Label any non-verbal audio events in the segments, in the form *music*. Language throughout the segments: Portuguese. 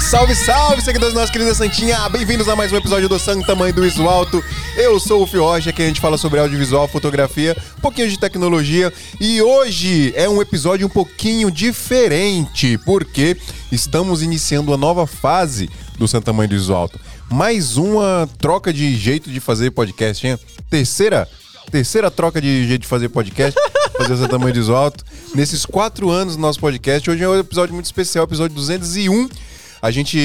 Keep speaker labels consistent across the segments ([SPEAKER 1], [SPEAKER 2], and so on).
[SPEAKER 1] Salve, salve, seguidores da nossa querida Santinha. Bem-vindos a mais um episódio do Santa Mãe do Iso Alto. Eu sou o Fioja, que a gente fala sobre audiovisual, fotografia, um pouquinho de tecnologia. E hoje é um episódio um pouquinho diferente, porque estamos iniciando uma nova fase do Santa Mãe do Iso Alto. Mais uma troca de jeito de fazer podcast, hein? Terceira, terceira troca de jeito de fazer podcast. fazer o Santa Mãe do Iso Alto. Nesses quatro anos do nosso podcast, hoje é um episódio muito especial, episódio 201. A gente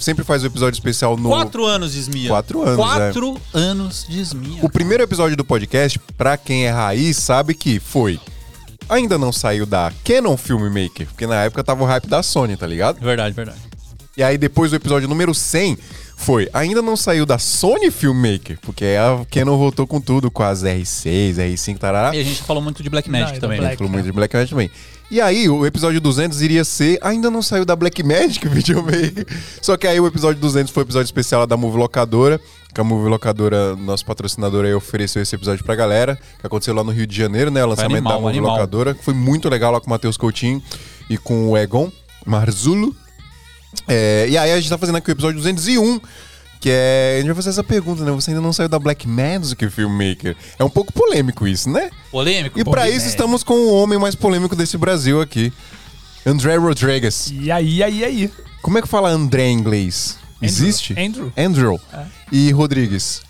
[SPEAKER 1] sempre faz o episódio especial no.
[SPEAKER 2] Quatro anos de esminha.
[SPEAKER 1] Quatro anos, é.
[SPEAKER 2] Quatro anos de esminha.
[SPEAKER 1] O primeiro episódio do podcast, pra quem é raiz, sabe que foi. Ainda não saiu da Canon Filmmaker, porque na época tava o hype da Sony, tá ligado?
[SPEAKER 2] É Verdade, verdade.
[SPEAKER 1] E aí depois do episódio número 100 foi. Ainda não saiu da Sony Filmmaker, porque a Canon voltou com tudo, com as R6, R5, tarará.
[SPEAKER 2] E a gente falou muito de Black
[SPEAKER 3] Não,
[SPEAKER 2] Magic
[SPEAKER 3] e do
[SPEAKER 2] também. né?
[SPEAKER 3] Black.
[SPEAKER 1] Falou muito de Black Magic também. E aí, o episódio 200 iria ser. Ainda não saiu da Black Magic *laughs* Videomaker. Só que aí, o episódio 200 foi o episódio especial lá da Move Locadora. Que a Move Locadora, nosso patrocinador, aí ofereceu esse episódio pra galera. Que aconteceu lá no Rio de Janeiro, né? O lançamento
[SPEAKER 2] animal,
[SPEAKER 1] da Move
[SPEAKER 2] animal.
[SPEAKER 1] Locadora. Que foi muito legal lá com o Matheus Coutinho e com o Egon Marzulo. É, e aí a gente tá fazendo aqui o episódio 201, que é. A gente vai fazer essa pergunta, né? Você ainda não saiu da Black Magic Filmmaker. É um pouco polêmico isso, né?
[SPEAKER 2] Polêmico?
[SPEAKER 1] E pra
[SPEAKER 2] polêmico.
[SPEAKER 1] isso estamos com o homem mais polêmico desse Brasil aqui. André Rodrigues.
[SPEAKER 3] E aí, aí, aí.
[SPEAKER 1] Como é que fala André em inglês? Existe?
[SPEAKER 3] Andrew. Ah.
[SPEAKER 1] Andrew. E Rodrigues.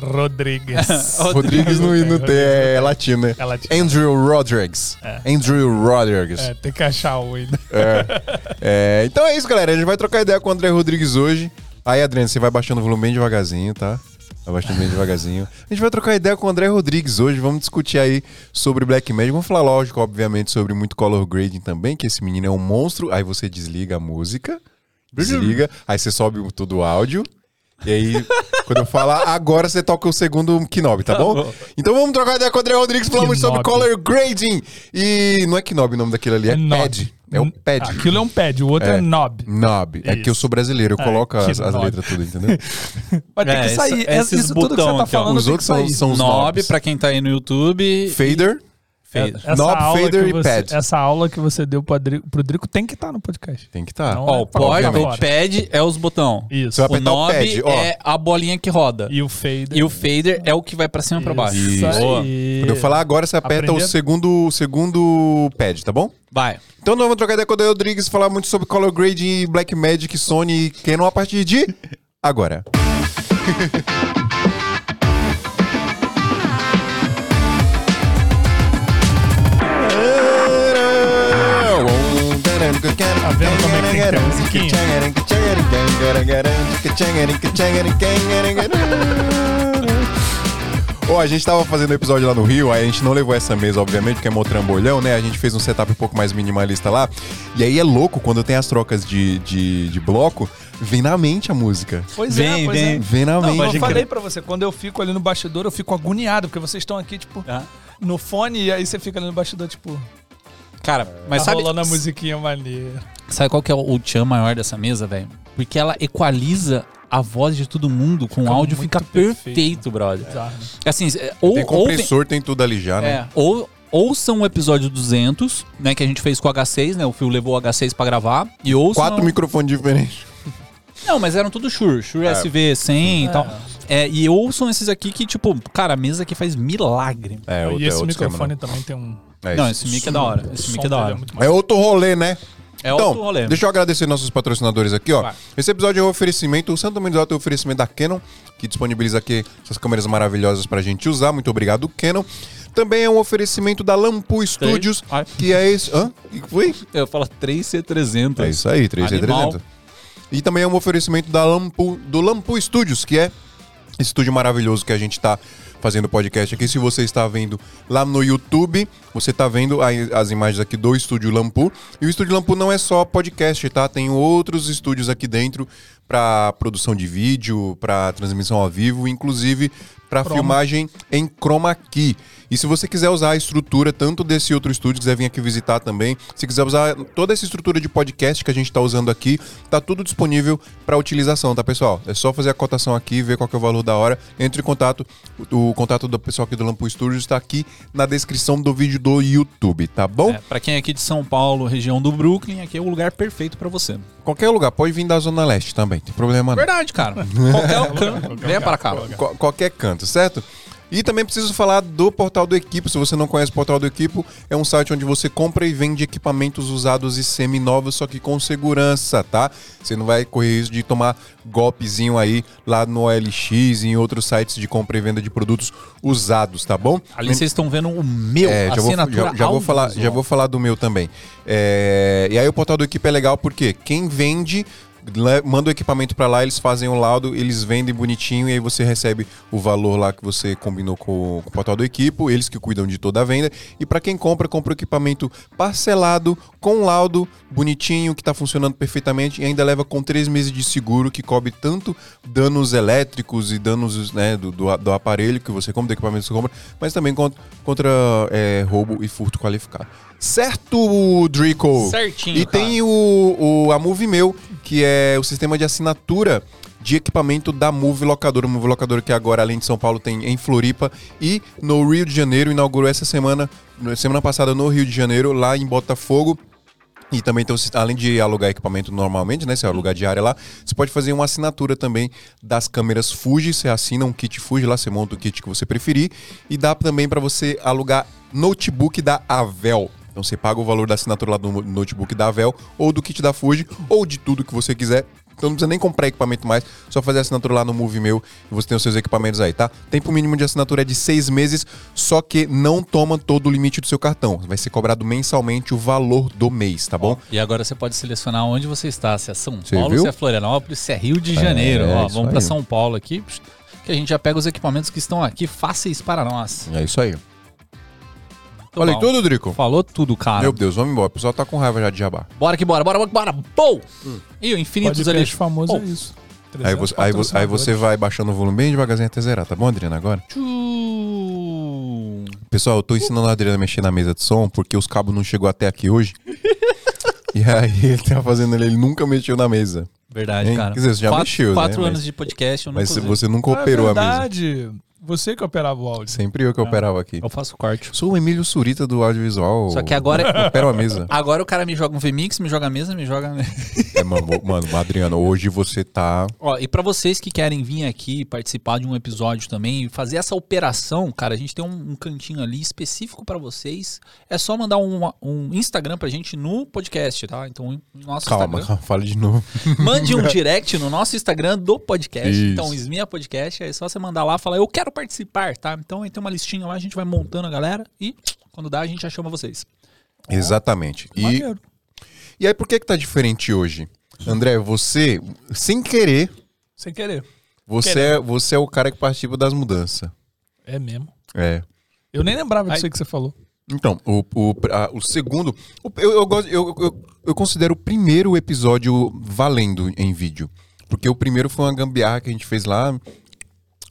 [SPEAKER 3] Rodrigues.
[SPEAKER 2] *laughs*
[SPEAKER 1] Rodrigues no, no T é latino, né?
[SPEAKER 3] É latino.
[SPEAKER 1] Andrew Rodrigues.
[SPEAKER 3] É.
[SPEAKER 1] Andrew Rodrigues.
[SPEAKER 3] É, tem que achar o ainda.
[SPEAKER 1] É, então é isso, galera. A gente vai trocar ideia com o André Rodrigues hoje. Aí, Adriano, você vai baixando o volume bem devagarzinho, tá? Vai baixando bem devagarzinho. A gente vai trocar ideia com o André Rodrigues hoje. Vamos discutir aí sobre Black Magic. Vamos falar, lógico, obviamente, sobre muito color grading também, que esse menino é um monstro. Aí você desliga a música. Desliga. Aí você sobe todo o áudio. E aí, quando eu falar, agora você toca o segundo Knob, tá bom? Então vamos trocar ideia com o André Rodrigues, falamos sobre
[SPEAKER 3] Knob.
[SPEAKER 1] color grading. E não é Knob o nome daquele ali, é,
[SPEAKER 3] knob.
[SPEAKER 1] Pad. É um Pad.
[SPEAKER 3] Aquilo é um pad, o outro é,
[SPEAKER 1] É.
[SPEAKER 3] knob.
[SPEAKER 1] Knob. É
[SPEAKER 3] Isso.
[SPEAKER 1] que eu sou brasileiro, eu coloco
[SPEAKER 3] que
[SPEAKER 1] as, as
[SPEAKER 3] knob.
[SPEAKER 1] letras tudo,
[SPEAKER 3] *laughs*
[SPEAKER 1] entendeu?
[SPEAKER 3] Vai ter
[SPEAKER 2] É,
[SPEAKER 3] que sair.
[SPEAKER 2] essa- esses
[SPEAKER 3] isso tudo que você
[SPEAKER 2] botão
[SPEAKER 3] tá
[SPEAKER 2] aqui, ó.
[SPEAKER 3] falando
[SPEAKER 1] Os
[SPEAKER 3] tem
[SPEAKER 1] outros
[SPEAKER 3] que
[SPEAKER 1] é são,
[SPEAKER 3] sair.
[SPEAKER 1] são os
[SPEAKER 2] Nob,
[SPEAKER 1] knobs.
[SPEAKER 2] pra quem tá aí no YouTube.
[SPEAKER 1] Fader.
[SPEAKER 2] Fade.
[SPEAKER 3] é- Essa
[SPEAKER 1] knob,
[SPEAKER 3] aula que
[SPEAKER 1] fader e
[SPEAKER 3] você-
[SPEAKER 1] pad.
[SPEAKER 3] Essa aula que você deu pro Drico, pro Drico tem que estar no podcast.
[SPEAKER 1] Tem que tá. estar.
[SPEAKER 3] Não. é
[SPEAKER 2] Ó, o porta, o
[SPEAKER 3] um.
[SPEAKER 1] Obviamente.
[SPEAKER 2] pad é os botão.
[SPEAKER 3] Isso.
[SPEAKER 1] Você vai
[SPEAKER 2] O
[SPEAKER 1] apertar o
[SPEAKER 2] knob
[SPEAKER 1] pad, ó.
[SPEAKER 2] é a bolinha que roda.
[SPEAKER 3] E o fader.
[SPEAKER 2] E o fader é o que vai pra cima e pra baixo.
[SPEAKER 3] Isso aí.
[SPEAKER 2] Boa.
[SPEAKER 1] Quando eu falar agora, você aperta o
[SPEAKER 3] Aprendendo?
[SPEAKER 1] segundo, o segundo pad, tá bom?
[SPEAKER 2] Vai.
[SPEAKER 1] Então nós vamos trocar ideia com o Daniel Rodrigues, falar muito sobre color grading, Black Magic, Sony, quem não a partir de agora.
[SPEAKER 3] Tá vendo como é que tem que ter musiquinha?
[SPEAKER 1] Ó, a gente tava fazendo episódio lá no Rio, aí a gente não levou essa mesa, obviamente, porque é mó trambolhão, né? A gente fez um setup um pouco mais minimalista lá. E aí é louco quando tem as trocas de, de, de bloco, vem na mente a música.
[SPEAKER 3] Pois
[SPEAKER 2] Vem,
[SPEAKER 3] é, pois
[SPEAKER 2] vem.
[SPEAKER 3] é.
[SPEAKER 1] Vem na
[SPEAKER 3] Não, mas
[SPEAKER 1] mente.
[SPEAKER 3] eu falei pra você, quando eu fico ali no bastidor, eu fico agoniado, porque vocês estão aqui, tipo,
[SPEAKER 2] Tá?
[SPEAKER 3] no fone, e aí você fica ali no bastidor, tipo,
[SPEAKER 2] Cara, mas
[SPEAKER 3] tá
[SPEAKER 2] sabe.
[SPEAKER 3] rolando a musiquinha maneira.
[SPEAKER 2] Sabe qual que é o tchan maior dessa mesa, velho? Porque ela equaliza a voz de todo mundo com o áudio,
[SPEAKER 3] muito
[SPEAKER 2] fica perfeito,
[SPEAKER 3] perfeito.
[SPEAKER 2] brother.
[SPEAKER 3] Bizarro.
[SPEAKER 2] Assim, é, ou,
[SPEAKER 1] Tem
[SPEAKER 2] ou,
[SPEAKER 1] compressor, tem tudo ali já, né?
[SPEAKER 2] é, ou, ouçam o episódio 200, né, que a gente fez com o H6, né? O Phil levou o H6 pra gravar. E ouçam...
[SPEAKER 1] Quatro microfones diferentes.
[SPEAKER 2] Não, mas eram tudo Shure,
[SPEAKER 1] É.
[SPEAKER 2] Shure SV100 e tal. É, e ouçam esses aqui que, tipo, cara, a mesa aqui faz milagre.
[SPEAKER 1] É,
[SPEAKER 3] e esse microfone
[SPEAKER 1] esquema,
[SPEAKER 3] também tem um.
[SPEAKER 1] né? É
[SPEAKER 2] Não,
[SPEAKER 1] isso.
[SPEAKER 2] esse mic é da hora. Esse
[SPEAKER 3] som
[SPEAKER 2] mic é da
[SPEAKER 3] dele
[SPEAKER 2] hora.
[SPEAKER 3] muito
[SPEAKER 1] É outro rolê, né?
[SPEAKER 2] É
[SPEAKER 1] então,
[SPEAKER 2] outro rolê.
[SPEAKER 1] deixa eu agradecer nossos patrocinadores aqui, ó.
[SPEAKER 2] Vai.
[SPEAKER 1] Esse episódio é um oferecimento, o Santo Mendes Alto é um oferecimento da Canon, que disponibiliza aqui essas câmeras maravilhosas pra gente usar. Muito obrigado, Canon. Também é um oferecimento da Lampu Studios,
[SPEAKER 2] Ai.
[SPEAKER 1] que é esse... Hã? O que foi?
[SPEAKER 2] Eu falo 3C300.
[SPEAKER 1] É isso aí, 3,300.
[SPEAKER 2] Animal.
[SPEAKER 1] E também é um oferecimento da Lampu, do Lampu Studios, que é esse estúdio maravilhoso que a gente tá fazendo podcast aqui. Se você está vendo lá no YouTube, você tá vendo aí as imagens aqui do estúdio Lampu. E o estúdio Lampu não é só podcast, tá? Tem outros estúdios aqui dentro para produção de vídeo, para transmissão ao vivo, inclusive para filmagem em chroma key. E se você quiser usar a estrutura tanto desse outro estúdio, quiser vir aqui visitar também, se quiser usar toda essa estrutura de podcast que a gente está usando aqui, tá tudo disponível para utilização, tá pessoal? É só fazer a cotação aqui, ver qual que é o valor da hora, entre em contato, o, o o contato do pessoal aqui do Lampu Studios está aqui na descrição do vídeo do YouTube, tá bom?
[SPEAKER 4] É, pra quem é aqui de São Paulo, região do Brooklyn, aqui é o lugar perfeito pra você.
[SPEAKER 1] Qualquer lugar, pode vir da Zona Leste também, tem problema não.
[SPEAKER 4] Verdade, cara. Qualquer um canto. Venha para cá.
[SPEAKER 1] Qual- qualquer um canto, certo? E também preciso falar do Portal do Equipo. Se você não conhece o Portal do Equipo, é um site onde você compra e vende equipamentos usados e semi-novos, só que com segurança, tá? Você não vai correr risco de tomar golpezinho aí lá no OLX e em outros sites de compra e venda de produtos usados, tá bom?
[SPEAKER 4] Ali vocês estão vendo o meu
[SPEAKER 1] É, já vou,
[SPEAKER 4] assinatura
[SPEAKER 1] já, já vou falar, já vou falar do meu também. É, e aí o portal do equipe é legal porque quem vende le- manda o equipamento pra lá, eles fazem o laudo, eles vendem bonitinho e aí você recebe o valor lá que você combinou com, o- com o portal do equipo, eles que cuidam de toda a venda. E pra quem compra, compra o equipamento parcelado com laudo bonitinho que tá funcionando perfeitamente e ainda leva com três meses de seguro que cobre tanto danos elétricos e danos né, do, do, do aparelho que você compra, do equipamento que você compra, mas também contra, contra é, roubo e furto qualificado. Certo, Drico?
[SPEAKER 4] Certinho,
[SPEAKER 1] E
[SPEAKER 4] cara.
[SPEAKER 1] tem o, o a Move Meu, que é o sistema de assinatura de equipamento da Move Locadora. Move Locadora que agora, além de São Paulo, tem em Floripa e no Rio de Janeiro. Inaugurou essa semana, semana passada no Rio de Janeiro, lá em Botafogo. E também, tem o sis- além de alugar equipamento normalmente, né? Se alugar diária lá, você pode fazer uma assinatura também das câmeras Fuji. Você assina um kit Fuji lá, você monta o kit que você preferir. E dá também para você alugar notebook da Avel. Então você paga o valor da assinatura lá do mo- notebook da Avel, ou do kit da Fuji, ou de tudo que você quiser. Então não precisa nem comprar equipamento mais, só fazer a assinatura lá no Move Meu e você tem os seus equipamentos aí, tá? Tempo mínimo de assinatura é de seis meses, só que não toma todo o limite do seu cartão. Vai ser cobrado mensalmente o valor do mês, tá bom?
[SPEAKER 4] E agora você pode selecionar onde você está, se é São
[SPEAKER 1] Você
[SPEAKER 4] Paulo,
[SPEAKER 1] viu?
[SPEAKER 4] se é Florianópolis, se é Rio de Janeiro.
[SPEAKER 1] é
[SPEAKER 4] Ó,
[SPEAKER 1] isso
[SPEAKER 4] vamos para
[SPEAKER 1] aí.
[SPEAKER 4] São Paulo aqui, psh, que a gente já pega os equipamentos que estão aqui fáceis para nós.
[SPEAKER 1] É isso aí.
[SPEAKER 3] Então
[SPEAKER 1] Falei
[SPEAKER 4] Muito bom.
[SPEAKER 3] tá.
[SPEAKER 1] tudo, Drico?
[SPEAKER 4] Falou tudo, cara.
[SPEAKER 1] Meu Deus, vamos embora. O pessoal tá com raiva já de jabá.
[SPEAKER 4] Bora que bora, bora, bora, que bora. Pou! E o Infinitos ali.
[SPEAKER 3] Podcast famoso
[SPEAKER 4] Pou.
[SPEAKER 3] é isso.
[SPEAKER 1] Aí você,
[SPEAKER 3] tá
[SPEAKER 1] aí, você, aí você vai baixando o volume bem devagarzinho até zerar, tá bom, Adriana? Agora?
[SPEAKER 4] Tchu.
[SPEAKER 1] Pessoal, eu tô ensinando a Adriana a mexer na mesa de som porque os cabos não chegou até aqui
[SPEAKER 3] *laughs*
[SPEAKER 1] hoje. e aí ele tá fazendo ele, ele nunca mexeu na mesa.
[SPEAKER 4] Verdade,
[SPEAKER 1] Hein?
[SPEAKER 4] cara.
[SPEAKER 1] Quer dizer, você já
[SPEAKER 4] quatro,
[SPEAKER 1] mexeu,
[SPEAKER 4] Quatro
[SPEAKER 1] né?
[SPEAKER 4] anos
[SPEAKER 1] Mas-
[SPEAKER 4] de podcast, eu não
[SPEAKER 1] Mas
[SPEAKER 4] usei.
[SPEAKER 1] você nunca operou
[SPEAKER 3] Operou é
[SPEAKER 1] a mesa.
[SPEAKER 3] verdade. Você que operava o áudio.
[SPEAKER 1] Sempre eu que operava aqui.
[SPEAKER 4] Eu faço corte.
[SPEAKER 1] Sou o Emílio Surita do audiovisual.
[SPEAKER 4] Só que agora,
[SPEAKER 1] *laughs*
[SPEAKER 4] é-
[SPEAKER 1] Opero a mesa.
[SPEAKER 4] agora o cara me joga um VMix, me joga a mesa, me *laughs* joga...
[SPEAKER 1] É, mano, mano, Adriana, hoje você tá.
[SPEAKER 4] Ó, e pra vocês que querem vir aqui participar de um episódio também e fazer essa operação, cara, a gente tem um, um cantinho ali específico pra vocês. É só mandar uma- um Instagram pra gente no podcast, tá? Então, no nosso
[SPEAKER 1] Calma,
[SPEAKER 4] Instagram.
[SPEAKER 1] calma, fala de novo. *laughs*
[SPEAKER 4] Mande um direct no nosso Instagram do podcast.
[SPEAKER 1] Isso.
[SPEAKER 4] Então, Esmia Podcast. É só você mandar lá falar, eu quero participar, tá? Então, aí tem uma listinha lá, a gente vai montando a galera e quando dá, a gente já chama vocês. Ah.
[SPEAKER 1] Exatamente. E,
[SPEAKER 3] Maneiro.
[SPEAKER 1] e aí, por que que tá diferente hoje? André, você, sem querer,
[SPEAKER 3] Sem querer.
[SPEAKER 1] Você é, você é o cara que participa das mudanças.
[SPEAKER 3] É mesmo.
[SPEAKER 1] É.
[SPEAKER 3] Eu nem lembrava
[SPEAKER 4] Ai.
[SPEAKER 3] disso aí que você falou.
[SPEAKER 1] Então, o, o, a- o segundo. o- eu, eu, gosto- eu, eu, eu considero o primeiro episódio valendo em vídeo. Porque o primeiro foi uma gambiarra que a gente fez lá.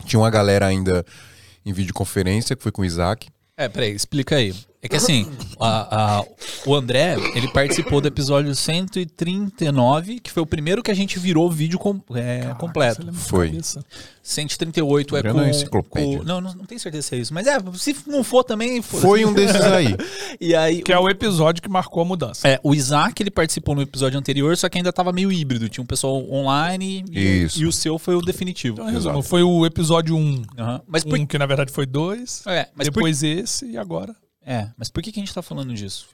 [SPEAKER 1] Tinha uma galera ainda em videoconferência, que foi com o Isaac.
[SPEAKER 4] É, peraí, explica aí. É que assim, a- a- o André, ele participou do episódio 139, que foi o primeiro que a gente virou vídeo com- é,
[SPEAKER 3] Você
[SPEAKER 4] completo.
[SPEAKER 3] lembra de
[SPEAKER 1] Foi.
[SPEAKER 3] cabeça.
[SPEAKER 4] 138 é
[SPEAKER 1] Adriano
[SPEAKER 4] com...
[SPEAKER 1] é uma enciclopédia.
[SPEAKER 4] com- não, não, não tenho certeza se é isso, mas é, se não for também... foda-se.
[SPEAKER 1] Foi um desses aí.
[SPEAKER 4] E aí...
[SPEAKER 3] Que é o episódio que marcou a mudança.
[SPEAKER 4] É, o Isaac, ele participou no episódio anterior, só que ainda tava meio híbrido. Tinha um pessoal online e,
[SPEAKER 1] Isso.
[SPEAKER 4] e o seu foi o definitivo.
[SPEAKER 3] Então, resumo, foi o episódio 1. Um,
[SPEAKER 4] Aham. Mas por...
[SPEAKER 3] Um que na verdade foi dois.
[SPEAKER 4] É, mas por
[SPEAKER 3] depois esse e agora.
[SPEAKER 4] É, mas por que, que a gente tá falando disso?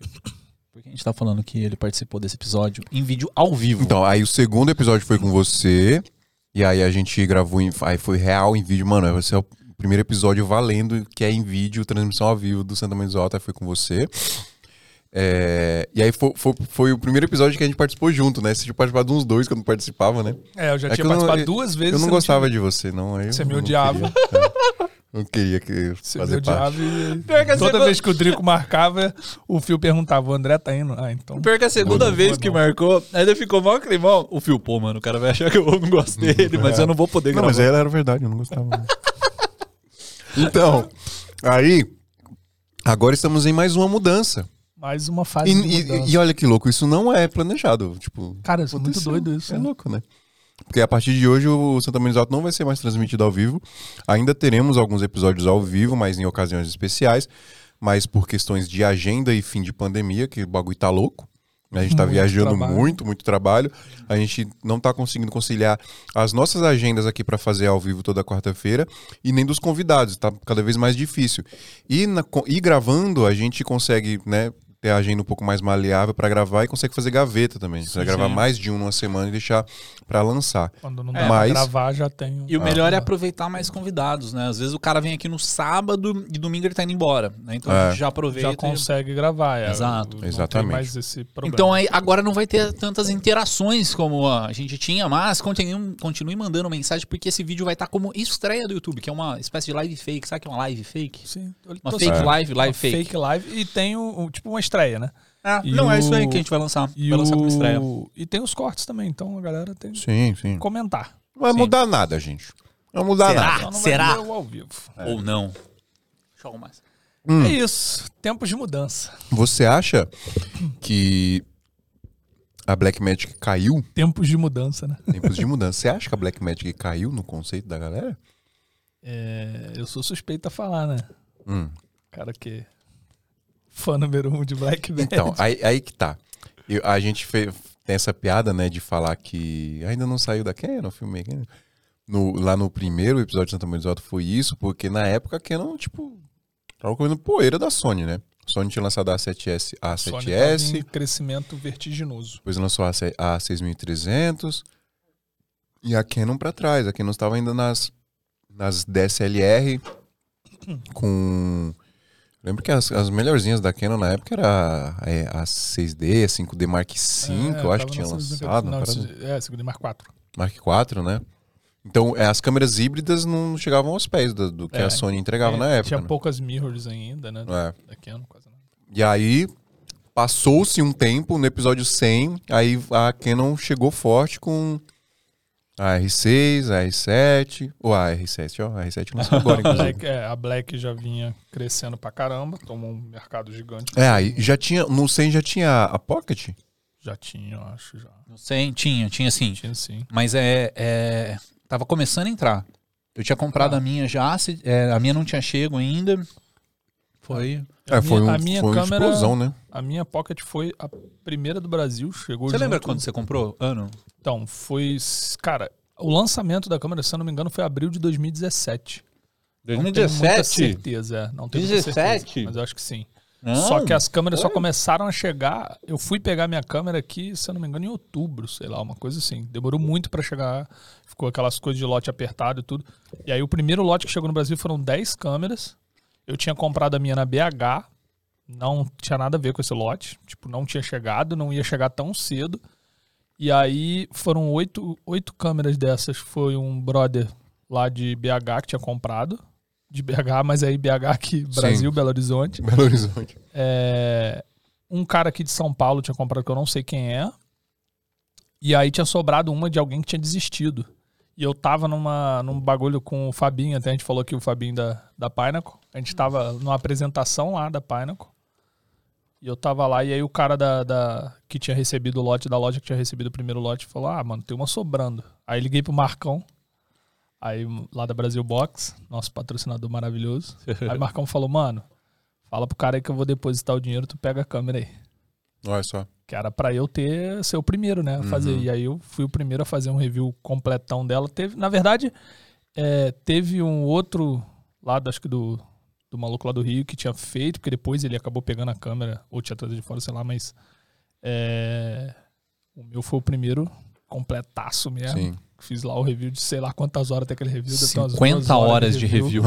[SPEAKER 4] Por que a gente tá falando que ele participou desse episódio em vídeo ao vivo?
[SPEAKER 1] Então, aí o segundo episódio foi com você. E aí a gente gravou, em, aí foi real em vídeo. Mano, esse é o primeiro episódio valendo, que é em vídeo, transmissão ao vivo do Santa Mãe do Alta, foi com você. É, e aí foi, foi, foi o primeiro episódio que a gente participou junto, né? Você tinha participado de uns dois que eu não participava, né?
[SPEAKER 3] É, eu já
[SPEAKER 1] É que
[SPEAKER 3] tinha
[SPEAKER 1] eu não-
[SPEAKER 3] participado duas vezes.
[SPEAKER 1] eu não
[SPEAKER 3] você
[SPEAKER 1] gostava de você, não. aí eu
[SPEAKER 3] Você me
[SPEAKER 1] não
[SPEAKER 3] odiava.
[SPEAKER 1] queria, tá? Não queria que
[SPEAKER 3] Você
[SPEAKER 1] fazer
[SPEAKER 3] viu o
[SPEAKER 1] parte.
[SPEAKER 3] diabo e- Toda vez que o Drico marcava, o Fio perguntava, o André tá indo? Ah, então...
[SPEAKER 4] Pior que a segunda vez que marcou, ainda ficou mal climão. O Fio, pô, mano, o cara vai achar que eu não gosto dele, mas eu não vou poder
[SPEAKER 1] Uhum. É. Não,
[SPEAKER 4] gravar.
[SPEAKER 1] mas ela era verdade, eu não gostava. não. *laughs* então, aí, agora estamos em mais uma mudança.
[SPEAKER 3] Mais uma fase
[SPEAKER 1] E,
[SPEAKER 3] de
[SPEAKER 1] e-
[SPEAKER 3] mudança.
[SPEAKER 1] e olha que louco, isso não é planejado. Tipo,
[SPEAKER 3] Cara, isso é muito
[SPEAKER 1] aconteceu.
[SPEAKER 3] doido isso.
[SPEAKER 1] É
[SPEAKER 3] né?
[SPEAKER 1] louco, né? Porque a partir de hoje o Santa Maria Alto não vai ser mais transmitido ao vivo. Ainda teremos alguns episódios ao vivo, mas em ocasiões especiais. Mas por questões de agenda e fim de pandemia, que o bagulho tá louco. A gente tá
[SPEAKER 3] Muito
[SPEAKER 1] viajando
[SPEAKER 3] trabalho.
[SPEAKER 1] muito, muito trabalho. A gente não tá conseguindo conciliar as nossas agendas aqui para fazer ao vivo toda quarta-feira e nem dos convidados, tá cada vez mais difícil. E, na, co- e gravando, a gente consegue, né, ter a agenda um pouco mais maleável para gravar e consegue fazer gaveta também. A gente vai gravar
[SPEAKER 2] sim.
[SPEAKER 1] mais de um numa semana e deixar para lançar.
[SPEAKER 3] Quando não dá
[SPEAKER 1] É,
[SPEAKER 3] pra
[SPEAKER 1] mas-
[SPEAKER 3] gravar, já tem. um-
[SPEAKER 2] E o melhor
[SPEAKER 1] Ah.
[SPEAKER 2] é aproveitar mais convidados, né? Às vezes o cara vem aqui no sábado e domingo ele tá indo embora, né? Então a
[SPEAKER 1] É.
[SPEAKER 2] gente já aproveita.
[SPEAKER 3] Já
[SPEAKER 2] e-
[SPEAKER 3] consegue gravar. É,
[SPEAKER 2] Exato.
[SPEAKER 3] Não tem
[SPEAKER 1] Exatamente.
[SPEAKER 3] mais esse problema.
[SPEAKER 2] Então aí, agora não vai ter tantas interações como a gente tinha, mas continue, continue mandando mensagem, porque esse vídeo vai estar como estreia do YouTube, que é uma espécie de live fake. Sabe o que é uma live fake?
[SPEAKER 3] Sim, eu
[SPEAKER 2] Uma
[SPEAKER 3] tô
[SPEAKER 2] fake
[SPEAKER 3] sabendo.
[SPEAKER 2] live, live
[SPEAKER 3] Uma
[SPEAKER 2] fake.
[SPEAKER 3] live. E tem o, o- tipo uma estreia, né?
[SPEAKER 2] Ah,
[SPEAKER 3] E
[SPEAKER 2] não, é
[SPEAKER 3] o-
[SPEAKER 2] isso aí que a gente vai lançar.
[SPEAKER 3] E,
[SPEAKER 2] vai lançar como estreia.
[SPEAKER 3] o... e tem os cortes também, então a galera tem que
[SPEAKER 1] Sim, sim.
[SPEAKER 3] comentar.
[SPEAKER 1] Não vai
[SPEAKER 2] Sim.
[SPEAKER 1] mudar nada, gente. Não vai mudar
[SPEAKER 2] Será?
[SPEAKER 1] nada.
[SPEAKER 2] Ah,
[SPEAKER 3] Só não vai
[SPEAKER 2] será?
[SPEAKER 3] ver o ao vivo.
[SPEAKER 2] É. Ou não. Deixa eu mais.
[SPEAKER 1] Hum.
[SPEAKER 3] É isso. Tempos de mudança.
[SPEAKER 1] Você acha que a Blackmagic caiu?
[SPEAKER 3] Tempos de mudança, né?
[SPEAKER 1] Tempos de mudança. Você acha que a Blackmagic caiu no conceito da galera?
[SPEAKER 3] É, eu sou suspeito a falar, né?
[SPEAKER 1] Hum.
[SPEAKER 3] Cara que é fã número um de Black Band.
[SPEAKER 1] Então, aí, aí que tá. Eu- a gente fe- tem essa piada, né, de falar que ainda não saiu da Canon, o filme Canon. No, lá no primeiro episódio de Santa Maria do Alto foi isso, porque na época a Canon, tipo, tava comendo poeira da Sony, né? A Sony tinha lançado a A7S,
[SPEAKER 3] Sony
[SPEAKER 1] A7S,
[SPEAKER 3] tava em crescimento vertiginoso.
[SPEAKER 1] Depois lançou a se- a 6300 e a Canon pra trás. A Canon estava ainda nas, nas
[SPEAKER 3] *coughs*
[SPEAKER 1] DSLR com... Lembro que as, as melhorzinhas da Canon na época era a, é, a 6D, a 5D Mark V,
[SPEAKER 3] É,
[SPEAKER 1] eu acho que tinha lançado.
[SPEAKER 3] Não,
[SPEAKER 1] uma parada- assim.
[SPEAKER 3] é, segundo Mar 4.
[SPEAKER 1] Mark IV, né? Então, é, as câmeras híbridas não chegavam aos pés do, do que
[SPEAKER 3] É,
[SPEAKER 1] a Sony entregava na
[SPEAKER 3] Tinha
[SPEAKER 1] época. né?
[SPEAKER 3] poucas mirrors ainda, né?
[SPEAKER 1] É.
[SPEAKER 3] Da Canon, quase nada.
[SPEAKER 1] E aí, passou-se um tempo, no episódio 100, aí a Canon chegou forte com a R6, a R7, ou a R7, ó, a R7 lançou agora,
[SPEAKER 3] *laughs* A
[SPEAKER 1] inclusive.
[SPEAKER 3] Black, é, a Black já vinha crescendo pra caramba, tomou um mercado gigante.
[SPEAKER 1] É, aí já tinha, no 100 já tinha a- a Pocket?
[SPEAKER 3] Já tinha, eu acho, já.
[SPEAKER 2] Não sei, tinha, tinha sim.
[SPEAKER 3] Tinha sim.
[SPEAKER 2] Mas é, é. Tava começando a entrar. Eu tinha comprado a minha já, se- é, a minha não tinha chego ainda. Foi.
[SPEAKER 1] É, foi,
[SPEAKER 3] minha-
[SPEAKER 1] um,
[SPEAKER 3] a minha
[SPEAKER 1] foi uma
[SPEAKER 3] câmera-
[SPEAKER 1] explosão, né? *laughs*
[SPEAKER 3] A minha Pocket foi a primeira do Brasil, chegou
[SPEAKER 2] Você
[SPEAKER 3] junto.
[SPEAKER 2] lembra quando você comprou? Ano?
[SPEAKER 3] Então, foi... s- Cara, o lançamento da câmera, se eu não me engano, foi abril de 2017. Não tenho muita certeza, é. Não tenho muita
[SPEAKER 2] 17?
[SPEAKER 3] certeza, mas eu acho que sim.
[SPEAKER 2] Não.
[SPEAKER 3] Só que as câmeras só começaram a chegar. Eu fui pegar minha câmera aqui, se eu não me engano, em outubro, sei lá, uma coisa assim. Demorou muito pra chegar. Ficou aquelas coisas de lote apertado e tudo. E aí o primeiro lote que chegou no Brasil foram 10 câmeras. Eu tinha comprado a minha na BH. Não tinha nada a ver com esse lote. Tipo, não tinha chegado, não ia chegar tão cedo. E aí foram oito, oito câmeras dessas. Foi um brother lá de BH que tinha comprado. De BH, mas aí BH aqui, Brasil, Belo Horizonte.
[SPEAKER 1] Belo Horizonte.
[SPEAKER 3] É, um cara aqui de São Paulo tinha comprado que eu não sei quem é. E aí tinha sobrado uma de alguém que tinha desistido. E eu tava numa, num bagulho com o Fabinho, até a gente falou aqui o Fabinho da, da Pinnacle. A gente tava numa apresentação lá da Pinnacle. E eu tava lá, e aí o cara da, da- que tinha recebido o lote, da loja que tinha recebido o primeiro lote, falou: Ah, mano, tem uma sobrando. Aí liguei pro Marcão, aí lá da Brasil Box, nosso patrocinador maravilhoso. Aí o Marcão falou: Mano, Fala pro cara aí que eu vou depositar o dinheiro, tu pega a câmera aí.
[SPEAKER 1] Olha só.
[SPEAKER 3] Que era pra eu ter ser o primeiro, né? A fazer.
[SPEAKER 1] Uhum.
[SPEAKER 3] E aí eu fui o primeiro a fazer um review completão dela. Teve, na verdade, é, teve um outro lado, acho que do, do maluco lá do Rio, que tinha feito, porque depois ele acabou pegando a câmera, ou tinha trazido de fora, sei lá, mas. é, o meu foi o primeiro completaço mesmo.
[SPEAKER 1] Sim.
[SPEAKER 3] Fiz lá o review de sei lá quantas horas tem aquele review. deve ter umas
[SPEAKER 2] 50
[SPEAKER 3] duas
[SPEAKER 2] horas de review.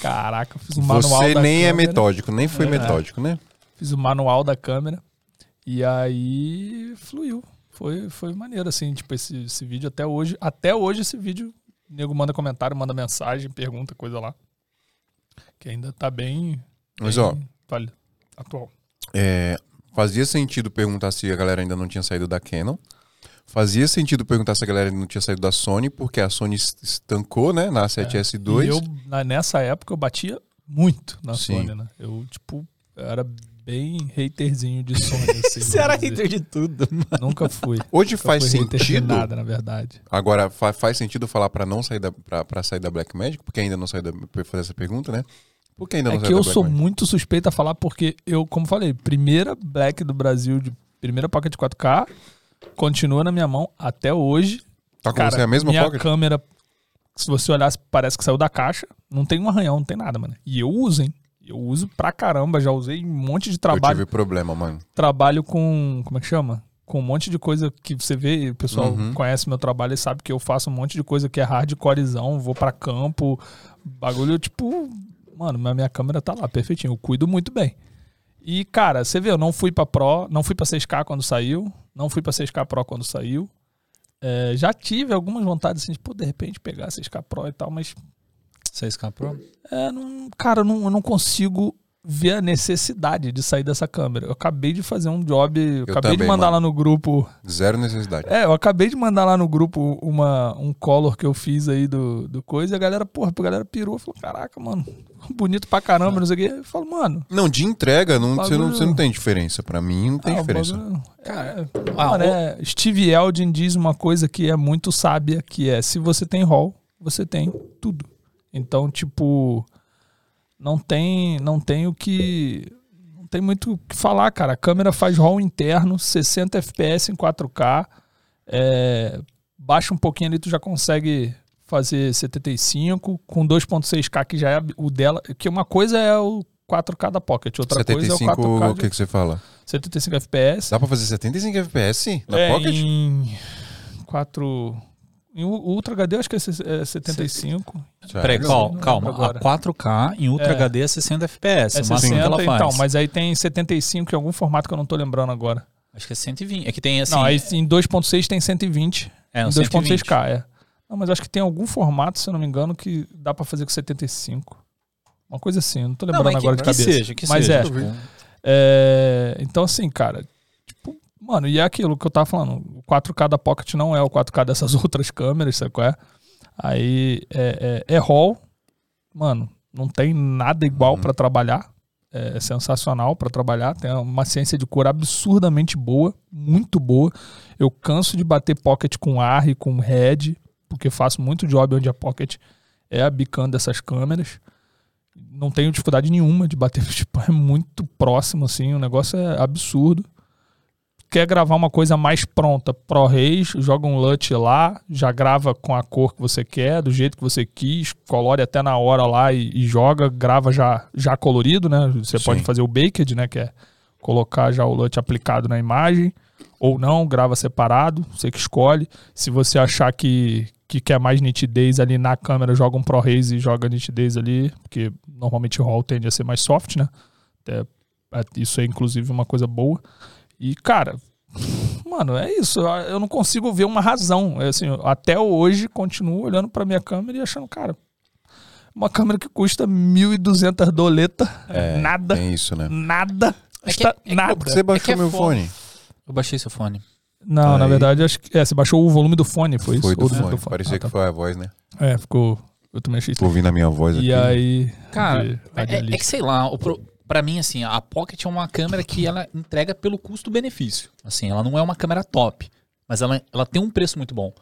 [SPEAKER 3] Caraca, fiz um manual
[SPEAKER 1] Você
[SPEAKER 3] da
[SPEAKER 1] nem é
[SPEAKER 3] câmera.
[SPEAKER 1] metódico, nem foi
[SPEAKER 3] É.
[SPEAKER 1] metódico, né?
[SPEAKER 3] fiz o manual da câmera e aí fluiu. Foi, foi maneiro, assim, tipo, esse, esse vídeo até hoje. Até hoje esse vídeo, o nego manda comentário, manda mensagem, pergunta, coisa lá. Que ainda tá bem.
[SPEAKER 1] Mas,
[SPEAKER 3] bem,
[SPEAKER 1] ó,
[SPEAKER 3] vale- atual.
[SPEAKER 1] É, fazia sentido perguntar se a galera ainda não tinha saído da Canon. Fazia sentido perguntar se a galera ainda não tinha saído da Sony, porque a Sony es- estancou, né, na
[SPEAKER 3] É, E
[SPEAKER 1] 7S2.
[SPEAKER 3] eu, na- nessa época, eu batia muito na
[SPEAKER 1] Sim.
[SPEAKER 3] Sony, né? Eu, tipo, era bem haterzinho de
[SPEAKER 1] *laughs*
[SPEAKER 3] Sony.
[SPEAKER 4] *laughs*
[SPEAKER 3] Assim,
[SPEAKER 4] Você era
[SPEAKER 3] vamos dizer.
[SPEAKER 4] hater de tudo.
[SPEAKER 3] Nunca fui. Nunca
[SPEAKER 1] Hoje faz
[SPEAKER 3] fui hater de
[SPEAKER 1] sentido.
[SPEAKER 3] nada, na verdade.
[SPEAKER 1] Agora, fa- faz sentido falar pra não sair da, pra, pra sair da Black Magic, porque ainda não saiu da. pra fazer essa pergunta, né? Por que ainda não
[SPEAKER 3] é que
[SPEAKER 1] saiu
[SPEAKER 3] eu
[SPEAKER 1] da Tá Black
[SPEAKER 3] sou
[SPEAKER 1] Magic?
[SPEAKER 3] muito suspeito a falar porque eu, como falei, primeira Black do Brasil, de primeira Pocket 4K, continua na minha mão até hoje.
[SPEAKER 1] Tá com você a mesma
[SPEAKER 3] minha
[SPEAKER 1] pocket?
[SPEAKER 3] câmera, se você olhar, parece que saiu da caixa. Não tem um arranhão, não tem nada, mano. E eu uso, hein? Eu uso pra caramba, já usei em um monte de
[SPEAKER 1] Eu
[SPEAKER 3] trabalho.
[SPEAKER 1] tive problema, mano.
[SPEAKER 3] Trabalho com, como é que chama? Com um monte de coisa que você vê, e o pessoal
[SPEAKER 1] Uhum.
[SPEAKER 3] conhece meu trabalho e sabe que eu faço um monte de coisa que é hardcorezão, vou pra campo, bagulho tipo, mano, mas minha câmera tá lá perfeitinho, eu cuido muito bem. E cara, você vê, eu não fui pra Pro, não fui pra 6K quando saiu, não fui pra 6K Pro quando saiu. É, já tive algumas vontades assim, de, pô, de repente pegar 6K Pro e tal, mas
[SPEAKER 4] Você escapou?
[SPEAKER 3] é, não- cara, eu não, eu não consigo ver a necessidade de sair dessa câmera. Eu acabei de fazer um job, eu acabei
[SPEAKER 1] também,
[SPEAKER 3] de mandar
[SPEAKER 1] mano.
[SPEAKER 3] lá no grupo.
[SPEAKER 1] Zero necessidade.
[SPEAKER 3] É, eu acabei de mandar lá no grupo uma, um color que eu fiz aí do, do coisa. E a galera, porra, a galera pirou. Falou, caraca, mano, bonito pra caramba, não sei o quê. Eu falo, mano.
[SPEAKER 1] Não, de entrega, não, você, não,
[SPEAKER 3] Bagulho-
[SPEAKER 1] você não tem diferença. Pra mim, não tem
[SPEAKER 3] ah, o
[SPEAKER 1] diferença.
[SPEAKER 3] bagulho-
[SPEAKER 4] Cara,
[SPEAKER 3] é,
[SPEAKER 4] ah,
[SPEAKER 3] mano,
[SPEAKER 4] o-
[SPEAKER 3] é, Steve Eldin diz uma coisa que é muito sábia, que é se você tem rol, você tem tudo. Então, tipo, não tem, não tem o que não tem muito o que falar, cara. A câmera faz RAW interno, 60 FPS em 4K. é, baixa um pouquinho ali, tu já consegue fazer 75 com 2.6K que já é o dela, que uma coisa é o 4K da Pocket, outra
[SPEAKER 1] 75,
[SPEAKER 3] coisa é o
[SPEAKER 1] o que,
[SPEAKER 3] 4K de
[SPEAKER 1] que você fala?
[SPEAKER 3] 75 FPS.
[SPEAKER 1] Dá pra fazer 75 FPS na
[SPEAKER 3] É,
[SPEAKER 1] Pocket?
[SPEAKER 3] Em 4. Em U- Ultra HD, eu acho que é se- é 75.
[SPEAKER 1] Sério?
[SPEAKER 4] Peraí, cal-
[SPEAKER 3] É. Não,
[SPEAKER 4] calma.
[SPEAKER 3] agora.
[SPEAKER 4] A 4K em Ultra
[SPEAKER 3] É.
[SPEAKER 4] HD é 60 FPS.
[SPEAKER 3] É
[SPEAKER 4] o máximo que
[SPEAKER 3] 60,
[SPEAKER 4] ela faz.
[SPEAKER 3] então, mas aí tem 75 em algum formato que eu não tô lembrando agora.
[SPEAKER 4] Acho que é 120. É que tem assim.
[SPEAKER 3] não, aí em 2.6 tem 120.
[SPEAKER 4] é,
[SPEAKER 3] em
[SPEAKER 4] não, 120.
[SPEAKER 3] 2.6K, é. Não, mas acho que tem algum formato, se eu não me engano, que dá pra fazer com 75. Uma coisa assim, eu não tô
[SPEAKER 4] Não,
[SPEAKER 3] lembrando
[SPEAKER 4] mas que-
[SPEAKER 3] agora de cabeça.
[SPEAKER 4] Que seja, que
[SPEAKER 3] Mas
[SPEAKER 4] seja. tipo,
[SPEAKER 3] é. É, então, assim, cara, tipo, mano, e é aquilo que eu tava falando. O 4K da Pocket não é o 4K dessas *laughs* outras câmeras, sabe qual é? Aí é, é, é RAW, mano, não tem nada igual
[SPEAKER 1] Uhum.
[SPEAKER 3] pra trabalhar. É sensacional pra trabalhar, tem uma ciência de cor absurdamente boa, muito boa. Eu canso de bater pocket com ar e com head, porque faço muito job onde a pocket é a bican dessas câmeras. Não tenho dificuldade nenhuma de bater, *laughs* tipo, é muito próximo, assim, o negócio é absurdo. Quer gravar uma coisa mais pronta, ProRes, joga um LUT lá, já grava com a cor que você quer, do jeito que você quis, colore até na hora lá e, e joga, grava já, já colorido, né? Você pode
[SPEAKER 1] Sim.
[SPEAKER 3] fazer o Baked, né? Que é colocar já o LUT aplicado na imagem, ou não, grava separado, você que escolhe. Se você achar que, que quer mais nitidez ali na câmera, joga um ProRes e joga nitidez ali, porque normalmente o RAW tende a ser mais soft, né? Até- a- isso é inclusive uma coisa boa. E, cara, mano, é isso. Eu- Eu não consigo ver uma razão. É Assim, eu até hoje continuo olhando pra minha câmera e achando, cara, uma câmera que custa 1.200 doleta,
[SPEAKER 1] É,
[SPEAKER 3] nada,
[SPEAKER 1] Tem isso, né?
[SPEAKER 3] nada,
[SPEAKER 4] É que-
[SPEAKER 3] custa
[SPEAKER 4] é que-
[SPEAKER 3] nada.
[SPEAKER 1] Por que você baixou
[SPEAKER 4] é
[SPEAKER 1] meu
[SPEAKER 4] fone.
[SPEAKER 1] fone?
[SPEAKER 4] Eu baixei seu fone.
[SPEAKER 3] Não, na
[SPEAKER 1] Aí.
[SPEAKER 3] verdade, acho que. É, você baixou o volume do fone, foi isso?
[SPEAKER 1] Foi do
[SPEAKER 3] Ou
[SPEAKER 1] fone.
[SPEAKER 3] Ah,
[SPEAKER 1] Parecia
[SPEAKER 3] tá.
[SPEAKER 1] que foi a voz, né?
[SPEAKER 3] É, ficou. Eu também achei
[SPEAKER 1] Tô
[SPEAKER 3] isso.
[SPEAKER 1] ouvindo a minha voz aqui.
[SPEAKER 3] E aí.
[SPEAKER 4] Cara,
[SPEAKER 3] de-
[SPEAKER 4] É, é- é
[SPEAKER 3] radialista.
[SPEAKER 4] que sei lá, o pro- pra mim, assim, a Pocket é uma câmera que ela entrega pelo custo-benefício. Assim, ela não é uma câmera top, mas ela, ela tem um preço muito bom.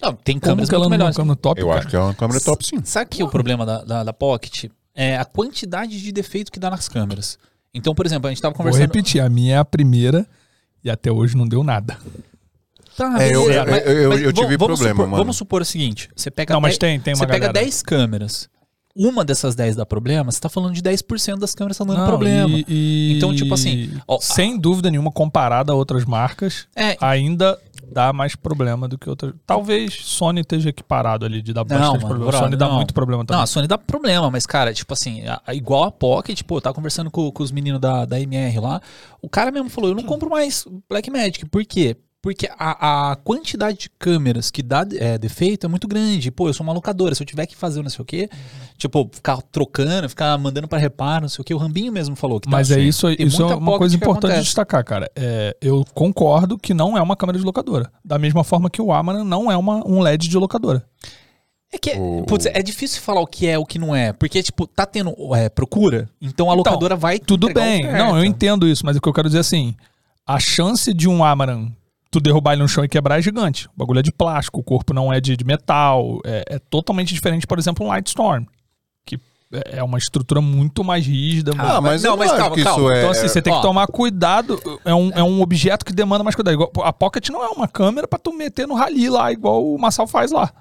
[SPEAKER 4] Não, tem
[SPEAKER 3] Como
[SPEAKER 4] câmeras
[SPEAKER 3] que ela
[SPEAKER 4] muito
[SPEAKER 3] não é
[SPEAKER 4] melhores.
[SPEAKER 3] uma câmera top?
[SPEAKER 1] Eu
[SPEAKER 3] cara?
[SPEAKER 1] acho que é uma câmera top, sim.
[SPEAKER 4] Sabe que o problema da, da, da Pocket é a quantidade de defeito que dá nas câmeras. Então, por exemplo, a gente tava
[SPEAKER 3] Vou
[SPEAKER 4] conversando.
[SPEAKER 3] repetir, a minha é a primeira e até hoje não deu nada.
[SPEAKER 4] Tá,
[SPEAKER 1] É, eu-
[SPEAKER 4] beleza,
[SPEAKER 1] eu-
[SPEAKER 4] mas-
[SPEAKER 1] eu- eu-
[SPEAKER 4] mas
[SPEAKER 1] eu tive
[SPEAKER 4] vamos
[SPEAKER 1] problema,
[SPEAKER 4] supor,
[SPEAKER 1] mano.
[SPEAKER 4] Vamos supor o seguinte: você pega
[SPEAKER 3] Não, mas
[SPEAKER 4] dez-
[SPEAKER 3] tem- tem uma
[SPEAKER 4] Você pega
[SPEAKER 3] galera.
[SPEAKER 4] 10 câmeras, uma dessas 10 dá problema, você tá falando de 10% das câmeras estão dando
[SPEAKER 1] um
[SPEAKER 4] problema.
[SPEAKER 3] e- e-
[SPEAKER 4] Então, tipo assim, ó,
[SPEAKER 3] sem dúvida nenhuma, comparada a outras marcas,
[SPEAKER 4] É,
[SPEAKER 3] ainda dá mais problema do que outras. Talvez Sony esteja equiparado ali de dar bastante
[SPEAKER 4] mano,
[SPEAKER 3] problema.
[SPEAKER 4] brother,
[SPEAKER 3] Sony dá
[SPEAKER 4] não.
[SPEAKER 3] muito problema
[SPEAKER 4] Não,
[SPEAKER 3] também.
[SPEAKER 4] a Sony dá problema, mas, cara, tipo assim, a- a- igual a Pocket, pô, eu tava conversando com, com os meninos da, da MR lá, o cara mesmo falou, eu não compro mais Blackmagic, por quê? Porque a, a quantidade de câmeras que dá é, defeito é muito grande. Pô, eu sou uma locadora, se eu tiver que fazer um não sei o quê,
[SPEAKER 3] Uhum.
[SPEAKER 4] tipo, ficar trocando, ficar mandando pra reparo, não sei o quê, o Rambinho mesmo falou que tá
[SPEAKER 3] Mas é
[SPEAKER 4] assim.
[SPEAKER 3] isso,
[SPEAKER 4] Tem
[SPEAKER 3] isso é
[SPEAKER 4] muita
[SPEAKER 3] uma
[SPEAKER 4] Pocket
[SPEAKER 3] coisa
[SPEAKER 4] que
[SPEAKER 3] importante de
[SPEAKER 4] acontece.
[SPEAKER 3] destacar, cara. É, eu concordo que não é uma câmera de locadora. Da mesma forma que o Amara não é uma, um LED de locadora.
[SPEAKER 4] É que é-
[SPEAKER 1] O-
[SPEAKER 4] putz, é difícil falar o que é o que não é. Porque, tipo, tá tendo é, procura, então a locadora vai.
[SPEAKER 3] Tudo
[SPEAKER 4] entregar
[SPEAKER 3] bem.
[SPEAKER 4] oferta.
[SPEAKER 3] Não, eu entendo isso, mas o que eu quero dizer é assim: a chance de um Amaran tu derrubar ele no chão e quebrar é gigante. O bagulho é de plástico, o corpo não é de, de metal. É, é totalmente diferente, por exemplo, um Lightstorm. Que é é uma estrutura muito mais rígida.
[SPEAKER 1] Ah,
[SPEAKER 3] muito-
[SPEAKER 1] mas
[SPEAKER 4] não,
[SPEAKER 1] eu
[SPEAKER 4] mas
[SPEAKER 1] acho
[SPEAKER 4] calma,
[SPEAKER 1] que
[SPEAKER 4] calma.
[SPEAKER 1] isso é...
[SPEAKER 3] Então, assim, você tem
[SPEAKER 4] ó.
[SPEAKER 3] que tomar cuidado. É um, é um objeto que demanda mais cuidado. Igual- a Pocket não é uma câmera pra tu meter no rally lá, igual o Massal faz lá.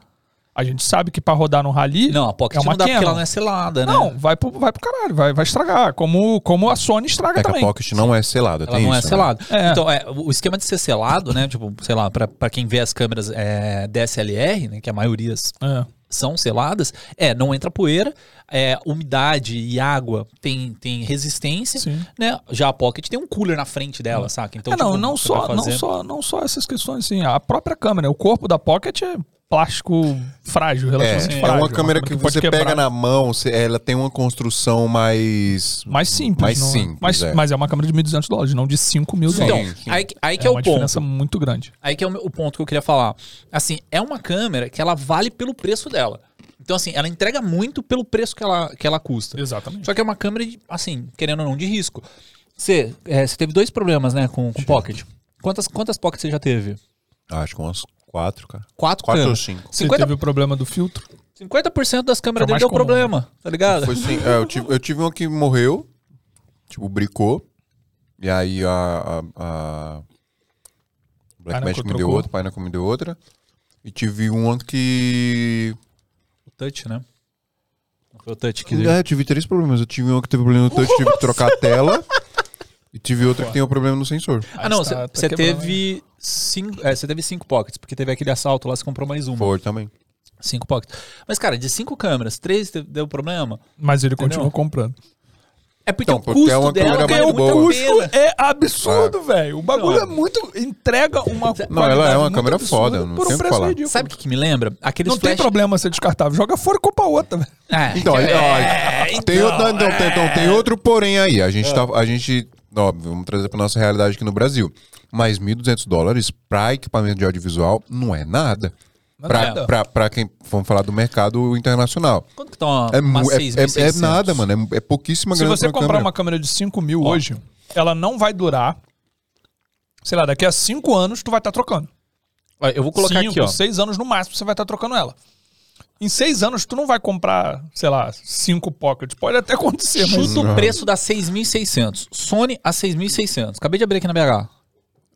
[SPEAKER 3] A gente sabe que pra rodar no rally.
[SPEAKER 4] Não, a Pocket
[SPEAKER 3] É uma
[SPEAKER 4] não dá porque
[SPEAKER 3] Canon.
[SPEAKER 4] ela não é selada, né?
[SPEAKER 3] Não, vai pro, vai pro caralho, vai, vai estragar. Como, como a Sony estraga
[SPEAKER 1] É que a
[SPEAKER 3] também.
[SPEAKER 1] Pocket não é selada,
[SPEAKER 4] Ela
[SPEAKER 1] tem
[SPEAKER 4] não é
[SPEAKER 1] isso, né?
[SPEAKER 4] selada.
[SPEAKER 3] É.
[SPEAKER 4] Então, é, o esquema de ser selado, né? Tipo, sei lá, pra, pra quem vê as câmeras é, DSLR, né? Que a maioria s-
[SPEAKER 3] É.
[SPEAKER 4] são seladas, é, não entra poeira, é, umidade e água tem, tem resistência,
[SPEAKER 3] Sim.
[SPEAKER 4] né? Já a Pocket tem um cooler na frente dela, saca? Então,
[SPEAKER 3] É, não,
[SPEAKER 4] tipo,
[SPEAKER 3] não
[SPEAKER 4] você
[SPEAKER 3] só,
[SPEAKER 4] vai
[SPEAKER 3] não
[SPEAKER 4] fazer-
[SPEAKER 3] só, não só essas questões, assim, a própria câmera, o corpo da Pocket é plástico frágil, relativamente
[SPEAKER 1] É, é
[SPEAKER 3] frágil.
[SPEAKER 1] uma
[SPEAKER 4] né?
[SPEAKER 1] câmera que
[SPEAKER 3] pode
[SPEAKER 1] você
[SPEAKER 3] quebrar.
[SPEAKER 1] pega na mão, você- ela tem uma construção mais...
[SPEAKER 3] mais simples,
[SPEAKER 1] mais
[SPEAKER 3] não-
[SPEAKER 1] simples,
[SPEAKER 3] mas,
[SPEAKER 1] é.
[SPEAKER 3] mas é uma câmera de 1.200 dólares, não de 5 mil
[SPEAKER 1] Sim.
[SPEAKER 4] Então,
[SPEAKER 3] dólares.
[SPEAKER 4] aí, que- aí que
[SPEAKER 3] é
[SPEAKER 4] é,
[SPEAKER 3] uma
[SPEAKER 4] o ponto.
[SPEAKER 3] diferença muito grande.
[SPEAKER 4] Aí que é o, meu- o ponto que eu queria falar. Assim, é uma câmera que ela vale pelo preço dela. Então, assim, ela entrega muito pelo preço que ela, que ela custa.
[SPEAKER 3] Exatamente.
[SPEAKER 4] Só que é uma câmera, de, assim, querendo ou não, de risco. Você é, você teve dois problemas, né, com, com Pocket. Quantas, quantas Pocket você já teve?
[SPEAKER 1] Acho que umas quatro, cara.
[SPEAKER 4] Quatro,
[SPEAKER 1] Quatro ou
[SPEAKER 4] câmeras.
[SPEAKER 1] cinco.
[SPEAKER 3] Você
[SPEAKER 4] 50%,
[SPEAKER 3] teve o problema do filtro?
[SPEAKER 4] 50% das câmeras
[SPEAKER 3] Que é
[SPEAKER 4] dele deu
[SPEAKER 3] o mais comum,
[SPEAKER 4] problema, tá ligado?
[SPEAKER 1] *laughs* Foi assim, é, eu, tive, eu tive uma que morreu, tipo, bricou. E aí a. a, a Black
[SPEAKER 3] Pinaco
[SPEAKER 1] Magic me deu
[SPEAKER 3] trocou.
[SPEAKER 1] outra, Painaco me deu outra. E tive uma que.
[SPEAKER 4] O touch, né? Ah, Não Foi o touch que...
[SPEAKER 1] É, eu tive três problemas. Eu tive uma que teve problema no touch, tive que trocar a tela. E tive outra que tem um problema no sensor.
[SPEAKER 4] Ah, não,
[SPEAKER 3] Aí
[SPEAKER 4] você
[SPEAKER 3] está- tá
[SPEAKER 4] você
[SPEAKER 3] quebrando,
[SPEAKER 4] teve... Cinco, é, você teve cinco pockets, porque teve aquele assalto lá, você comprou mais uma.
[SPEAKER 1] Foi também.
[SPEAKER 4] Cinco pockets. Mas, cara, de cinco câmeras, três te- deu problema.
[SPEAKER 3] Mas ele continua
[SPEAKER 4] Entendeu?
[SPEAKER 3] comprando.
[SPEAKER 4] É porque
[SPEAKER 1] Então,
[SPEAKER 4] o
[SPEAKER 1] porque
[SPEAKER 4] custo
[SPEAKER 1] é uma
[SPEAKER 4] dela
[SPEAKER 1] câmera
[SPEAKER 4] ganhou
[SPEAKER 1] mais
[SPEAKER 4] muita
[SPEAKER 1] boa.
[SPEAKER 4] pena.
[SPEAKER 3] é absurdo, velho. O
[SPEAKER 4] bagulho é
[SPEAKER 3] muito... Entrega uma
[SPEAKER 1] Não, ela é uma qualidade câmera muito foda, absurda não por um tem o que preço falar. ridículo.
[SPEAKER 4] Sabe o que, que me lembra? Aqueles
[SPEAKER 3] Não tem
[SPEAKER 4] flash...
[SPEAKER 3] problema ser descartável. Joga fora e compra outra, velho.
[SPEAKER 4] É,
[SPEAKER 1] Então, aí, ó, tem,
[SPEAKER 4] então,
[SPEAKER 1] outro, não,
[SPEAKER 3] é.
[SPEAKER 1] tem- então, tem outro porém aí. A gente
[SPEAKER 3] Ah.
[SPEAKER 1] tá. A gente. Ó, vamos trazer pra nossa realidade aqui no Brasil. Mas 1.200 dólares pra equipamento de audiovisual não é nada.
[SPEAKER 3] Não é
[SPEAKER 1] Pra,
[SPEAKER 4] nada.
[SPEAKER 1] pra, pra quem. Vamos falar do mercado internacional.
[SPEAKER 4] Quanto que tá uma,
[SPEAKER 1] É,
[SPEAKER 4] uma
[SPEAKER 1] mu- é, é, é
[SPEAKER 4] 6.600?
[SPEAKER 1] nada, mano. É, é pouquíssima
[SPEAKER 3] Se
[SPEAKER 1] grana
[SPEAKER 3] você
[SPEAKER 1] pra
[SPEAKER 3] comprar
[SPEAKER 1] câmera.
[SPEAKER 3] uma câmera de 5 mil hoje, ela não vai durar. Sei lá, daqui a 5 anos tu vai estar trocando.
[SPEAKER 4] Olha, Eu vou colocar
[SPEAKER 3] Cinco,
[SPEAKER 4] aqui, ó.
[SPEAKER 3] 6 anos no máximo você vai estar trocando ela. Em 6 anos tu não vai comprar, sei lá, 5 pockets. Pode até acontecer, mas
[SPEAKER 4] Chuta o preço da 6.600. Sony a 6.600. Acabei de abrir aqui na BH.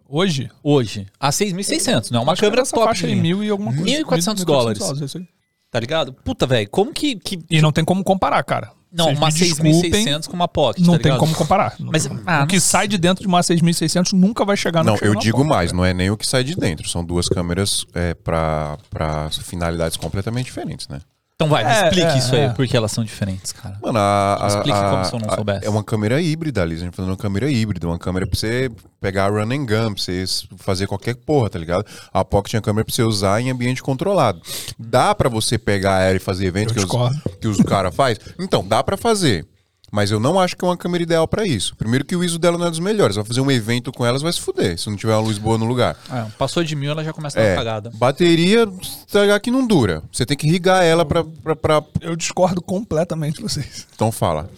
[SPEAKER 3] hoje.
[SPEAKER 4] Hoje. A 6.600. Não é uma
[SPEAKER 3] acho que
[SPEAKER 4] câmera
[SPEAKER 3] nessa
[SPEAKER 4] top
[SPEAKER 3] faixa
[SPEAKER 4] de
[SPEAKER 3] aí,
[SPEAKER 4] linha,
[SPEAKER 3] mil e alguma coisa.
[SPEAKER 4] 1.400 dólares.
[SPEAKER 3] é isso aí.
[SPEAKER 4] Tá ligado? Puta, velho. Como que... que...
[SPEAKER 3] E não tem como comparar, cara.
[SPEAKER 4] Não,
[SPEAKER 3] Vocês
[SPEAKER 4] uma
[SPEAKER 3] me desculpem,
[SPEAKER 4] 6.600 com uma Pocket,
[SPEAKER 3] Não
[SPEAKER 4] tá
[SPEAKER 3] tem
[SPEAKER 4] ligado?
[SPEAKER 3] como comparar.
[SPEAKER 4] Mas, ah,
[SPEAKER 3] o que
[SPEAKER 4] não
[SPEAKER 3] sai de dentro de uma 6.600 nunca vai chegar no
[SPEAKER 1] Não,
[SPEAKER 3] que chega
[SPEAKER 1] eu
[SPEAKER 3] na
[SPEAKER 1] digo
[SPEAKER 3] ponta.
[SPEAKER 1] mais, não é nem o que sai de dentro. São duas câmeras é, pra, pra finalidades completamente diferentes, né?
[SPEAKER 4] Então vai, me
[SPEAKER 3] É,
[SPEAKER 4] explique
[SPEAKER 3] é,
[SPEAKER 4] isso aí,
[SPEAKER 3] é.
[SPEAKER 4] porque elas são diferentes, cara.
[SPEAKER 1] Mano, a, a,
[SPEAKER 4] Explique
[SPEAKER 1] a-
[SPEAKER 4] como se eu não
[SPEAKER 1] a-
[SPEAKER 4] soubesse.
[SPEAKER 1] É uma câmera híbrida ali, a gente tá fazendo uma câmera híbrida, uma câmera pra você pegar run and gun, pra você s- fazer qualquer porra, tá ligado? A Pocket é uma câmera pra você usar em ambiente controlado. Dá pra você pegar ela e fazer eventos
[SPEAKER 3] Eu
[SPEAKER 1] que os,
[SPEAKER 3] discordo.
[SPEAKER 1] que os cara faz? Então, dá pra fazer. Mas eu não acho que é uma câmera ideal pra isso. Primeiro que o ISO dela não é dos melhores. Vai fazer um evento com elas, vai se fuder, se não tiver uma luz boa no lugar.
[SPEAKER 3] é,
[SPEAKER 4] Ah, passou de mil, ela já começa a dar
[SPEAKER 1] É,
[SPEAKER 4] uma cagada.
[SPEAKER 1] bateria, estragar que não dura. Você tem que ligar ela pra, pra, pra...
[SPEAKER 3] Eu discordo completamente de vocês.
[SPEAKER 1] Então fala.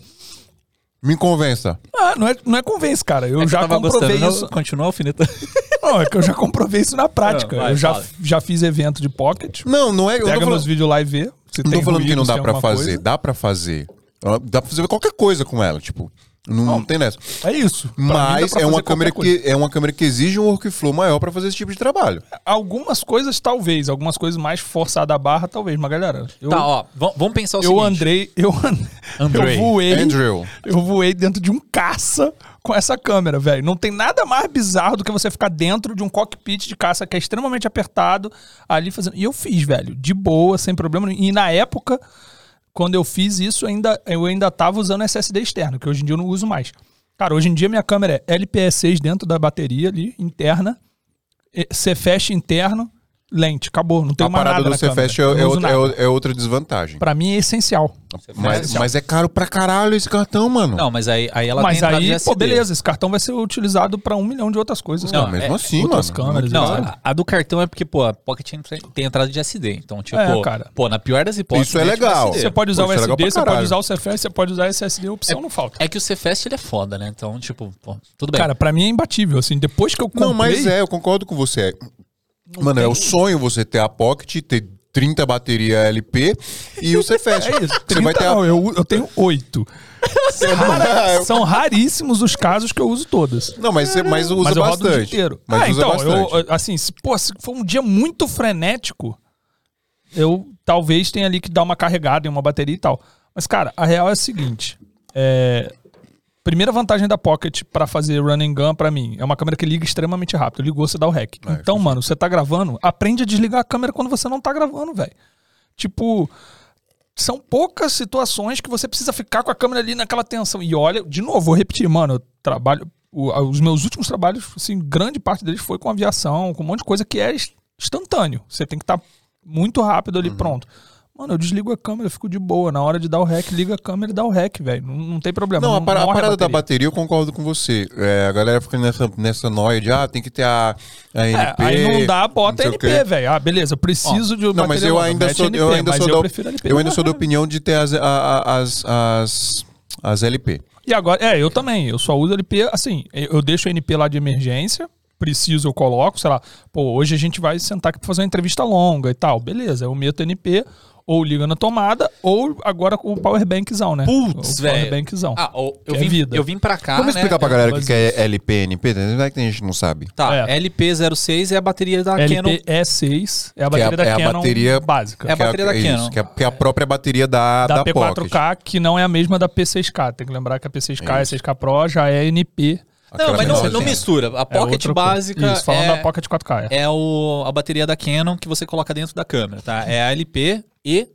[SPEAKER 1] Me convença.
[SPEAKER 3] *laughs* Ah, não é, não é convence, cara. Eu né?
[SPEAKER 4] É que
[SPEAKER 3] já
[SPEAKER 4] tava
[SPEAKER 3] comprovei
[SPEAKER 4] gostando, não?
[SPEAKER 3] isso.
[SPEAKER 4] Continua alfinetando.
[SPEAKER 3] *laughs* Não, é que eu já comprovei isso na prática.
[SPEAKER 4] Não, vai,
[SPEAKER 3] eu já,
[SPEAKER 4] fala.
[SPEAKER 3] já fiz evento de pocket.
[SPEAKER 1] Não, não é. Eu não tô
[SPEAKER 3] Pega meus
[SPEAKER 1] falando,
[SPEAKER 3] vídeos lá e vê.
[SPEAKER 1] não
[SPEAKER 3] Se
[SPEAKER 1] tô
[SPEAKER 3] tem
[SPEAKER 1] falando que
[SPEAKER 3] ruído,
[SPEAKER 1] não
[SPEAKER 3] se
[SPEAKER 1] dá
[SPEAKER 3] tem
[SPEAKER 1] pra
[SPEAKER 3] alguma
[SPEAKER 1] fazer.
[SPEAKER 3] coisa.
[SPEAKER 1] Dá pra fazer. Ela- Dá pra fazer qualquer coisa com ela, tipo. Não, não tem nessa.
[SPEAKER 3] É isso. Pra mim, dá
[SPEAKER 1] Mas
[SPEAKER 3] pra
[SPEAKER 1] é uma,
[SPEAKER 3] fazer
[SPEAKER 1] câmera
[SPEAKER 3] qualquer coisa.
[SPEAKER 1] que, é uma câmera que exige um workflow maior pra fazer esse tipo de trabalho.
[SPEAKER 3] Algumas coisas, talvez. Algumas coisas mais forçada a barra, talvez. Mas, galera, eu,
[SPEAKER 4] Tá, ó, vam- vamos pensar o
[SPEAKER 3] eu
[SPEAKER 4] seguinte.
[SPEAKER 3] andrei... Eu, an- *laughs*
[SPEAKER 4] Andrei.
[SPEAKER 3] eu voei...
[SPEAKER 1] Andrew.
[SPEAKER 3] Eu voei dentro de um caça com essa câmera, velho. Não tem nada mais bizarro do que você ficar dentro de um cockpit de caça que é extremamente apertado, ali fazendo. E eu fiz, velho, de boa, sem problema. nenhum. E na época, quando eu fiz isso, ainda, eu ainda tava usando SSD externo, que hoje em dia eu não uso mais. Cara, hoje em dia minha câmera é LPS6 dentro da bateria ali, interna, e- Cfast interno, lente, acabou, não tem
[SPEAKER 1] A
[SPEAKER 3] uma
[SPEAKER 1] parada do
[SPEAKER 3] nada na
[SPEAKER 1] Cefest é,
[SPEAKER 3] câmera,
[SPEAKER 1] é
[SPEAKER 3] não uso
[SPEAKER 1] outra, é
[SPEAKER 3] nada.
[SPEAKER 1] o- é outra desvantagem.
[SPEAKER 3] Pra mim é essencial.
[SPEAKER 1] Mas, mas é caro pra caralho esse cartão, mano.
[SPEAKER 4] Não, mas aí, aí ela
[SPEAKER 3] mas
[SPEAKER 4] tem entrada de
[SPEAKER 3] aí, pô,
[SPEAKER 4] USB.
[SPEAKER 3] beleza, esse cartão vai ser utilizado pra um milhão de outras coisas.
[SPEAKER 1] Não,
[SPEAKER 3] cara.
[SPEAKER 1] mesmo
[SPEAKER 4] é-
[SPEAKER 1] assim,
[SPEAKER 3] outras
[SPEAKER 1] mano.
[SPEAKER 3] câmeras,
[SPEAKER 4] Não,
[SPEAKER 3] Claro.
[SPEAKER 4] a, a do cartão é porque, pô, a Pocket tem, tem entrada de SD. Então, tipo,
[SPEAKER 3] É, cara.
[SPEAKER 4] pô, na pior das hipóteses.
[SPEAKER 1] Isso é
[SPEAKER 4] mete um
[SPEAKER 1] legal.
[SPEAKER 4] SD.
[SPEAKER 3] Você pode usar
[SPEAKER 1] Pô,
[SPEAKER 3] o
[SPEAKER 1] isso é legal
[SPEAKER 3] SD,
[SPEAKER 1] pra
[SPEAKER 3] você pode
[SPEAKER 1] caralho.
[SPEAKER 3] usar o Cefest, você pode usar o SSD, opção não falta.
[SPEAKER 4] É que o Cefest ele é foda, né? Então, tipo, pô, tudo bem.
[SPEAKER 3] Cara, pra mim é imbatível, assim, depois que eu comprei...
[SPEAKER 1] Não, mas é, eu concordo com você. Mano, é o sonho você ter a Pocket, ter 30 bateria LP e o Cefest.
[SPEAKER 3] *laughs* É isso,
[SPEAKER 1] Você vai
[SPEAKER 3] 30
[SPEAKER 1] ter
[SPEAKER 3] não,
[SPEAKER 1] a...
[SPEAKER 3] eu, eu tenho oito.
[SPEAKER 1] *laughs*
[SPEAKER 3] Rara- são raríssimos os casos que eu uso todas.
[SPEAKER 1] Não, mas, você, mas usa
[SPEAKER 3] mas eu rodo o dia
[SPEAKER 1] bastante.
[SPEAKER 3] inteiro.
[SPEAKER 1] Mas
[SPEAKER 3] ah,
[SPEAKER 1] usa
[SPEAKER 3] então,
[SPEAKER 1] bastante.
[SPEAKER 3] eu, assim, se, pô, se for um dia muito frenético, eu talvez tenha ali que dar uma carregada em uma bateria e tal. Mas, cara, a real é a seguinte. é, Primeira vantagem da Pocket pra fazer run and gun pra mim é uma câmera que liga extremamente rápido. Ligou, você dá o hack.
[SPEAKER 1] É,
[SPEAKER 3] então, mano, você tá gravando, aprende a desligar a câmera quando você não tá gravando, velho. Tipo, são poucas situações que você precisa ficar com a câmera ali naquela tensão. E olha, de novo, vou repetir, mano, eu trabalho. o- a- os meus últimos trabalhos, assim, grande parte deles foi com aviação, com um monte de coisa que é es- instantâneo. Você tem que estar muito rápido
[SPEAKER 1] Uhum.
[SPEAKER 3] ali, pronto. Mano, eu desligo a câmera, eu fico de boa. Na hora de dar o rec, liga a câmera e dá o rec, velho. Não, não tem problema.
[SPEAKER 1] Não, a, para- a
[SPEAKER 3] morre
[SPEAKER 1] parada da bateria eu concordo com você. É, a galera fica nessa, nessa noia de, ah, tem que ter a, a
[SPEAKER 3] É,
[SPEAKER 1] NP.
[SPEAKER 3] aí não dá, bota
[SPEAKER 1] não sei o quê.
[SPEAKER 3] NP, velho. Ah, beleza, eu preciso de uma
[SPEAKER 1] Não, mas
[SPEAKER 3] bateria
[SPEAKER 1] eu
[SPEAKER 3] longa,
[SPEAKER 1] ainda
[SPEAKER 3] mete
[SPEAKER 1] sou, eu
[SPEAKER 3] NP,
[SPEAKER 1] ainda
[SPEAKER 3] mas
[SPEAKER 1] sou
[SPEAKER 3] eu
[SPEAKER 1] da,
[SPEAKER 3] prefiro LP.
[SPEAKER 1] eu ainda sou da opinião de ter as, a- a- as, as, as LP.
[SPEAKER 3] E agora, é, eu também. Eu só uso LP, assim, eu eu deixo o NP lá de emergência, preciso, eu coloco, sei lá, pô, hoje a gente vai sentar aqui pra fazer uma entrevista longa e tal. Beleza, eu meto NP, ou liga na tomada, ou agora com o powerbankzão, né?
[SPEAKER 4] Putz,
[SPEAKER 3] O
[SPEAKER 4] velho.
[SPEAKER 3] powerbankzão.
[SPEAKER 4] Ah, eu, eu
[SPEAKER 3] Que é
[SPEAKER 4] vim,
[SPEAKER 3] vida.
[SPEAKER 4] eu vim pra cá.
[SPEAKER 1] Vamos
[SPEAKER 4] né?
[SPEAKER 1] explicar pra
[SPEAKER 4] É,
[SPEAKER 1] galera o que,
[SPEAKER 3] mas-
[SPEAKER 1] que é LP, NP? Não é que tem gente que não sabe.
[SPEAKER 4] Tá,
[SPEAKER 3] É.
[SPEAKER 4] LP06 é a bateria da Canon.
[SPEAKER 3] LP é 6, é a bateria
[SPEAKER 1] é
[SPEAKER 3] da
[SPEAKER 1] a
[SPEAKER 3] Canon
[SPEAKER 1] bateria-
[SPEAKER 3] básica.
[SPEAKER 4] É a bateria da
[SPEAKER 1] isso,
[SPEAKER 4] Canon.
[SPEAKER 1] que, é, que é a própria bateria da,
[SPEAKER 3] da,
[SPEAKER 1] da, Pocket.
[SPEAKER 3] P4K, que não é a mesma da P6K. Tem que lembrar que a P6K e a 6K Pro já é NP.
[SPEAKER 4] Não, mas não, não
[SPEAKER 1] menorzinha.
[SPEAKER 4] mistura. A
[SPEAKER 3] é
[SPEAKER 4] Pocket
[SPEAKER 3] outra coisa.
[SPEAKER 4] básica
[SPEAKER 3] Isso, falando
[SPEAKER 4] é,
[SPEAKER 3] da Pocket 4K. é.
[SPEAKER 4] é o, a bateria da Canon que você coloca dentro da câmera, tá? É a LP e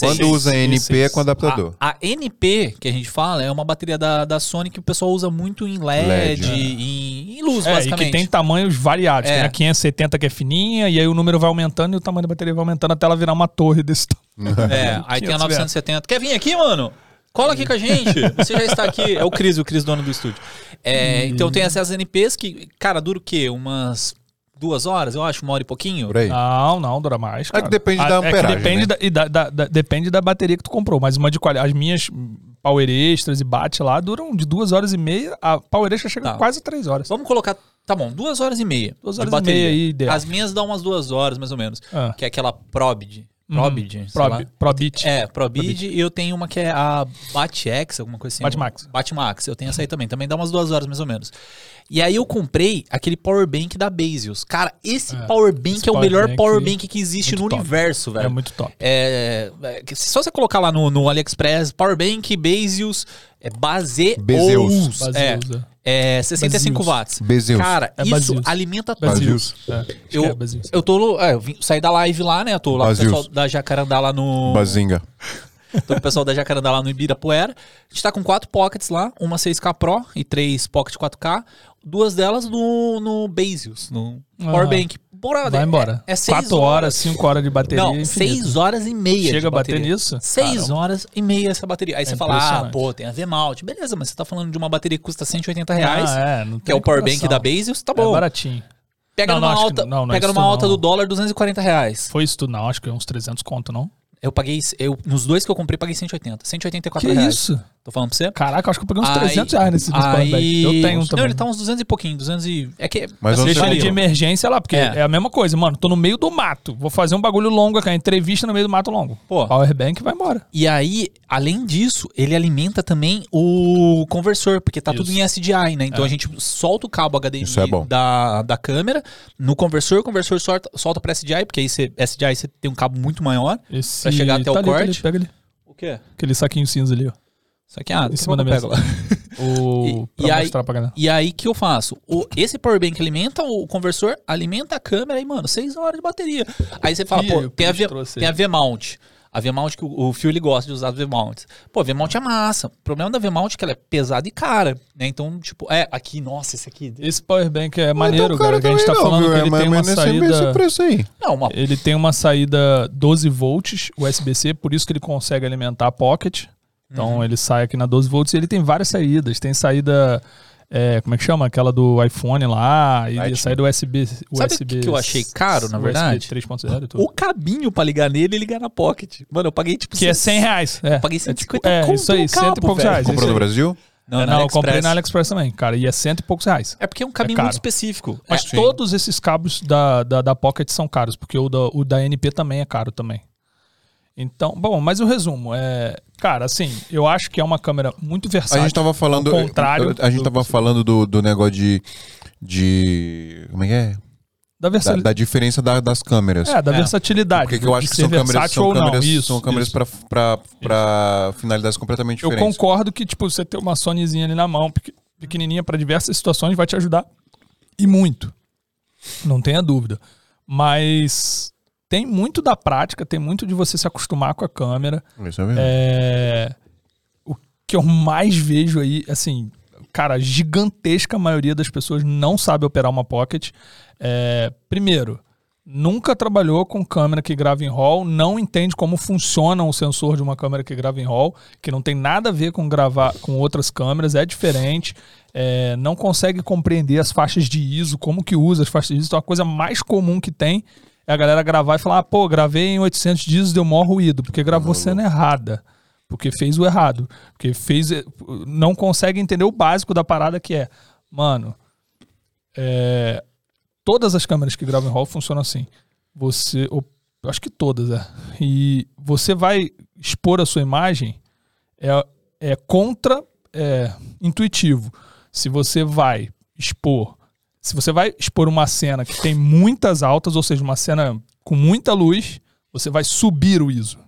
[SPEAKER 1] Quando usa NP é com adaptador.
[SPEAKER 4] A, a NP que a gente fala é uma bateria da, da Sony que o pessoal usa muito em LED,
[SPEAKER 1] LED, né?
[SPEAKER 4] em, em luz,
[SPEAKER 3] É, e
[SPEAKER 4] basicamente.
[SPEAKER 3] que tem tamanhos variados.
[SPEAKER 4] É.
[SPEAKER 3] Tem a 570 que é fininha, e aí o número vai aumentando e o tamanho da bateria vai aumentando até ela virar uma torre desse tamanho.
[SPEAKER 4] É, aí tem a
[SPEAKER 3] 500
[SPEAKER 4] 970. Quer vir aqui, mano? Cola aqui com a gente. Você já está aqui. É o Cris, o Cris, dono do estúdio. É, Então tem essas NPs que, cara, dura o quê? Umas duas horas, eu acho, uma hora e pouquinho?
[SPEAKER 1] Por aí.
[SPEAKER 3] Não, não, dura
[SPEAKER 4] É
[SPEAKER 3] mais.
[SPEAKER 1] que
[SPEAKER 3] cara.
[SPEAKER 1] depende da
[SPEAKER 3] Ah, que
[SPEAKER 1] amperagem,
[SPEAKER 3] depende,
[SPEAKER 1] né?
[SPEAKER 3] da, e da- da- da- depende da bateria que tu comprou, mas uma de qualidade. As minhas power extras e bate lá duram de duas horas e meia. A power extra chega
[SPEAKER 4] Tá.
[SPEAKER 3] quase a três horas.
[SPEAKER 4] Vamos colocar. Tá bom, duas horas e meia.
[SPEAKER 3] Duas
[SPEAKER 4] de
[SPEAKER 3] horas e
[SPEAKER 4] bateria.
[SPEAKER 3] meia aí, ideal.
[SPEAKER 4] As minhas dão umas duas horas, mais ou menos.
[SPEAKER 3] Ah. Uhum.
[SPEAKER 4] Que é aquela Probid. Probid? sei lá.
[SPEAKER 3] Hum. Pro, Probit.
[SPEAKER 4] É, Probid. E eu tenho uma que é a Batex, alguma coisa assim.
[SPEAKER 3] Batmax.
[SPEAKER 4] Batmax. Eu tenho essa aí também. Também dá umas duas horas, mais ou menos. E aí eu comprei aquele power bank da Basius. Cara, esse power bank
[SPEAKER 3] esse
[SPEAKER 4] é o
[SPEAKER 3] power
[SPEAKER 4] melhor
[SPEAKER 3] bank
[SPEAKER 4] power bank que existe
[SPEAKER 3] muito
[SPEAKER 4] no
[SPEAKER 3] top.
[SPEAKER 4] universo, velho.
[SPEAKER 3] É muito top.
[SPEAKER 4] É, é, que se só você colocar lá no, no AliExpress, Powerbank, Basius, é Baze
[SPEAKER 1] Bezeus.
[SPEAKER 4] Ous, É,
[SPEAKER 3] Bazeus,
[SPEAKER 4] é 65
[SPEAKER 3] Bazeus.
[SPEAKER 4] watts.
[SPEAKER 1] Bezeus.
[SPEAKER 4] Cara,
[SPEAKER 3] É
[SPEAKER 4] isso
[SPEAKER 3] Bazeus.
[SPEAKER 4] alimenta tudo.
[SPEAKER 1] Bazeus.
[SPEAKER 3] É, acho que
[SPEAKER 4] Eu,
[SPEAKER 3] é Bazeus.
[SPEAKER 4] eu tô. no- É, eu vim- saí da live lá, né? Tô lá com o
[SPEAKER 1] Bazeus.
[SPEAKER 4] pessoal da Jacarandá lá no.
[SPEAKER 1] Bazinga.
[SPEAKER 4] Tô com o pessoal da Jacarandá lá no Ibirapuera. A gente tá com quatro pockets lá, uma 6K Pro e três Pocket 4K. Duas delas no, no Basius, no
[SPEAKER 3] Ah,
[SPEAKER 4] Powerbank. Bora,
[SPEAKER 3] Vai
[SPEAKER 4] é-
[SPEAKER 3] embora.
[SPEAKER 4] É, seis
[SPEAKER 3] Quatro horas, cinco horas de bateria. é
[SPEAKER 4] não,
[SPEAKER 3] infinita.
[SPEAKER 4] seis horas e meia.
[SPEAKER 3] Chega
[SPEAKER 4] de
[SPEAKER 3] a bater
[SPEAKER 4] bateria.
[SPEAKER 3] nisso?
[SPEAKER 4] Seis
[SPEAKER 3] Caramba. É
[SPEAKER 4] horas e meia essa bateria. Aí você fala, ah,
[SPEAKER 3] impressionante.
[SPEAKER 4] pô, tem a V-Mount. Beleza, mas você tá falando de uma bateria que custa 180 reais,
[SPEAKER 3] Ah, é, não
[SPEAKER 4] que é
[SPEAKER 3] tem
[SPEAKER 4] o powerbank
[SPEAKER 3] comparação.
[SPEAKER 4] da Basius, tá
[SPEAKER 3] É
[SPEAKER 4] bom.
[SPEAKER 3] baratinho.
[SPEAKER 4] pega
[SPEAKER 3] Não, não,
[SPEAKER 4] numa
[SPEAKER 3] acho que
[SPEAKER 4] alta,
[SPEAKER 3] não, não é
[SPEAKER 4] pega
[SPEAKER 3] isso
[SPEAKER 4] numa
[SPEAKER 3] não.
[SPEAKER 4] alta do dólar 240 reais.
[SPEAKER 3] Foi isso tudo, não. Acho que é uns 300 conto, não.
[SPEAKER 4] Eu paguei, eu, nos dois que eu comprei, paguei 180. 184
[SPEAKER 3] Que
[SPEAKER 4] reais.
[SPEAKER 3] isso?
[SPEAKER 4] Tô falando pra você?
[SPEAKER 3] Caraca, eu acho que eu paguei uns
[SPEAKER 4] Aí-
[SPEAKER 3] 300 reais nesse nesse
[SPEAKER 4] aí...
[SPEAKER 3] powerbank. Eu tenho um
[SPEAKER 4] Não,
[SPEAKER 3] também.
[SPEAKER 4] ele tá uns 200 e pouquinho, 200 e... É que...
[SPEAKER 1] Mas
[SPEAKER 4] é
[SPEAKER 1] onde
[SPEAKER 3] Deixa
[SPEAKER 1] você
[SPEAKER 3] ele de
[SPEAKER 1] comprou?
[SPEAKER 3] emergência lá, porque
[SPEAKER 4] É.
[SPEAKER 3] é. a mesma coisa, mano. Tô no meio do mato. Vou fazer um bagulho longo aqui, uma entrevista no meio do mato longo.
[SPEAKER 4] Pô.
[SPEAKER 3] Powerbank vai embora.
[SPEAKER 4] E aí, além disso, ele alimenta também o conversor, porque tá tudo em SDI, né? Então
[SPEAKER 3] É.
[SPEAKER 4] a gente solta o cabo HDMI
[SPEAKER 1] Isso é bom.
[SPEAKER 4] da, da câmera no conversor, o conversor solta, solta pra SDI, porque aí você, SDI você tem um cabo muito maior.
[SPEAKER 3] Esse...
[SPEAKER 4] Pra chegar até o
[SPEAKER 3] tá ali, tá ali,
[SPEAKER 4] corte.
[SPEAKER 3] pega ali.
[SPEAKER 4] O quê?
[SPEAKER 3] Aquele saquinho cinza ali, ó.
[SPEAKER 4] Só que, ah,
[SPEAKER 3] Em cima da
[SPEAKER 4] daqui a pouco eu
[SPEAKER 3] mesa.
[SPEAKER 4] pego lá.
[SPEAKER 3] *laughs* O...
[SPEAKER 4] E-
[SPEAKER 3] pra
[SPEAKER 4] e aí-
[SPEAKER 3] mostrar pra galera.
[SPEAKER 4] E aí, que eu faço? O, esse powerbank alimenta o conversor, alimenta a câmera e, mano, 6 horas de bateria. Aí você fala,
[SPEAKER 3] Ih,
[SPEAKER 4] pô,
[SPEAKER 3] o
[SPEAKER 4] tem a,
[SPEAKER 3] Cris
[SPEAKER 4] v,
[SPEAKER 3] trouxe
[SPEAKER 4] tem a V-mount. A V-mount que o, o Fio ele gosta de usar as V-mounts. Pô, a V-mount é massa. O problema da V-mount é que ela é pesada e cara, né? Então, tipo, é, aqui, nossa, esse aqui.
[SPEAKER 3] Esse powerbank é maneiro,
[SPEAKER 4] um
[SPEAKER 1] Então,
[SPEAKER 3] cara, que a gente tá falando
[SPEAKER 1] É,
[SPEAKER 3] que ele
[SPEAKER 4] é
[SPEAKER 3] tem uma saída...
[SPEAKER 1] preço aí.
[SPEAKER 4] Não, uma
[SPEAKER 3] Ele tem uma saída 12 volts USB-C, por isso que ele consegue alimentar a pocket. Então
[SPEAKER 4] Uhum.
[SPEAKER 3] ele sai aqui na 12 volts e ele tem várias saídas. Tem saída, é, como é que chama? Aquela do iPhone lá, e
[SPEAKER 1] Lightning.
[SPEAKER 3] saída USB.
[SPEAKER 4] Sabe o que que eu achei caro, na verdade?
[SPEAKER 3] USB 3.0 e tudo.
[SPEAKER 4] O cabinho pra ligar nele e ligar na pocket. Mano, eu paguei tipo.
[SPEAKER 3] que é 100 reais. É.
[SPEAKER 4] Paguei
[SPEAKER 3] É,
[SPEAKER 4] 150
[SPEAKER 3] é,
[SPEAKER 4] conto
[SPEAKER 3] isso aí,
[SPEAKER 4] no cabo,
[SPEAKER 3] 100 e poucos
[SPEAKER 4] velho.
[SPEAKER 3] reais.
[SPEAKER 1] Comprou
[SPEAKER 3] isso
[SPEAKER 1] no
[SPEAKER 3] aí.
[SPEAKER 1] Brasil?
[SPEAKER 4] Não,
[SPEAKER 3] É,
[SPEAKER 4] não,
[SPEAKER 3] não, eu
[SPEAKER 4] AliExpress.
[SPEAKER 3] comprei na AliExpress também, cara, e é cento e poucos reais.
[SPEAKER 4] É porque é um caminho
[SPEAKER 3] É caro.
[SPEAKER 4] muito específico.
[SPEAKER 3] Mas
[SPEAKER 4] É,
[SPEAKER 3] todos esses cabos da, da, da Pocket são caros, porque o da, o da NP também é caro também. Então, bom, mas o resumo é, cara, assim, eu acho que é uma câmera muito
[SPEAKER 1] A
[SPEAKER 3] versátil.
[SPEAKER 1] gente tá tava falando.
[SPEAKER 3] Ao contrário
[SPEAKER 1] A gente
[SPEAKER 3] do-
[SPEAKER 1] tava falando do, do negócio de. De. Como é que é? Da,
[SPEAKER 3] da versatilidade.
[SPEAKER 1] da diferença da- das câmeras.
[SPEAKER 3] É, da
[SPEAKER 4] É.
[SPEAKER 3] versatilidade.
[SPEAKER 1] Porque que eu acho
[SPEAKER 3] de
[SPEAKER 1] que
[SPEAKER 3] ser
[SPEAKER 1] são câmeras,
[SPEAKER 3] versátil
[SPEAKER 1] são
[SPEAKER 3] ou não.
[SPEAKER 1] câmeras,
[SPEAKER 3] Isso,
[SPEAKER 1] são câmeras
[SPEAKER 3] isso.
[SPEAKER 1] pra, pra, pra finalidades completamente
[SPEAKER 3] Eu
[SPEAKER 1] diferentes.
[SPEAKER 3] concordo que, tipo, você ter uma Sonyzinha ali na mão, pequ- pequenininha para diversas situações, vai te ajudar. E muito. Não tenha dúvida. Mas tem muito da prática, tem muito de você se acostumar com a câmera.
[SPEAKER 1] Isso é verdade.
[SPEAKER 3] É, o que eu mais vejo aí, assim, cara, a gigantesca maioria das pessoas não sabe operar uma pocket. É, primeiro, nunca trabalhou com câmera que grava em RAW, não entende como funciona o sensor de uma câmera que grava em RAW, que não tem nada a ver com gravar com outras câmeras, é diferente. É, não consegue compreender as faixas de ISO, como que usa as faixas de ISO. Então a coisa mais comum que tem é a galera gravar e falar, ah, pô, gravei em 800 dias deu maior ruído, porque gravou cena errada. Porque fez o errado. Porque fez. eh, Não consegue entender o básico da parada que é. Mano, é, todas as câmeras que gravam em RAW funcionam assim. Você. ou- acho que todas, é. E você vai expor a sua imagem é, é contra é, intuitivo. Se você vai expor. Se você vai expor uma cena que tem muitas altas, ou seja, uma cena com muita luz, você vai subir o ISO.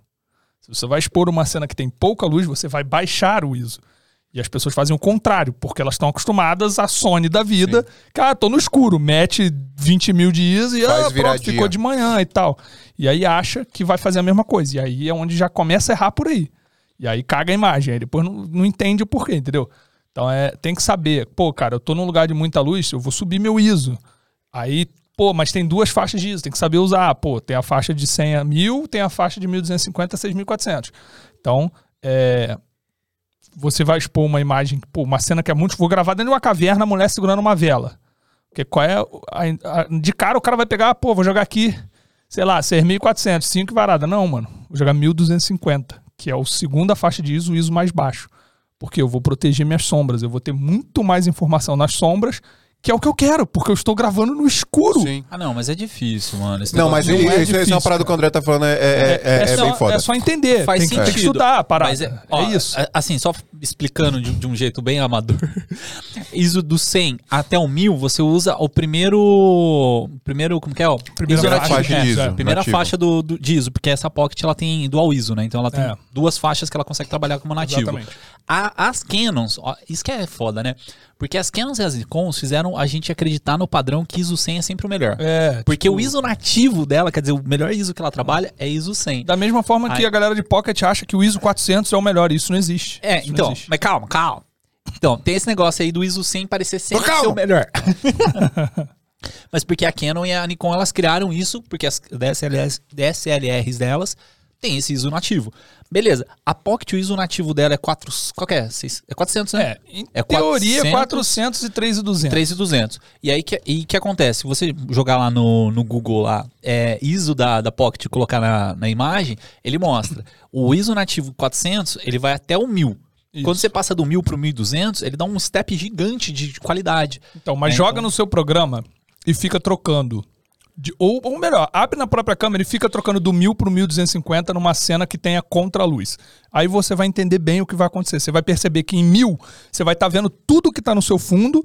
[SPEAKER 3] Se você vai expor uma cena que tem pouca luz, você vai baixar o ISO. E as pessoas fazem o contrário, porque elas estão acostumadas à Sony da vida. Cara, tô no escuro, mete 20 mil de ISO e
[SPEAKER 1] Faz
[SPEAKER 3] ah,
[SPEAKER 1] viradinha.
[SPEAKER 3] pronto, ficou de manhã e tal. E aí acha que vai fazer a mesma coisa. E aí é onde já começa a errar por aí. E aí caga a imagem. Aí depois não, não entende o porquê, entendeu? Então é, tem que saber, pô, cara, eu tô num lugar de muita luz, eu vou subir meu ISO. Aí, pô, mas tem duas faixas de ISO, tem que saber usar. Pô, tem a faixa de 100 a 1000, tem a faixa de 1250 a 6400. Então, é, você vai expor uma imagem, pô, uma cena que é muito. Vou gravar dentro de uma caverna, a mulher segurando uma vela. Porque qual é. a- a- de cara o cara vai pegar, pô, vou jogar aqui, sei lá, 6.400, 5 varada. Não, mano. Vou jogar 1.250, que é o segunda faixa de ISO, o ISO mais baixo. Porque eu vou proteger minhas sombras. Eu vou ter muito mais informação nas sombras, que é o que eu quero, porque eu estou gravando no escuro.
[SPEAKER 1] Sim.
[SPEAKER 4] Ah, não, mas é difícil, mano. Esse
[SPEAKER 1] Não,
[SPEAKER 4] negócio
[SPEAKER 1] mas
[SPEAKER 4] de-
[SPEAKER 3] não é
[SPEAKER 1] isso, isso é
[SPEAKER 3] difícil,
[SPEAKER 1] uma parada que o André tá falando, é, é, é, é
[SPEAKER 3] só,
[SPEAKER 1] bem foda.
[SPEAKER 3] é só entender.
[SPEAKER 4] Faz
[SPEAKER 3] tem, que, tem que
[SPEAKER 4] sentido.
[SPEAKER 3] estudar a parada.
[SPEAKER 4] Mas
[SPEAKER 3] é,
[SPEAKER 4] ó,
[SPEAKER 3] isso.
[SPEAKER 4] a- Assim, só explicando de, de um jeito bem amador. *laughs* ISO do 100 até o 1000, você usa o primeiro. o Primeiro, como que é? ó?
[SPEAKER 3] Primeira
[SPEAKER 4] ISO
[SPEAKER 3] faixa
[SPEAKER 4] nativo.
[SPEAKER 3] de
[SPEAKER 4] É,
[SPEAKER 1] ISO,
[SPEAKER 4] é, Primeira
[SPEAKER 1] nativo.
[SPEAKER 4] faixa do, do- de ISO, porque essa Pocket ela tem dual ISO, né? Então ela tem
[SPEAKER 3] É.
[SPEAKER 4] duas faixas que ela consegue trabalhar como nativo.
[SPEAKER 3] Exatamente.
[SPEAKER 4] A- as Canons, ó, isso que é foda, né? Porque as Canons e as Icons fizeram a gente acreditar no padrão que ISO 100 é sempre o melhor.
[SPEAKER 3] É,
[SPEAKER 4] Porque
[SPEAKER 3] tipo,
[SPEAKER 4] o ISO nativo dela, quer dizer, o melhor ISO que ela trabalha é ISO 100.
[SPEAKER 3] Da mesma forma que
[SPEAKER 4] Ai.
[SPEAKER 3] a galera de Pocket acha que o ISO 400 é o melhor. Isso não existe.
[SPEAKER 4] É,
[SPEAKER 3] Isso não
[SPEAKER 4] então,
[SPEAKER 3] existe.
[SPEAKER 4] mas calma, calma. Então, tem esse negócio aí do ISO 100 parecer sempre
[SPEAKER 1] calma.
[SPEAKER 4] ser o melhor. *laughs* mas porque a Canon e a Nikon, elas criaram isso, porque as DSLRs, DSLRs delas tem esse ISO nativo. Beleza, a Pocket, o ISO nativo dela é 4, qual que é? Seis- É 400, né?
[SPEAKER 3] É, em
[SPEAKER 4] É
[SPEAKER 3] teoria
[SPEAKER 4] 400,
[SPEAKER 3] 400 e 3 e 200.
[SPEAKER 4] 3,200. E aí, que, e que acontece? Se você jogar lá no, no Google lá, é, ISO da, da Pocket e colocar na, na imagem, ele mostra. o ISO nativo 400, ele vai até o 1000.
[SPEAKER 3] Isso.
[SPEAKER 4] Quando você passa do 1000 pro 1200, ele dá um step gigante de de qualidade.
[SPEAKER 3] Então, mas
[SPEAKER 4] É,
[SPEAKER 3] joga
[SPEAKER 4] então-
[SPEAKER 3] no seu programa e fica trocando. De, ou, ou melhor, abre na própria câmera e fica trocando do 1000 pro 1250 numa cena que tenha contra-luz. Aí você vai entender bem o que vai acontecer. Você vai perceber que em 1000 você vai estar vendo tudo que está no seu fundo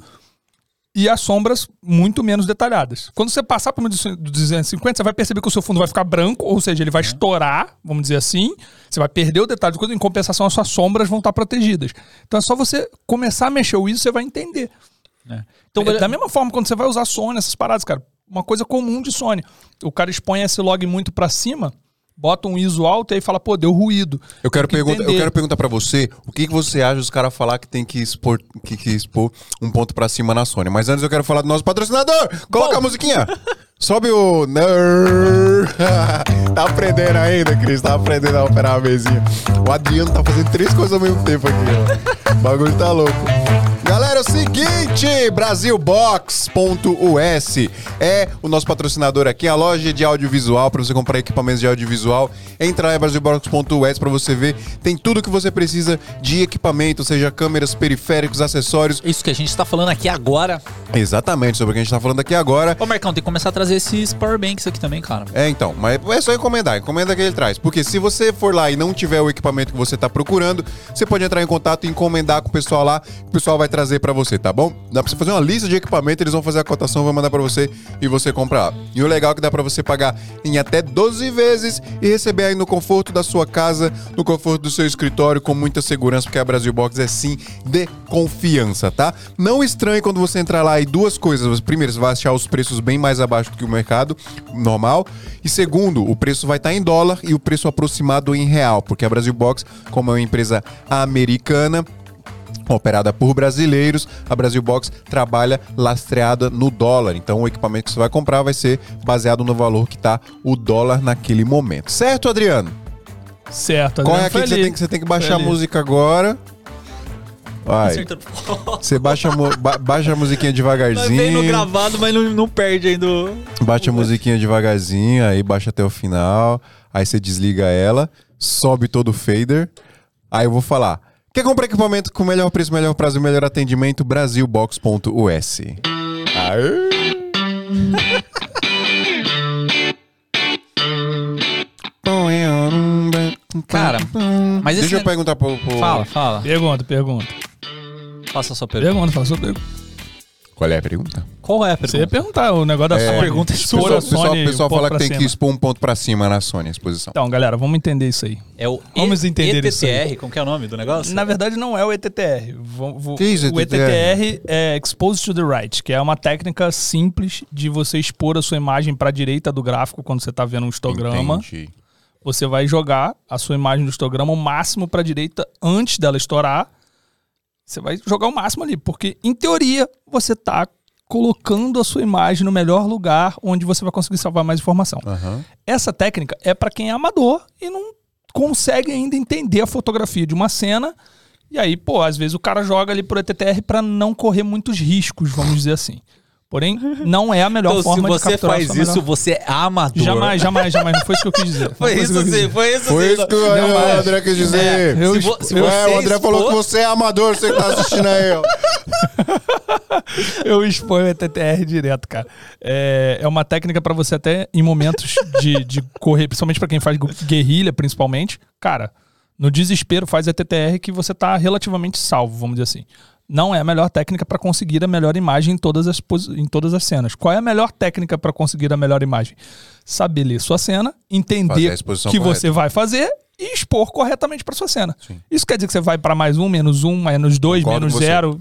[SPEAKER 3] e as sombras muito menos detalhadas. Quando você passar para 250, você vai perceber que o seu fundo vai ficar branco, ou seja, ele
[SPEAKER 4] É.
[SPEAKER 3] vai estourar, vamos dizer assim. Você vai perder o detalhe de coisa, em compensação, as suas sombras vão estar protegidas. Então é só você começar a mexer o ISO, você vai entender.
[SPEAKER 4] Né?
[SPEAKER 3] Então,
[SPEAKER 2] É,
[SPEAKER 4] Então,
[SPEAKER 3] da mesma forma, quando você vai usar Sony, essas paradas, cara, uma coisa comum de Sony. O cara expõe esse log muito pra cima, bota um ISO alto e aí fala, pô, deu ruído.
[SPEAKER 1] Eu quero,
[SPEAKER 3] Tem que
[SPEAKER 1] pergunta, eu
[SPEAKER 3] entender.
[SPEAKER 1] quero perguntar pra você o que, que você acha dos caras falar que tem que expor, que, que expor um ponto pra cima na Sony. Mas antes eu quero falar do nosso patrocinador. Coloca a musiquinha. Sobe o. Ner- *laughs* tá aprendendo ainda, Cris. Tá aprendendo a operar a mesinha. O Adriano tá fazendo três coisas ao mesmo tempo aqui, ó. O bagulho tá louco. Galera, é o seguinte, brasilbox.us é o nosso patrocinador aqui, a loja de audiovisual para você comprar equipamentos de audiovisual. Entra lá em brasilbox.us para você ver, tem tudo que você precisa de equipamento, seja câmeras, periféricos, acessórios.
[SPEAKER 2] Isso que a gente tá falando aqui agora.
[SPEAKER 1] Exatamente, sobre o que a gente tá falando aqui agora.
[SPEAKER 2] Ô, Marcão, tem que começar a trazer esses powerbanks aqui também, cara.
[SPEAKER 1] É, então, mas é só encomendar, encomenda que ele traz. Porque se você for lá e não tiver o equipamento que você tá procurando, você pode entrar em contato e encomendar com o pessoal lá, que o pessoal vai trazer pra você, tá bom? Dá pra você fazer uma lista de equipamento, eles vão fazer a cotação, vão mandar pra você e você compra lá. E o legal é que dá pra você pagar em até 12 vezes e receber aí no conforto da sua casa, no conforto do seu escritório, com muita segurança, porque a Brasil Box é sim de confiança, tá? Não estranhe quando você entrar lá e duas coisas. Primeiro, você vai achar os preços bem mais abaixo do que o mercado normal. E segundo, o preço vai estar em dólar e o preço aproximado em real, porque a Brasil Box, como é uma empresa americana, Operada por brasileiros, a Brasil Box trabalha lastreada no dólar. Então, o equipamento que você vai comprar vai ser baseado no valor que tá o dólar naquele momento. Certo, Adriano?
[SPEAKER 3] Certo. tá
[SPEAKER 1] Corre aqui
[SPEAKER 3] Adriano
[SPEAKER 1] é que você
[SPEAKER 3] Felipe.
[SPEAKER 1] tem que, você tem que baixar a
[SPEAKER 3] Felipe.
[SPEAKER 1] música agora. Vai.
[SPEAKER 2] Acertando.
[SPEAKER 1] Você baixa, a mu- ba- baixa a
[SPEAKER 2] Mas
[SPEAKER 1] musiquinha
[SPEAKER 2] É, Vem no
[SPEAKER 1] devagarzinho.
[SPEAKER 2] gravado, mas não, não perde ainda. o-
[SPEAKER 1] Baixa a musiquinha devagarzinho, aí baixa até o final. Aí você desliga ela, sobe todo o fader. Aí eu vou falar. Quer comprar equipamento com melhor preço, melhor prazo e melhor atendimento? Brasilbox.us. Aê!
[SPEAKER 2] Cara, mas esse
[SPEAKER 4] é-
[SPEAKER 1] Deixa eu
[SPEAKER 2] negócio-
[SPEAKER 1] perguntar pro. pro...
[SPEAKER 2] Fala, fala.
[SPEAKER 3] Pergunta, pergunta.
[SPEAKER 2] Faça a sua pergunta.
[SPEAKER 3] Pergunta, fala sua pergunta.
[SPEAKER 1] Qual é a pergunta?
[SPEAKER 2] Qual é a pergunta?
[SPEAKER 3] Você ia perguntar o negócio da Sony.
[SPEAKER 2] pergunta é
[SPEAKER 3] Expor
[SPEAKER 1] pessoal,
[SPEAKER 3] a
[SPEAKER 1] pessoal,
[SPEAKER 3] Sony
[SPEAKER 1] pessoal
[SPEAKER 3] um pouco
[SPEAKER 1] fala que
[SPEAKER 3] pra
[SPEAKER 1] tem
[SPEAKER 3] cima.
[SPEAKER 1] que expor um ponto pra cima na Sony, a exposição.
[SPEAKER 3] Então, galera, vamos entender isso aí.
[SPEAKER 2] É o
[SPEAKER 3] Vamos
[SPEAKER 2] E-
[SPEAKER 3] entender isso aí.
[SPEAKER 2] ETTR, como que é o nome do negócio?
[SPEAKER 3] Na verdade, não é o ETTR. Vou- vou-
[SPEAKER 1] Que isso,
[SPEAKER 3] o
[SPEAKER 1] ETTR?
[SPEAKER 3] ETTR é Exposed to the Right, que é uma técnica simples de você expor a sua imagem para a direita do gráfico quando você está vendo um histograma.
[SPEAKER 1] Entendi.
[SPEAKER 3] Você vai jogar a sua imagem do histograma o máximo para a direita antes dela estourar. Você vai jogar o máximo ali, porque em teoria você está colocando a sua imagem no melhor lugar onde você vai conseguir salvar mais informação.
[SPEAKER 1] Aham.
[SPEAKER 3] Essa técnica é para quem é amador e não consegue ainda entender a fotografia de uma cena. E aí, pô, às vezes o cara joga ali pro ETTR para não correr muitos riscos, vamos dizer assim.
[SPEAKER 2] *laughs*
[SPEAKER 3] Porém, não é a melhor
[SPEAKER 2] Então, se
[SPEAKER 3] forma de
[SPEAKER 2] você
[SPEAKER 3] capturar a
[SPEAKER 2] faz
[SPEAKER 3] sua
[SPEAKER 2] isso,
[SPEAKER 3] melhor-
[SPEAKER 2] você é amador.
[SPEAKER 3] Jamais, jamais, jamais. Não foi isso que eu quis dizer. Não
[SPEAKER 2] Foi
[SPEAKER 3] isso
[SPEAKER 2] isso
[SPEAKER 3] que eu quis
[SPEAKER 2] sim,
[SPEAKER 3] dizer.
[SPEAKER 2] foi isso
[SPEAKER 1] Foi
[SPEAKER 2] sim.
[SPEAKER 1] isso que o
[SPEAKER 2] Jamais.
[SPEAKER 1] André quis dizer.
[SPEAKER 2] É,
[SPEAKER 3] Eu
[SPEAKER 2] se
[SPEAKER 3] expo-
[SPEAKER 2] vo- se
[SPEAKER 1] É,
[SPEAKER 2] você
[SPEAKER 1] o André falou que
[SPEAKER 2] expor-
[SPEAKER 1] você é amador, você que tá assistindo aí,
[SPEAKER 2] *laughs*
[SPEAKER 1] ó.
[SPEAKER 3] Eu exponho o ETTR direto, cara. É, é uma técnica para você até em momentos de, de correr, principalmente para quem faz gu- guerrilha, principalmente. Cara, no desespero faz ETTR que você tá relativamente salvo, vamos dizer assim. Não é a melhor técnica para conseguir a melhor imagem em todas, as, posi- em todas as cenas. Qual é a melhor técnica para conseguir a melhor imagem? Saber ler sua cena,
[SPEAKER 1] Fazer a
[SPEAKER 3] entender
[SPEAKER 1] exposição
[SPEAKER 3] que
[SPEAKER 1] correta.
[SPEAKER 3] você vai fazer e expor corretamente para sua cena. Isso quer dizer que você vai para mais um, menos um, menos dois,
[SPEAKER 1] Concordo
[SPEAKER 3] menos
[SPEAKER 1] com você.
[SPEAKER 3] zero.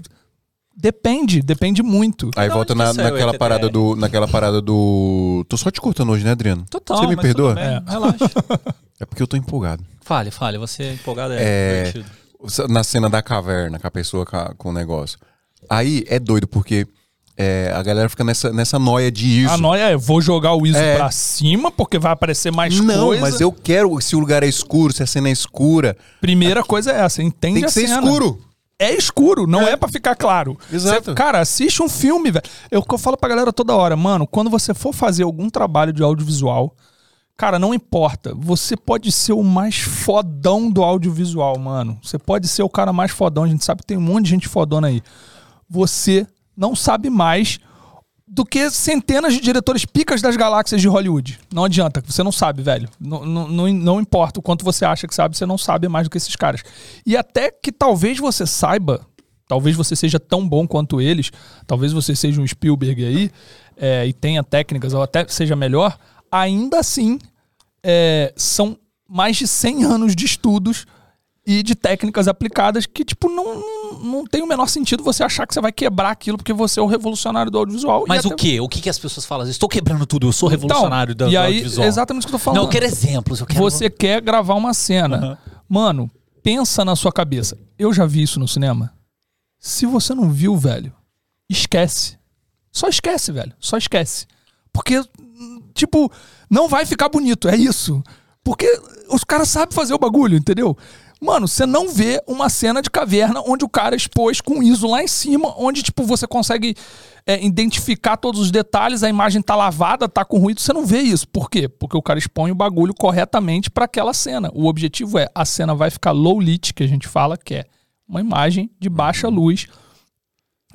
[SPEAKER 3] Depende, depende muito.
[SPEAKER 1] Aí
[SPEAKER 2] Da
[SPEAKER 1] volta
[SPEAKER 2] onde
[SPEAKER 1] na-
[SPEAKER 2] que saiu
[SPEAKER 1] naquela,
[SPEAKER 2] esse
[SPEAKER 1] parada
[SPEAKER 2] TTR?
[SPEAKER 1] do, naquela parada do. Tô só te cortando hoje, né, Adriano?
[SPEAKER 2] Total,
[SPEAKER 1] Você me
[SPEAKER 2] mas
[SPEAKER 1] perdoa?
[SPEAKER 2] tudo bem,
[SPEAKER 3] É.
[SPEAKER 2] Relaxa.
[SPEAKER 1] É porque eu tô empolgado.
[SPEAKER 2] Fale, fale. Você é empolgado
[SPEAKER 1] É.
[SPEAKER 2] é, divertido.
[SPEAKER 1] Na cena da caverna, com a pessoa ca- com o negócio. Aí é doido, porque é, a galera fica nessa, nessa noia de
[SPEAKER 3] *laughs* A
[SPEAKER 1] ISO.
[SPEAKER 3] noia é, vou jogar o ISO
[SPEAKER 1] É.
[SPEAKER 3] pra cima, porque vai aparecer mais
[SPEAKER 1] Não,
[SPEAKER 3] coisa.
[SPEAKER 1] mas eu quero. Se o lugar é escuro, se a cena é escura,
[SPEAKER 3] Primeira coisa é essa, entende
[SPEAKER 1] tem que
[SPEAKER 3] a
[SPEAKER 1] ser
[SPEAKER 3] cena.
[SPEAKER 1] escuro.
[SPEAKER 3] É escuro, não é, pra ficar claro.
[SPEAKER 1] Exato.
[SPEAKER 3] Você- cara, assiste um filme, velho. É o que eu falo pra galera toda hora, mano, quando você for fazer algum trabalho de audiovisual, cara, não importa. Você pode ser o mais fodão do audiovisual, mano. Você pode ser o cara mais fodão, a gente sabe que tem um monte de gente fodona aí. Você não sabe mais do que centenas de diretores picas das galáxias de Hollywood. Não adianta, você não sabe, velho. Não, não, não, não importa o quanto você acha que sabe, você não sabe mais do que esses caras. E até que talvez você saiba, talvez você seja tão bom quanto eles, talvez você seja um Spielberg aí, é, e tenha técnicas, ou até seja melhor, ainda assim é, são mais de 100 anos de estudos e de técnicas aplicadas que, tipo, não, não- não tem o menor sentido você achar que você vai quebrar aquilo porque você é o revolucionário do audiovisual. E
[SPEAKER 5] Mas
[SPEAKER 3] até-
[SPEAKER 5] o quê? O que, que as pessoas falam? Estou quebrando tudo, eu sou revolucionário
[SPEAKER 3] então,
[SPEAKER 5] da,
[SPEAKER 3] e
[SPEAKER 5] do
[SPEAKER 3] aí,
[SPEAKER 5] audiovisual.
[SPEAKER 3] exatamente o que eu tô falando.
[SPEAKER 5] Não, eu quero exemplos. Eu quero...
[SPEAKER 3] Você quer gravar uma cena. Mano, pensa na sua cabeça. Eu já vi isso no cinema. Se você não viu, velho, esquece. Só esquece, velho. Só esquece. Porque, tipo, não vai ficar bonito. É isso. Porque os caras sabem fazer o bagulho, entendeu? Mano, você não vê uma cena de caverna onde o cara expôs com ISO lá em cima, onde, tipo, você consegue é, identificar todos os detalhes, a imagem tá lavada, tá com ruído, você não vê isso. Por quê? Porque o cara expõe o bagulho corretamente para aquela cena. O objetivo é, a cena vai ficar low lit, que a gente fala, que é uma imagem de baixa luz,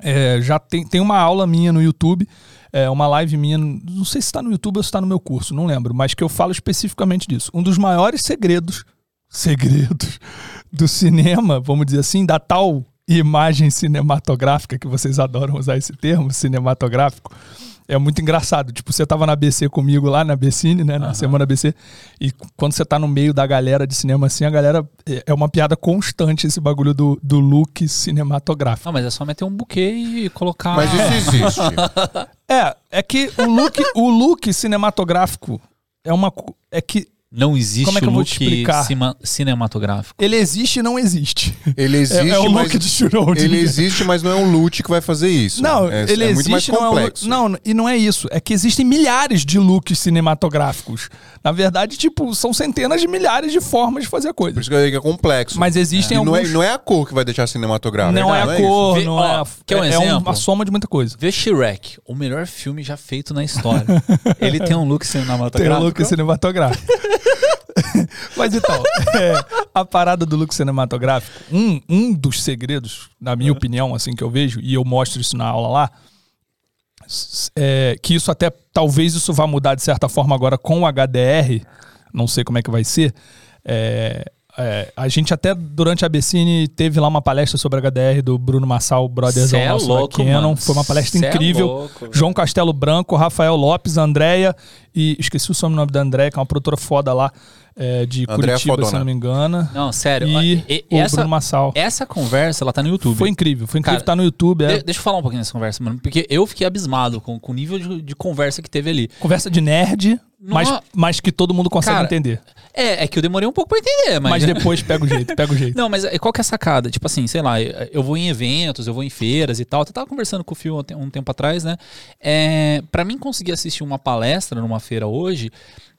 [SPEAKER 3] é, já tem, tem uma aula minha no YouTube, é, uma live minha, não sei se está no YouTube ou se está no meu curso, não lembro, mas que eu falo especificamente disso. Um dos maiores segredos, segredos do cinema, vamos dizer assim, da tal imagem cinematográfica, que vocês adoram usar esse termo, cinematográfico, é muito engraçado. Tipo, você tava na BC comigo lá, na Bcine, né? Na semana BC. E c- quando você tá no meio da galera de cinema assim, a galera. é- É uma piada constante esse bagulho do, do look cinematográfico.
[SPEAKER 4] Não, mas é só meter um buquê e colocar.
[SPEAKER 1] Mas isso existe.
[SPEAKER 3] É, é que o look, o look cinematográfico é uma. co- É que
[SPEAKER 4] Não existe
[SPEAKER 3] Como é que eu
[SPEAKER 4] o
[SPEAKER 3] vou
[SPEAKER 4] look
[SPEAKER 3] te explicar?
[SPEAKER 4] cima- cinematográfico.
[SPEAKER 3] ele existe e não existe.
[SPEAKER 1] Ele
[SPEAKER 3] É,
[SPEAKER 1] existe,
[SPEAKER 3] é o look
[SPEAKER 1] mas...
[SPEAKER 3] de Schrödinger.
[SPEAKER 1] Ele existe, mas não é um loot que vai fazer isso.
[SPEAKER 3] Não,
[SPEAKER 1] é,
[SPEAKER 3] ele
[SPEAKER 1] é muito
[SPEAKER 3] existe,
[SPEAKER 1] mais
[SPEAKER 3] não é um-
[SPEAKER 1] complexo.
[SPEAKER 3] Não, e não é isso. É que existem milhares de looks cinematográficos. Na verdade, tipo, são centenas de milhares de formas de fazer a
[SPEAKER 1] Por
[SPEAKER 3] coisa.
[SPEAKER 1] isso que eu digo que é complexo.
[SPEAKER 3] Mas
[SPEAKER 1] E
[SPEAKER 3] existem
[SPEAKER 1] não,
[SPEAKER 3] alguns.
[SPEAKER 1] é, não é a cor que vai deixar cinematográfico. né?
[SPEAKER 3] não é a cor,
[SPEAKER 4] Vê-
[SPEAKER 3] não
[SPEAKER 4] ó,
[SPEAKER 3] é a.
[SPEAKER 4] quer um
[SPEAKER 3] é
[SPEAKER 4] exemplo?
[SPEAKER 3] uma soma de muita coisa.
[SPEAKER 4] Vê Shrek, o melhor filme já feito na
[SPEAKER 3] *laughs*
[SPEAKER 4] história. Ele tem um look
[SPEAKER 3] Tem
[SPEAKER 4] cinematográfico.
[SPEAKER 3] o look cinematográfico.
[SPEAKER 4] *laughs*
[SPEAKER 3] Mas então, é, a parada do look cinematográfico, um, um dos segredos, na
[SPEAKER 4] Uhum.
[SPEAKER 3] minha opinião, assim que eu vejo, e eu mostro isso na aula lá, s- é, que isso até, talvez isso vá mudar de certa forma agora com o HDR, não sei como é que vai ser, é, é, a gente até durante a Bessine teve lá uma palestra sobre HDR do Bruno Massal, brotherzão
[SPEAKER 4] Cê é
[SPEAKER 3] nosso
[SPEAKER 4] louco,
[SPEAKER 3] da Canon.
[SPEAKER 4] mano.
[SPEAKER 3] Foi uma palestra
[SPEAKER 4] Cê é
[SPEAKER 3] incrível.
[SPEAKER 4] louco, velho.
[SPEAKER 3] João Castelo Branco, Rafael Lopes, Andréia e esqueci o sobrenome da Andréia, que é uma produtora foda lá é, de
[SPEAKER 1] Andréia
[SPEAKER 3] Curitiba, se
[SPEAKER 1] Fodona.
[SPEAKER 3] eu não me engano.
[SPEAKER 4] Não, sério. ó,
[SPEAKER 3] E,
[SPEAKER 4] e-
[SPEAKER 3] o
[SPEAKER 4] essa,
[SPEAKER 3] Bruno Massal.
[SPEAKER 4] essa conversa, ela tá no YouTube.
[SPEAKER 3] Foi incrível, foi incrível.
[SPEAKER 4] Cara,
[SPEAKER 3] tá no YouTube, é.
[SPEAKER 4] De- deixa eu falar um pouquinho dessa conversa, mano. Porque eu fiquei abismado com, com o nível de, de conversa que teve ali.
[SPEAKER 3] Conversa de nerd, mas,
[SPEAKER 4] Nossa.
[SPEAKER 3] mas que todo mundo consegue
[SPEAKER 4] Cara,
[SPEAKER 3] entender.
[SPEAKER 4] É, é que eu demorei um pouco pra entender, mas.
[SPEAKER 3] Mas depois pega o jeito, pega o
[SPEAKER 4] *laughs*
[SPEAKER 3] jeito.
[SPEAKER 4] Não, mas qual que é a sacada? Tipo assim, sei lá, eu vou em eventos, eu vou em feiras e tal. Eu tava conversando com o Fio ontem- um tempo atrás, né? É, para mim conseguir assistir uma palestra numa feira hoje,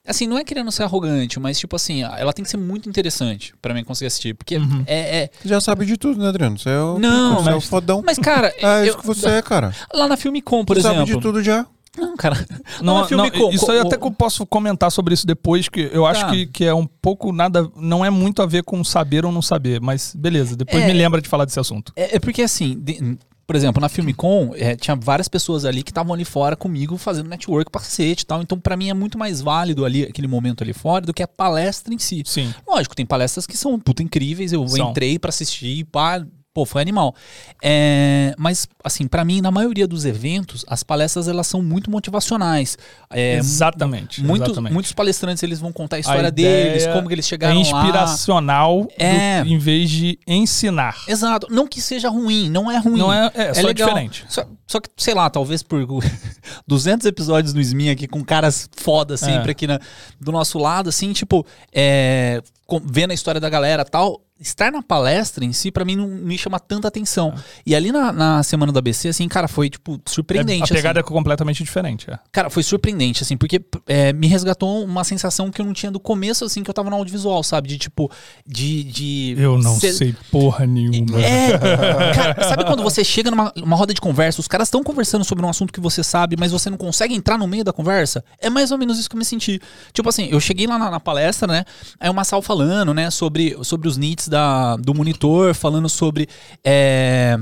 [SPEAKER 4] assim, não é querendo ser arrogante, mas tipo assim, ela tem que ser muito interessante pra mim conseguir assistir. Porque
[SPEAKER 3] Uhum.
[SPEAKER 4] é, é-
[SPEAKER 1] Você já sabe de tudo, né, Adriano? Você é o,
[SPEAKER 4] Não,
[SPEAKER 1] você é o
[SPEAKER 4] mas-
[SPEAKER 1] fodão.
[SPEAKER 4] Mas, cara,
[SPEAKER 1] é isso
[SPEAKER 4] eu-
[SPEAKER 1] que você é, cara.
[SPEAKER 4] lá na Filmicom, por
[SPEAKER 1] você sabe de
[SPEAKER 4] exemplo.
[SPEAKER 1] tudo
[SPEAKER 3] hum,
[SPEAKER 1] já.
[SPEAKER 4] Não, cara. lá
[SPEAKER 3] Não,
[SPEAKER 4] na Filmicom.
[SPEAKER 3] não, isso aí até que eu posso comentar sobre isso depois, que eu acho
[SPEAKER 4] Tá.
[SPEAKER 3] que, que é um pouco nada. Não é muito a ver com saber ou não saber, mas beleza, depois
[SPEAKER 4] É.
[SPEAKER 3] me lembra de falar desse assunto.
[SPEAKER 4] É, é porque assim, de- por exemplo, na Filmicom, é, tinha várias pessoas ali que estavam ali fora comigo fazendo network pra cacete e tal. Então, pra mim, é muito mais válido ali aquele momento ali fora do que a palestra em si.
[SPEAKER 3] Sim.
[SPEAKER 4] Lógico, tem palestras que são puta incríveis, eu
[SPEAKER 3] São.
[SPEAKER 4] entrei pra assistir, pá, pô, foi animal. É, mas, assim, pra mim, na maioria dos eventos, as palestras elas são muito motivacionais. É,
[SPEAKER 3] exatamente.
[SPEAKER 4] muitos,
[SPEAKER 3] exatamente.
[SPEAKER 4] muitos palestrantes eles vão contar a história
[SPEAKER 3] ideia
[SPEAKER 4] deles, como que eles
[SPEAKER 3] é
[SPEAKER 4] chegaram lá.
[SPEAKER 3] inspiracional do-
[SPEAKER 4] É.
[SPEAKER 3] em vez de ensinar.
[SPEAKER 4] Exato. Não que seja ruim, não é ruim.
[SPEAKER 3] Não é, é, só é diferente.
[SPEAKER 4] Só, só que, sei lá, talvez por *laughs* 200 episódios no Smin aqui, com caras foda sempre
[SPEAKER 3] É.
[SPEAKER 4] aqui na- do nosso lado, assim, tipo, é, com- vendo a história da galera tal. Estar na palestra em si, pra mim, não me chama tanta atenção.
[SPEAKER 3] É.
[SPEAKER 4] E ali na, na semana da ABC, assim, cara, foi, tipo, surpreendente.
[SPEAKER 3] É, a
[SPEAKER 4] assim.
[SPEAKER 3] pegada é completamente diferente. é.
[SPEAKER 4] Cara, foi surpreendente, assim, porque é, me resgatou uma sensação que eu não tinha do começo, assim, que eu tava no audiovisual, sabe? De tipo, de. de
[SPEAKER 3] Eu não
[SPEAKER 4] ser-
[SPEAKER 3] sei porra nenhuma.
[SPEAKER 4] é, cara, sabe quando você chega numa numa roda de conversa, os caras estão conversando sobre um assunto que você sabe, mas você não consegue entrar no meio da conversa? É mais ou menos isso que eu me senti. Tipo assim, eu cheguei lá na, na palestra, né? Aí o Massal falando, né, sobre, sobre os nits da, do monitor, falando sobre. é,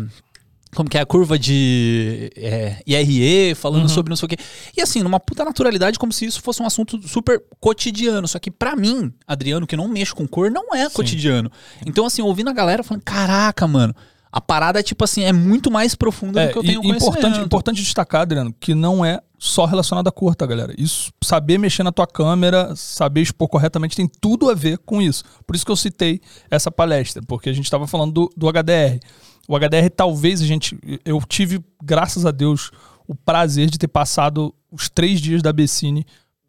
[SPEAKER 4] como que é a curva de é, IRE, falando
[SPEAKER 3] Uhum.
[SPEAKER 4] sobre não sei o quê. E assim, numa puta naturalidade, como se isso fosse um assunto super cotidiano. Só que pra mim, Adriano, que não mexo com cor, não é cotidiano. Então, assim, ouvindo a galera falando, caraca, mano, a parada é tipo assim, é muito mais profunda do
[SPEAKER 3] É,
[SPEAKER 4] que eu
[SPEAKER 3] e-
[SPEAKER 4] tenho conhecimento.
[SPEAKER 3] importante, importante destacar, Adriano, que não é só relacionado à cor, tá, galera? Isso, saber mexer na tua câmera, saber expor corretamente, tem tudo a ver com isso. Por isso que eu citei essa palestra, porque a gente estava falando do, do HDR. O HDR talvez a gente. Eu tive, graças a Deus, o prazer de ter passado os três dias da Bessine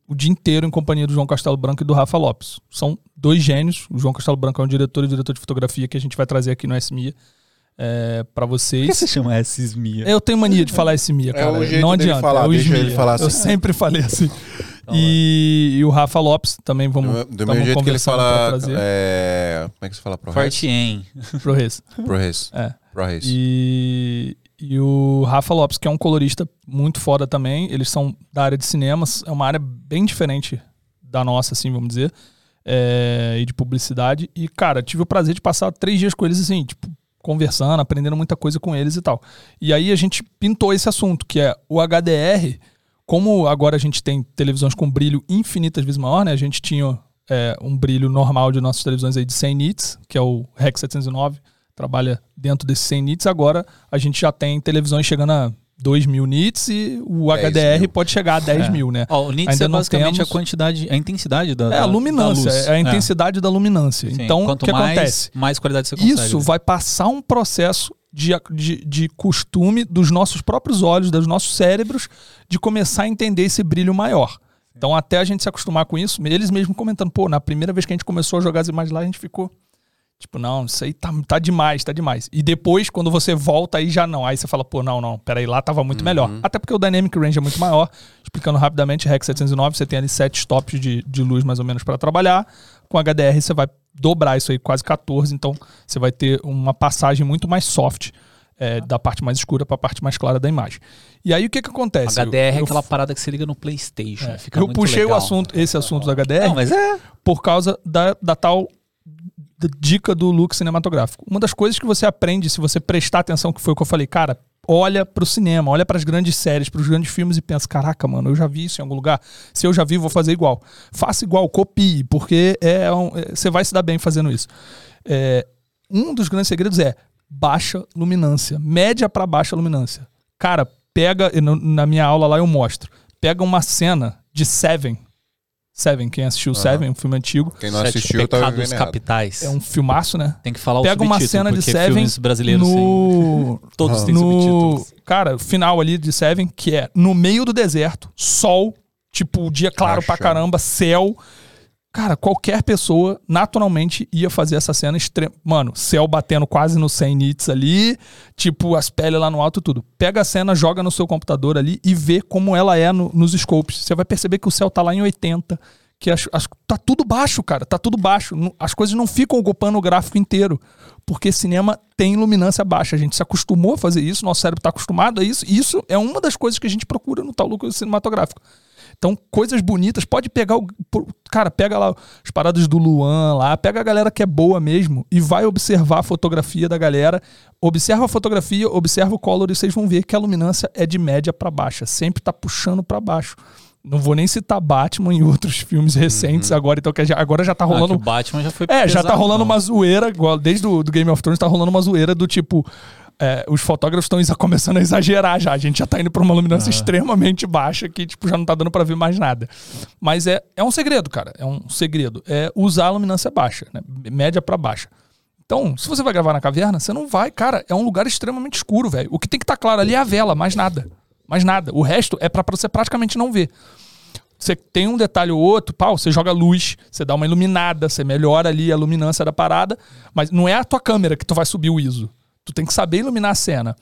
[SPEAKER 3] o dia inteiro em companhia do João Castelo Branco e do Rafa Lopes. São dois gênios. O João Castelo Branco é um diretor e diretor de fotografia que a gente vai trazer aqui no SMIA é, para
[SPEAKER 4] Por que
[SPEAKER 3] vocês.
[SPEAKER 4] você chama essa sismia?
[SPEAKER 3] É, Eu tenho mania de falar esse Mia, cara.
[SPEAKER 1] É o jeito
[SPEAKER 3] não
[SPEAKER 1] dele
[SPEAKER 3] adianta.
[SPEAKER 1] falar,
[SPEAKER 3] é o
[SPEAKER 1] deixa
[SPEAKER 3] esmia.
[SPEAKER 1] ele falar
[SPEAKER 3] Eu
[SPEAKER 1] assim.
[SPEAKER 3] sempre falei assim. E, e o Rafa Lopes também vamos.
[SPEAKER 1] Do, do
[SPEAKER 3] tamo
[SPEAKER 1] mesmo jeito que ele
[SPEAKER 3] conversando pra
[SPEAKER 1] fala.
[SPEAKER 3] trazer
[SPEAKER 1] É, como é que se fala? Pro
[SPEAKER 2] Forte, hein?
[SPEAKER 1] é.
[SPEAKER 3] pro Reis.
[SPEAKER 1] Pro res.
[SPEAKER 3] É.
[SPEAKER 1] Pro res.
[SPEAKER 3] E, e o Rafa Lopes, que é um colorista muito foda também. Eles são da área de cinemas, é uma área bem diferente da nossa, assim, vamos dizer. é, e de publicidade. E, cara, tive o prazer de passar três dias com eles, assim, tipo, conversando, aprendendo muita coisa com eles e tal. E aí a gente pintou esse assunto, que é o HDR. Como agora a gente tem televisões com brilho infinitas vezes maior, né? A gente tinha é, um brilho normal de nossas televisões aí de 100 nits, que é o REC 709, trabalha dentro desses 100 nits. Agora a gente já tem televisões chegando a 2 mil nits e o
[SPEAKER 1] 10
[SPEAKER 3] HDR
[SPEAKER 1] mil.
[SPEAKER 3] pode chegar a 10 mil, né?
[SPEAKER 2] É. Ó, o nits
[SPEAKER 3] Ainda
[SPEAKER 2] é
[SPEAKER 3] não
[SPEAKER 2] basicamente
[SPEAKER 3] temos-
[SPEAKER 2] a quantidade, a intensidade da,
[SPEAKER 3] É a
[SPEAKER 2] da-
[SPEAKER 3] luminância,
[SPEAKER 2] da luz.
[SPEAKER 3] é a intensidade da luminância.
[SPEAKER 2] Sim,
[SPEAKER 3] Então, o
[SPEAKER 2] quanto
[SPEAKER 3] que
[SPEAKER 2] mais,
[SPEAKER 3] acontece?
[SPEAKER 2] mais qualidade você consegue.
[SPEAKER 3] Isso vai passar um processo de, de, de costume dos nossos próprios olhos, dos nossos cérebros, de começar a entender esse brilho maior. Então, até a gente se acostumar com isso, eles mesmos comentando, pô, na primeira vez que a gente começou a jogar as imagens lá, a gente ficou. Tipo, não, isso aí tá, tá demais, tá demais. E depois, quando você volta, aí já não. Aí você fala, pô, não, não, peraí, lá tava muito melhor. Até porque o Dynamic Range é muito maior. Explicando rapidamente, REC 709, você tem ali sete stops de, de luz mais ou menos para trabalhar. Com HDR, você vai dobrar isso aí, quase 14. Então, você vai ter uma passagem muito mais soft é, da parte mais escura para a parte mais clara da imagem. E aí, o que que acontece?
[SPEAKER 2] HDR
[SPEAKER 3] Eu-
[SPEAKER 2] é
[SPEAKER 3] eu-
[SPEAKER 2] aquela parada que você liga no PlayStation. fica
[SPEAKER 3] eu
[SPEAKER 2] muito
[SPEAKER 3] puxei
[SPEAKER 2] legal.
[SPEAKER 3] o assunto, esse assunto do HDR
[SPEAKER 4] Não, mas é.
[SPEAKER 3] por causa da, da tal d- dica do look cinematográfico. Uma das coisas que você aprende se você prestar atenção, que foi o que eu falei, cara, olha pro cinema, olha pras grandes séries, pros grandes filmes e pensa, caraca, mano, eu já vi isso em algum lugar. Se eu já vi, vou fazer igual. Faça igual, copie, porque é um- é- você vai se dar bem fazendo isso. É, um dos grandes segredos é baixa luminância, média pra baixa luminância. Cara, pega, e no- na minha aula lá eu mostro, pega uma cena de Seven, Seven, quem assistiu Seven, um filme antigo,
[SPEAKER 1] Quem não
[SPEAKER 2] Sete
[SPEAKER 1] assistiu tá
[SPEAKER 2] é, tipo, pecados
[SPEAKER 1] vivendo errado.
[SPEAKER 2] capitais.
[SPEAKER 3] é um filmaço, né?
[SPEAKER 2] Tem que falar
[SPEAKER 3] Pega
[SPEAKER 2] o
[SPEAKER 3] uma
[SPEAKER 2] subtítulo,
[SPEAKER 3] cena de
[SPEAKER 2] porque
[SPEAKER 3] Seven
[SPEAKER 2] filmes brasileiros assim, têm.
[SPEAKER 3] No,
[SPEAKER 2] Todos têm
[SPEAKER 3] no
[SPEAKER 2] subtítulos.
[SPEAKER 3] cara, o final ali de Seven, que é no meio do deserto, sol, tipo o dia claro pra
[SPEAKER 1] Achando.
[SPEAKER 3] caramba, céu. Cara, qualquer pessoa naturalmente ia fazer essa cena extrema. Mano, céu batendo quase no 100 nits ali, tipo as peles lá no alto e tudo. Pega a cena, joga no seu computador ali e vê como ela é no- nos scopes. Você vai perceber que o céu tá lá em 80, que as, as- tá tudo baixo, cara, tá tudo baixo. Não- As coisas não ficam ocupando o gráfico inteiro, porque cinema tem luminância baixa. A gente se acostumou a fazer isso, nosso cérebro tá acostumado a isso. E isso é uma das coisas que a gente procura no tal lucro cinematográfico. Então, coisas bonitas, pode pegar o. pro- Cara, pega lá as paradas do Luan lá, pega a galera que é boa mesmo e vai observar a fotografia da galera. Observa a fotografia, observa o color e vocês vão ver que a luminância é de média pra baixa, sempre tá puxando pra baixo. Não vou nem citar Batman em outros filmes recentes agora, então que já- agora já tá
[SPEAKER 2] Uhum. Ah, que
[SPEAKER 3] rolando
[SPEAKER 2] o Batman já foi
[SPEAKER 3] é, já tá
[SPEAKER 2] pesado,
[SPEAKER 3] rolando
[SPEAKER 2] não.
[SPEAKER 3] uma zoeira, igual desde o do Game of Thrones, tá rolando uma zoeira do tipo. é, os fotógrafos estão exa- começando a exagerar já. A gente já tá indo pra uma luminância
[SPEAKER 2] Ah.
[SPEAKER 3] extremamente baixa que, tipo, já não tá dando pra ver mais nada. Mas é, é um segredo, cara. É um segredo. É usar a luminância baixa, né? Média pra baixa. Então, se você vai gravar na caverna, você não vai, cara. É um lugar extremamente escuro, velho. O que tem que estar claro ali é a vela, mais nada. Mais nada. O resto é pra pra você praticamente não ver. Você tem um detalhe ou outro, pau, você joga luz, você dá uma iluminada, você melhora ali a luminância da parada, mas não é a tua câmera que tu vai subir o ISO. Tu tem que saber iluminar a cena.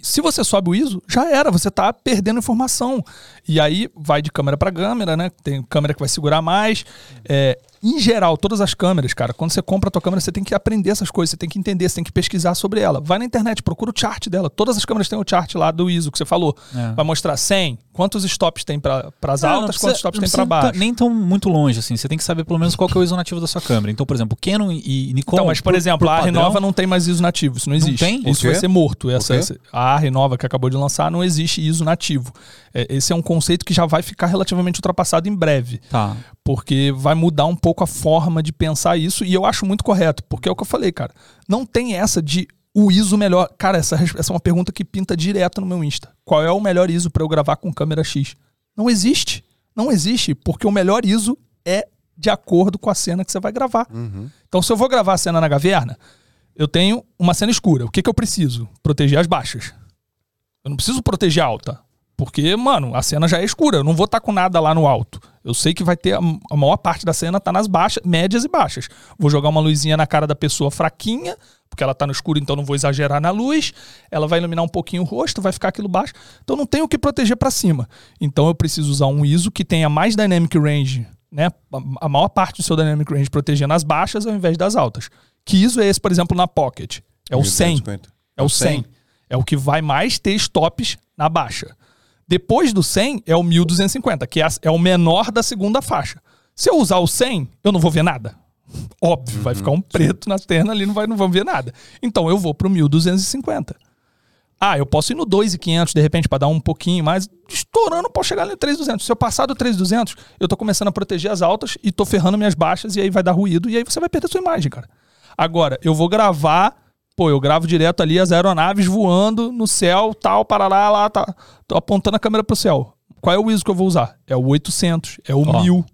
[SPEAKER 3] Se você sobe o ISO, já era, você tá perdendo informação. E aí vai de câmera pra câmera, né? Tem câmera que vai segurar mais. É, em geral, todas as câmeras, cara, quando você compra a tua câmera, você tem que aprender essas coisas, você tem que entender, você tem que pesquisar sobre ela. Vai na internet, procura o chart dela. Todas as câmeras têm o chart lá do ISO que você falou. Vai mostrar 100, quantos stops tem para as
[SPEAKER 2] Ah, não
[SPEAKER 3] altas,
[SPEAKER 2] precisa-
[SPEAKER 3] quantos stops
[SPEAKER 2] não
[SPEAKER 3] tem para
[SPEAKER 2] precisa
[SPEAKER 3] baixo.
[SPEAKER 2] tá- nem tão muito longe, assim. Você tem que saber pelo menos qual que é o ISO nativo da sua câmera. Então, por exemplo, Canon e e Nikon.
[SPEAKER 3] Então, mas, por
[SPEAKER 2] pro-
[SPEAKER 3] exemplo,
[SPEAKER 2] pro
[SPEAKER 3] a
[SPEAKER 2] padrão,
[SPEAKER 3] Renova não tem mais ISO nativo, isso não existe.
[SPEAKER 2] tem?
[SPEAKER 3] Isso
[SPEAKER 1] Por
[SPEAKER 3] vai
[SPEAKER 1] quê?
[SPEAKER 3] ser morto. Essa,
[SPEAKER 1] quê?
[SPEAKER 3] essa- a Renova que acabou de lançar não existe ISO nativo. É, esse é um conceito que já vai ficar relativamente ultrapassado em breve.
[SPEAKER 2] Tá.
[SPEAKER 3] Porque vai mudar um pouco a forma de pensar isso, e eu acho muito correto, porque é o que eu falei, cara. Não tem essa de o ISO melhor. Cara, essa, res- essa é uma pergunta que pinta direto no meu Insta. Qual é o melhor ISO pra eu gravar com câmera X? Não existe. Não existe, porque o melhor ISO é de acordo com a cena que você vai gravar. Então, se eu vou gravar a cena na caverna, Eu tenho uma cena escura. O que, que eu preciso? Proteger as baixas. Eu não preciso proteger a alta. Porque, mano, a cena já é escura. Eu não vou estar com nada lá no alto. Eu sei que vai ter. A, a maior parte da cena tá nas baixas, médias e baixas. Vou jogar uma luzinha na cara da pessoa fraquinha, porque ela tá no escuro, então não vou exagerar na luz. Ela vai iluminar um pouquinho o rosto, vai ficar aquilo baixo. Então não tenho o que proteger para cima. Então eu preciso usar um ISO que tenha mais dynamic range, né? A- A maior parte do seu dynamic range protegendo as baixas ao invés das altas. Que ISO é esse, por exemplo, na Pocket? É o 100. É o 100. É o que vai mais ter stops na baixa. Depois do 100 é o 1250, que é a- é o menor da segunda faixa. Se eu usar o 100, eu não vou ver nada. Óbvio, vai ficar um preto na terna ali, não, vai, não vão ver nada. Então eu vou pro 1250. Ah, eu posso ir no 2,500 de repente para dar um pouquinho mais. Estourando, eu posso chegar no 3,200. Se eu passar do 3,200, eu tô começando a proteger as altas e tô ferrando minhas baixas e aí vai dar ruído e aí você vai perder sua imagem, cara. Agora, eu vou gravar, pô, eu gravo direto ali as aeronaves voando no céu, tal, para lá, lá, tá. Tô apontando a câmera pro céu. Qual é o ISO que eu vou usar? É o 800, é o
[SPEAKER 4] Ó.
[SPEAKER 3] 1000.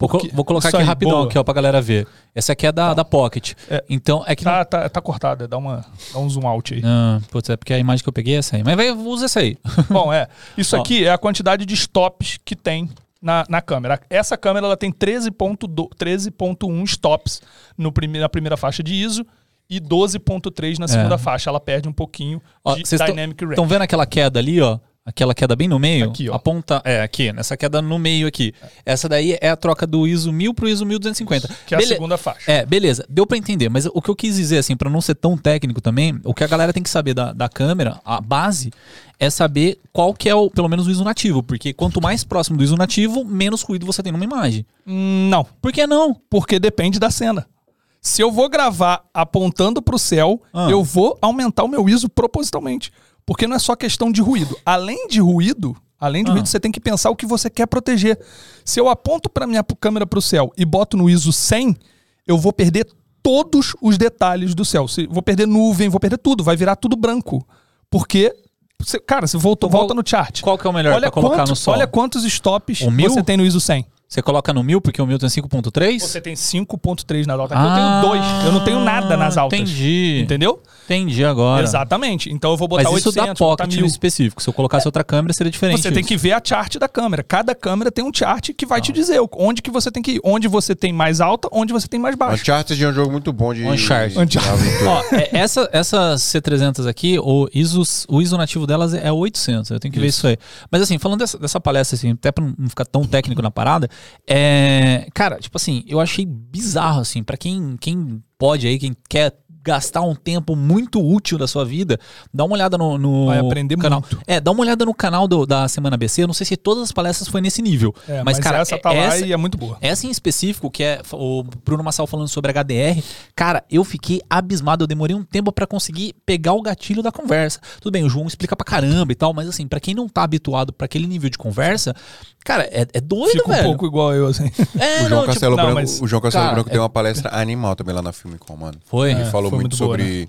[SPEAKER 4] Vou, co-
[SPEAKER 3] Porque-
[SPEAKER 4] vou colocar
[SPEAKER 3] Isso
[SPEAKER 4] aqui
[SPEAKER 3] aí,
[SPEAKER 4] rapidão,
[SPEAKER 3] boa.
[SPEAKER 4] aqui, ó, pra galera ver. Essa aqui é da, da Pocket.
[SPEAKER 3] É.
[SPEAKER 4] Então, é que.
[SPEAKER 3] Tá, tá, tá cortado, dá, uma, dá um zoom out aí.
[SPEAKER 4] Não... Ah, putz, é porque a imagem que eu peguei é essa aí. Mas vai, usa
[SPEAKER 2] *laughs*
[SPEAKER 4] essa aí. *laughs*
[SPEAKER 3] Bom, é. Isso
[SPEAKER 4] Ó.
[SPEAKER 3] aqui é a quantidade de stops que tem na, na câmera. Essa câmera ela tem 13.2 13.1 stops no prime, na primeira faixa de ISO e 12.3 na segunda faixa. Ela perde um pouquinho
[SPEAKER 4] É. Ó,
[SPEAKER 3] de
[SPEAKER 4] vocês tão-
[SPEAKER 3] dynamic range.
[SPEAKER 4] Estão vendo aquela queda ali, ó? Aquela queda bem no meio?
[SPEAKER 3] Aqui, ó.
[SPEAKER 4] Aponta. É, aqui, nessa queda no meio aqui. Essa daí é a troca do ISO 1000 pro ISO 1250.
[SPEAKER 3] que é a
[SPEAKER 4] Bele-
[SPEAKER 3] segunda faixa.
[SPEAKER 4] É, beleza, deu pra entender, mas o que eu quis dizer, assim, pra não ser tão técnico também, o que a galera tem que saber da, da câmera, a base, é saber qual que é, o, pelo menos, o ISO nativo, porque quanto mais próximo do ISO nativo, menos ruído você tem numa imagem.
[SPEAKER 3] Hum, Não,
[SPEAKER 4] Por que não?
[SPEAKER 3] porque depende da cena. Se eu vou gravar apontando para o céu,
[SPEAKER 4] Ah.
[SPEAKER 3] eu vou aumentar o meu ISO propositalmente. Porque não é só questão de ruído. Além de ruído, além de
[SPEAKER 4] Ah.
[SPEAKER 3] ruído, você tem que pensar o que você quer proteger. Se eu aponto para minha p- câmera para o céu e boto no ISO 100, eu vou perder todos os detalhes do céu. Se- Vou perder nuvem, vou perder tudo, vai virar tudo branco. Porque, você- cara, você voltou,
[SPEAKER 4] Qual-
[SPEAKER 3] volta no chart.
[SPEAKER 4] Qual que é o melhor pra colocar
[SPEAKER 3] quanto-
[SPEAKER 4] no sol?
[SPEAKER 3] olha quantos stops
[SPEAKER 4] O mil?
[SPEAKER 3] você tem no ISO 100.
[SPEAKER 4] Você coloca no 1000 porque o 1000 tem 5.3?
[SPEAKER 3] Você tem 5.3 nas altas. Aqui eu tenho 2. Eu não tenho nada nas altas.
[SPEAKER 4] Ah, Entendi.
[SPEAKER 3] Entendeu?
[SPEAKER 4] Entendi agora.
[SPEAKER 3] Exatamente. Então eu vou botar
[SPEAKER 4] Mas isso é
[SPEAKER 3] 800,
[SPEAKER 4] da
[SPEAKER 3] vou botar
[SPEAKER 4] Pocket no
[SPEAKER 3] 1000.
[SPEAKER 4] específico. Se eu colocasse outra câmera, seria diferente.
[SPEAKER 3] Você tem
[SPEAKER 4] isso.
[SPEAKER 3] que ver a chart da câmera. Cada câmera tem um chart que vai te dizer onde que você tem que ir. Onde você tem mais alta, onde você tem mais baixa.
[SPEAKER 1] Uncharted é um jogo muito bom de.
[SPEAKER 4] Uncharted.
[SPEAKER 1] Uncharted.
[SPEAKER 4] Ó, é- essa, essa C300 aqui, o ISO, o ISO nativo delas é 800. Eu tenho que ver isso aí. Mas assim, falando dessa, dessa palestra, assim, até pra não ficar tão técnico na parada, é, cara, tipo assim, eu achei bizarro, assim, pra quem, quem pode aí, quem quer gastar um tempo muito útil da sua vida, dá uma olhada no, no
[SPEAKER 3] Vai aprender
[SPEAKER 4] canal.
[SPEAKER 3] muito.
[SPEAKER 4] É, dá uma olhada no canal do- da Semana BC. Eu não sei se todas as palestras foi nesse nível.
[SPEAKER 3] *laughs* É,
[SPEAKER 4] mas, cara,
[SPEAKER 3] essa tá
[SPEAKER 4] essa-
[SPEAKER 3] lá e é muito boa.
[SPEAKER 4] essa assim em específico, que é o Bruno Massal falando sobre HDR, cara, eu fiquei abismado. Eu demorei um tempo pra conseguir pegar o gatilho da conversa. Tudo bem, o João explica pra caramba e tal, mas assim, pra quem não tá habituado pra aquele nível de conversa, cara, é, é doido,
[SPEAKER 3] Fica um
[SPEAKER 4] velho.
[SPEAKER 3] pouco igual eu, assim.
[SPEAKER 1] O
[SPEAKER 4] É,
[SPEAKER 1] João
[SPEAKER 4] não, tipo,
[SPEAKER 1] Castelo
[SPEAKER 3] não,
[SPEAKER 1] Branco,
[SPEAKER 3] mas-
[SPEAKER 1] o João Castelo
[SPEAKER 4] cara,
[SPEAKER 1] Branco deu uma palestra animal também lá na Filmicom, mano.
[SPEAKER 4] Foi?
[SPEAKER 1] Ele
[SPEAKER 4] É,
[SPEAKER 1] falou muito,
[SPEAKER 3] foi muito boa,
[SPEAKER 1] sobre,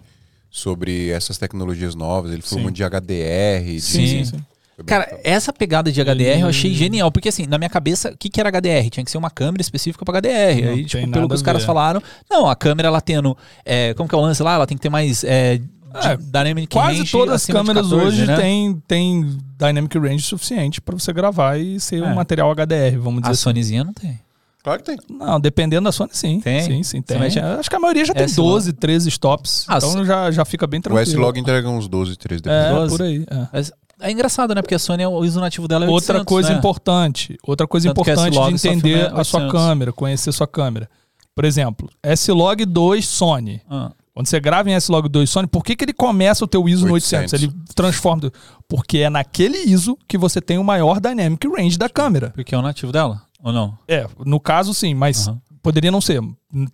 [SPEAKER 1] sobre essas tecnologias novas, ele falou
[SPEAKER 3] Sim.
[SPEAKER 1] muito de HDR. de-
[SPEAKER 4] Sim, sim,
[SPEAKER 3] sim.
[SPEAKER 1] Foi bem
[SPEAKER 4] Cara,
[SPEAKER 3] então.
[SPEAKER 1] legal.
[SPEAKER 4] essa pegada de HDR eu
[SPEAKER 3] Hum.
[SPEAKER 4] achei genial, porque assim, na minha cabeça, o que, que era HDR? Tinha que ser uma câmera específica pra HDR.
[SPEAKER 3] Não
[SPEAKER 4] aí,
[SPEAKER 3] tem
[SPEAKER 4] tipo,
[SPEAKER 3] nada
[SPEAKER 4] pelo que
[SPEAKER 3] a
[SPEAKER 4] os caras
[SPEAKER 3] ver.
[SPEAKER 4] falaram, não, a câmera ela tendo. é, como que é o lance lá? Ela tem que ter mais. É, de-
[SPEAKER 3] É,
[SPEAKER 4] dynamic
[SPEAKER 3] Quase
[SPEAKER 4] range
[SPEAKER 3] todas as
[SPEAKER 4] acima de
[SPEAKER 3] câmeras
[SPEAKER 4] 14,
[SPEAKER 3] hoje
[SPEAKER 4] né?
[SPEAKER 3] têm tem dynamic range suficiente para você gravar e ser
[SPEAKER 4] É.
[SPEAKER 3] um material HDR, vamos dizer
[SPEAKER 4] A Sonyzinha não tem.
[SPEAKER 1] Claro que tem.
[SPEAKER 3] Não, dependendo da Sony, sim.
[SPEAKER 4] Tem?
[SPEAKER 3] Sim, sim, tem. É,
[SPEAKER 4] Você mexe-
[SPEAKER 3] Acho que a maioria já tem
[SPEAKER 4] S-Log.
[SPEAKER 3] 12, 13 stops.
[SPEAKER 4] Ah,
[SPEAKER 3] então
[SPEAKER 4] se-
[SPEAKER 3] já, já fica bem
[SPEAKER 1] O
[SPEAKER 3] tranquilo.
[SPEAKER 1] S-Log entrega uns 12, 13 depois. Tipo,
[SPEAKER 3] É,
[SPEAKER 4] 12.
[SPEAKER 3] por aí. é.
[SPEAKER 4] Mas é engraçado, né? Porque a Sony, o ISO nativo dela é 800,
[SPEAKER 3] Outra coisa
[SPEAKER 4] né?
[SPEAKER 3] importante. Outra coisa
[SPEAKER 4] Tanto que
[SPEAKER 3] importante de
[SPEAKER 4] S-Log só
[SPEAKER 3] entender
[SPEAKER 4] filma
[SPEAKER 3] a sua
[SPEAKER 4] 800.
[SPEAKER 3] câmera, conhecer sua câmera. Por exemplo, S-Log 2 Sony.
[SPEAKER 4] Ah,
[SPEAKER 3] Quando você grava em S-Log 2 Sony, por que, que ele começa o teu ISO no 800?
[SPEAKER 1] 800?
[SPEAKER 3] Ele transforma... Porque é naquele ISO que você tem o maior dynamic range da câmera.
[SPEAKER 4] porque é o nativo dela, ou não?
[SPEAKER 3] É, no caso sim, mas
[SPEAKER 4] Aham.
[SPEAKER 3] poderia não ser.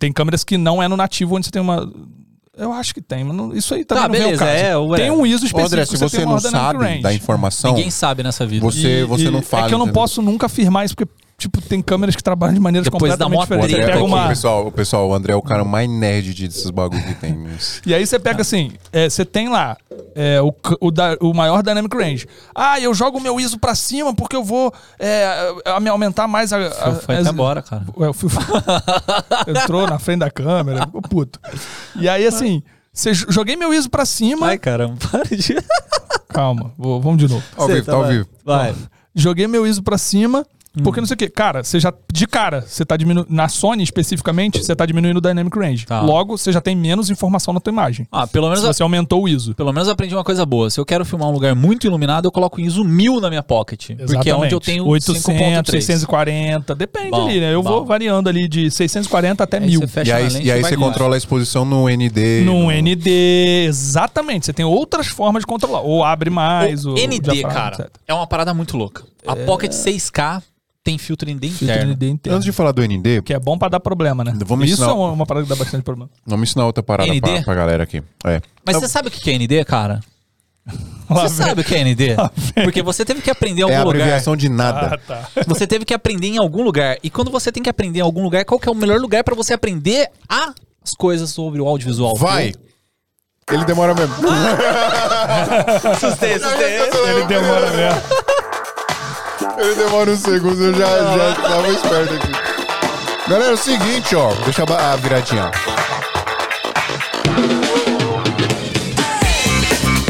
[SPEAKER 3] Tem câmeras que não é no nativo onde você tem uma. Eu acho que tem, mas não- isso aí também
[SPEAKER 4] Tá,
[SPEAKER 3] não vem ao
[SPEAKER 4] beleza,
[SPEAKER 3] caso.
[SPEAKER 4] é, ué.
[SPEAKER 3] tem um ISO
[SPEAKER 1] Ô,
[SPEAKER 3] específico
[SPEAKER 1] André, se
[SPEAKER 3] que
[SPEAKER 1] você
[SPEAKER 3] tem uma
[SPEAKER 1] não
[SPEAKER 3] dynamic
[SPEAKER 1] sabe
[SPEAKER 3] range.
[SPEAKER 1] da informação,
[SPEAKER 4] Ninguém sabe nessa vida.
[SPEAKER 1] Tá você, você não fala.
[SPEAKER 3] É que eu não
[SPEAKER 1] entendeu?
[SPEAKER 3] posso nunca afirmar isso, porque, tipo, tem câmeras que trabalham de maneiras
[SPEAKER 4] Depois dá
[SPEAKER 3] completamente
[SPEAKER 4] mó
[SPEAKER 1] O
[SPEAKER 3] diferentes.
[SPEAKER 1] André,
[SPEAKER 3] Você
[SPEAKER 1] tá
[SPEAKER 3] pega
[SPEAKER 1] aqui,
[SPEAKER 3] uma-
[SPEAKER 1] pessoal, o pessoal, o André é o cara mais nerd de- desses bagulho que tem. mas-
[SPEAKER 3] E aí você pega assim, é, você tem lá é, o, c- o da- o maior dynamic range. Ah, eu jogo o meu ISO pra cima porque eu vou é, a- a- aumentar mais a... a-
[SPEAKER 4] Foi
[SPEAKER 3] as-
[SPEAKER 4] até embora, cara.
[SPEAKER 3] *laughs* Ué, eu fui- Entrou na frente da câmera, ficou puto. E aí, assim, Você jo- joguei meu ISO pra cima.
[SPEAKER 4] Ai, caramba, *laughs* para de.
[SPEAKER 3] Calma, vou- vamos de novo.
[SPEAKER 1] Ao vivo, tá ao vivo.
[SPEAKER 4] Vai.
[SPEAKER 3] Joguei meu ISO pra cima. Porque não sei o que, cara, você já. De cara, você tá diminuindo. Na Sony especificamente, você tá diminuindo o dynamic range.
[SPEAKER 4] Tá.
[SPEAKER 3] Logo, você já tem menos informação na tua imagem.
[SPEAKER 4] Ah, pelo menos,
[SPEAKER 3] Se você aumentou o ISO.
[SPEAKER 4] pelo menos eu aprendi uma coisa boa. Se eu quero filmar um lugar muito iluminado, eu coloco ISO 1000 na minha pocket. Porque é onde eu tenho
[SPEAKER 3] 800,
[SPEAKER 4] 5.3.
[SPEAKER 3] 640, depende
[SPEAKER 4] Bom,
[SPEAKER 3] ali, né? Eu
[SPEAKER 4] bom.
[SPEAKER 3] vou variando ali de 640 até
[SPEAKER 4] Aí
[SPEAKER 3] 1000.
[SPEAKER 4] você fecha
[SPEAKER 1] E aí,
[SPEAKER 4] na lente
[SPEAKER 1] e aí
[SPEAKER 4] vai
[SPEAKER 1] você
[SPEAKER 4] embora.
[SPEAKER 1] controla a exposição no ND.
[SPEAKER 3] Num ND, exatamente. Você tem outras formas de controlar. Ou abre mais.
[SPEAKER 4] O
[SPEAKER 3] ou
[SPEAKER 4] ND,
[SPEAKER 3] diafragma,
[SPEAKER 4] cara,
[SPEAKER 3] etc.
[SPEAKER 4] é uma parada muito louca. A Pocket 6K tem filtro ND interno.
[SPEAKER 3] ND interno.
[SPEAKER 1] Antes de falar do ND,
[SPEAKER 3] Que é bom pra dar problema, né?
[SPEAKER 1] Vamos
[SPEAKER 3] Isso
[SPEAKER 1] ensinar-
[SPEAKER 3] é uma uma parada que dá bastante problema.
[SPEAKER 1] vamos ensinar outra parada
[SPEAKER 4] ND?
[SPEAKER 1] pra, pra galera aqui. É.
[SPEAKER 4] Mas
[SPEAKER 1] Não,
[SPEAKER 4] você sabe o que que é ND, cara?
[SPEAKER 3] Lá
[SPEAKER 4] *laughs* Você sabe o que
[SPEAKER 1] *laughs*
[SPEAKER 4] é ND? Porque você teve que aprender em algum
[SPEAKER 1] é a
[SPEAKER 4] lugar.
[SPEAKER 1] *laughs* abreviação de nada.
[SPEAKER 3] Ah, tá.
[SPEAKER 4] Você teve que aprender em algum lugar. E quando você tem que aprender em algum lugar, qual que é o melhor lugar pra você aprender a- as coisas sobre o audiovisual?
[SPEAKER 1] Vai! Ele demora mesmo.
[SPEAKER 4] Sustei, sustei.
[SPEAKER 3] Ele demora né? mesmo.
[SPEAKER 1] Ele demora uns segundos, eu já, já tava esperto aqui. Galera, é o seguinte, ó. Deixa eu ba- a viradinha.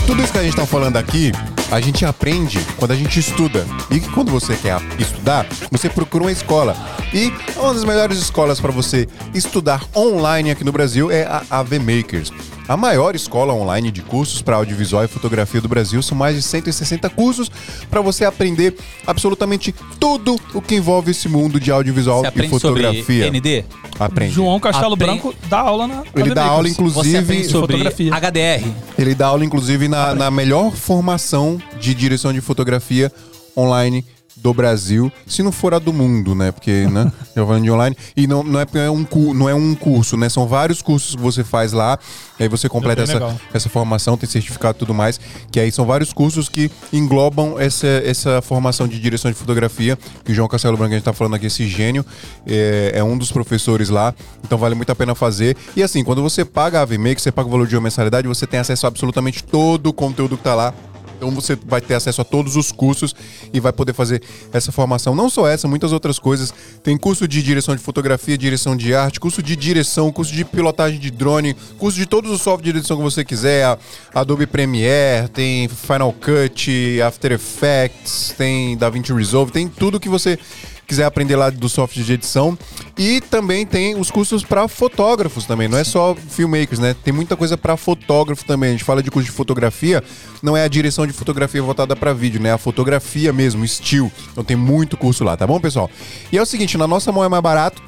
[SPEAKER 1] Tudo isso que a gente tá falando aqui, a gente aprende quando a gente estuda. E quando você quer a- estudar, você procura uma escola. E uma das melhores escolas para você estudar online aqui no Brasil é a AV Makers. A maior escola online de cursos para audiovisual e fotografia do Brasil são mais de 160 cursos para você aprender absolutamente tudo o que envolve esse mundo de audiovisual
[SPEAKER 4] Você
[SPEAKER 1] e
[SPEAKER 4] aprende sobre
[SPEAKER 1] fotografia.
[SPEAKER 4] ND?
[SPEAKER 1] Aprende.
[SPEAKER 3] João Castelo
[SPEAKER 4] Apre-
[SPEAKER 3] Branco dá aula na.
[SPEAKER 1] Ele dá aula,
[SPEAKER 3] inclusive.
[SPEAKER 4] Você
[SPEAKER 1] inclusive,
[SPEAKER 4] aprende sobre
[SPEAKER 3] fotografia.
[SPEAKER 4] HDR.
[SPEAKER 1] ele dá aula, inclusive, na, na melhor formação de direção de fotografia online do Brasil, se não for a do mundo, né? Porque, né? Eu falando de online. E não, não, é, porque é um, cu- não é um curso, né? São vários cursos que você faz lá. E aí você completa essa,
[SPEAKER 3] bem legal.
[SPEAKER 1] essa formação, tem certificado e tudo mais. Que aí são vários cursos que englobam essa, essa formação de direção de fotografia. Que o João Castelo Branco, a gente tá falando aqui, esse gênio, é, é um dos professores lá. Então vale muito a pena fazer. E assim, quando você paga a AVMake, você paga o valor de uma mensalidade, você tem acesso a absolutamente todo o conteúdo que tá lá. Então você vai ter acesso a todos os cursos e vai poder fazer essa formação. Não só essa, muitas outras coisas. Tem curso de direção de fotografia, direção de arte, curso de direção, curso de pilotagem de drone, curso de todos os softwares de edição que você quiser. a- Adobe Premiere, tem Final Cut, After Effects, tem DaVinci Resolve, tem tudo que você quiser aprender lá do software de edição. E também tem os cursos para fotógrafos também, não é só filmmakers, né? Tem muita coisa para fotógrafo também. A gente fala de curso de fotografia, não é a direção de fotografia voltada para vídeo, né? É A fotografia mesmo, estilo. Então tem muito curso lá, tá bom, pessoal? E é o seguinte, na nossa mão é mais barato.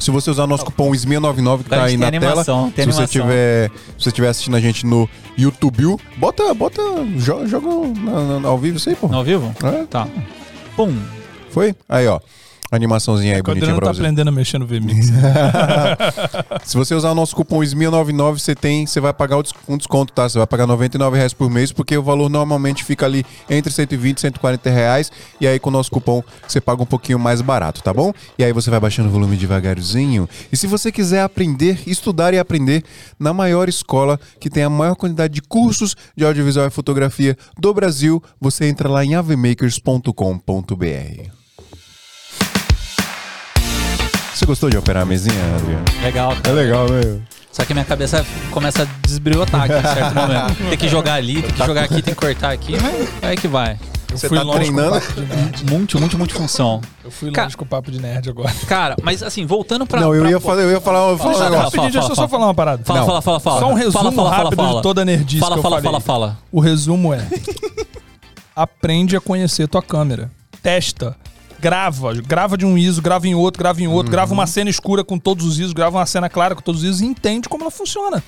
[SPEAKER 1] Se você usar o nosso cupom SMIA99 que tá
[SPEAKER 4] Agora a
[SPEAKER 1] aí
[SPEAKER 4] gente
[SPEAKER 1] na
[SPEAKER 4] tem animação,
[SPEAKER 1] tela,
[SPEAKER 4] tem
[SPEAKER 1] se você
[SPEAKER 4] animação.
[SPEAKER 1] tiver, se você tiver assistindo a gente no YouTube, bota, bota, jo- joga um na- na- ao vivo isso aí, pô.
[SPEAKER 4] Ao vivo?
[SPEAKER 1] É.
[SPEAKER 4] Tá. Pum.
[SPEAKER 1] Foi? Aí, ó. Animaçãozinha aí
[SPEAKER 3] O
[SPEAKER 1] bonitinha
[SPEAKER 3] Adriano
[SPEAKER 1] pra
[SPEAKER 3] tá
[SPEAKER 1] você.
[SPEAKER 3] aprendendo a mexer no
[SPEAKER 1] *laughs*
[SPEAKER 3] VMix.
[SPEAKER 1] Se você usar o nosso cupom SMIA99, você tem, você vai pagar o des- um desconto, tá? Você vai pagar R$ 99 reais por mês, porque o valor normalmente fica ali entre 120 e 140 reais. E aí com o nosso cupom você paga um pouquinho mais barato, tá bom? E aí você vai baixando o volume devagarzinho. E se você quiser aprender, estudar e aprender na maior escola que tem a maior quantidade de cursos de audiovisual e fotografia do Brasil, você entra lá em avemakers.com.br. Você gostou de operar a mesinha, Adriano?
[SPEAKER 4] Legal.
[SPEAKER 1] É legal, mesmo.
[SPEAKER 4] Só que minha cabeça começa a desbriotar aqui
[SPEAKER 1] *laughs*
[SPEAKER 4] em certo momento. Tem que jogar ali, tem que jogar aqui, tem que cortar aqui. mas Aí que vai.
[SPEAKER 1] Você
[SPEAKER 3] fui
[SPEAKER 1] tá
[SPEAKER 3] longe com
[SPEAKER 1] treinando?
[SPEAKER 4] *laughs*
[SPEAKER 3] o papo de nerd.
[SPEAKER 4] Muito, muito, muito função.
[SPEAKER 3] Eu fui
[SPEAKER 4] Cara-
[SPEAKER 3] longe com o papo de nerd agora.
[SPEAKER 4] Cara, mas assim, voltando pra.
[SPEAKER 1] Não, eu
[SPEAKER 4] pra-
[SPEAKER 1] ia, falar, eu ia falar, eu ia falar um
[SPEAKER 4] Fala,
[SPEAKER 1] negócio.
[SPEAKER 3] Rapidinho, deixa eu só
[SPEAKER 4] fala.
[SPEAKER 3] falar uma parada.
[SPEAKER 4] Fala,
[SPEAKER 1] Não.
[SPEAKER 4] fala, fala, fala.
[SPEAKER 3] Só um resumo
[SPEAKER 4] fala, fala, fala,
[SPEAKER 3] rápido
[SPEAKER 4] fala.
[SPEAKER 3] de toda a nerdice
[SPEAKER 4] Fala,
[SPEAKER 3] que eu
[SPEAKER 4] fala,
[SPEAKER 3] falei.
[SPEAKER 4] fala, fala.
[SPEAKER 3] *laughs* O resumo é: aprende a conhecer tua câmera. Testa. Grava. Grava de um ISO, grava em outro, grava em outro,
[SPEAKER 1] Uhum.
[SPEAKER 3] grava uma cena escura com todos os ISOs, grava uma cena clara com todos os ISOs e entende como ela funciona.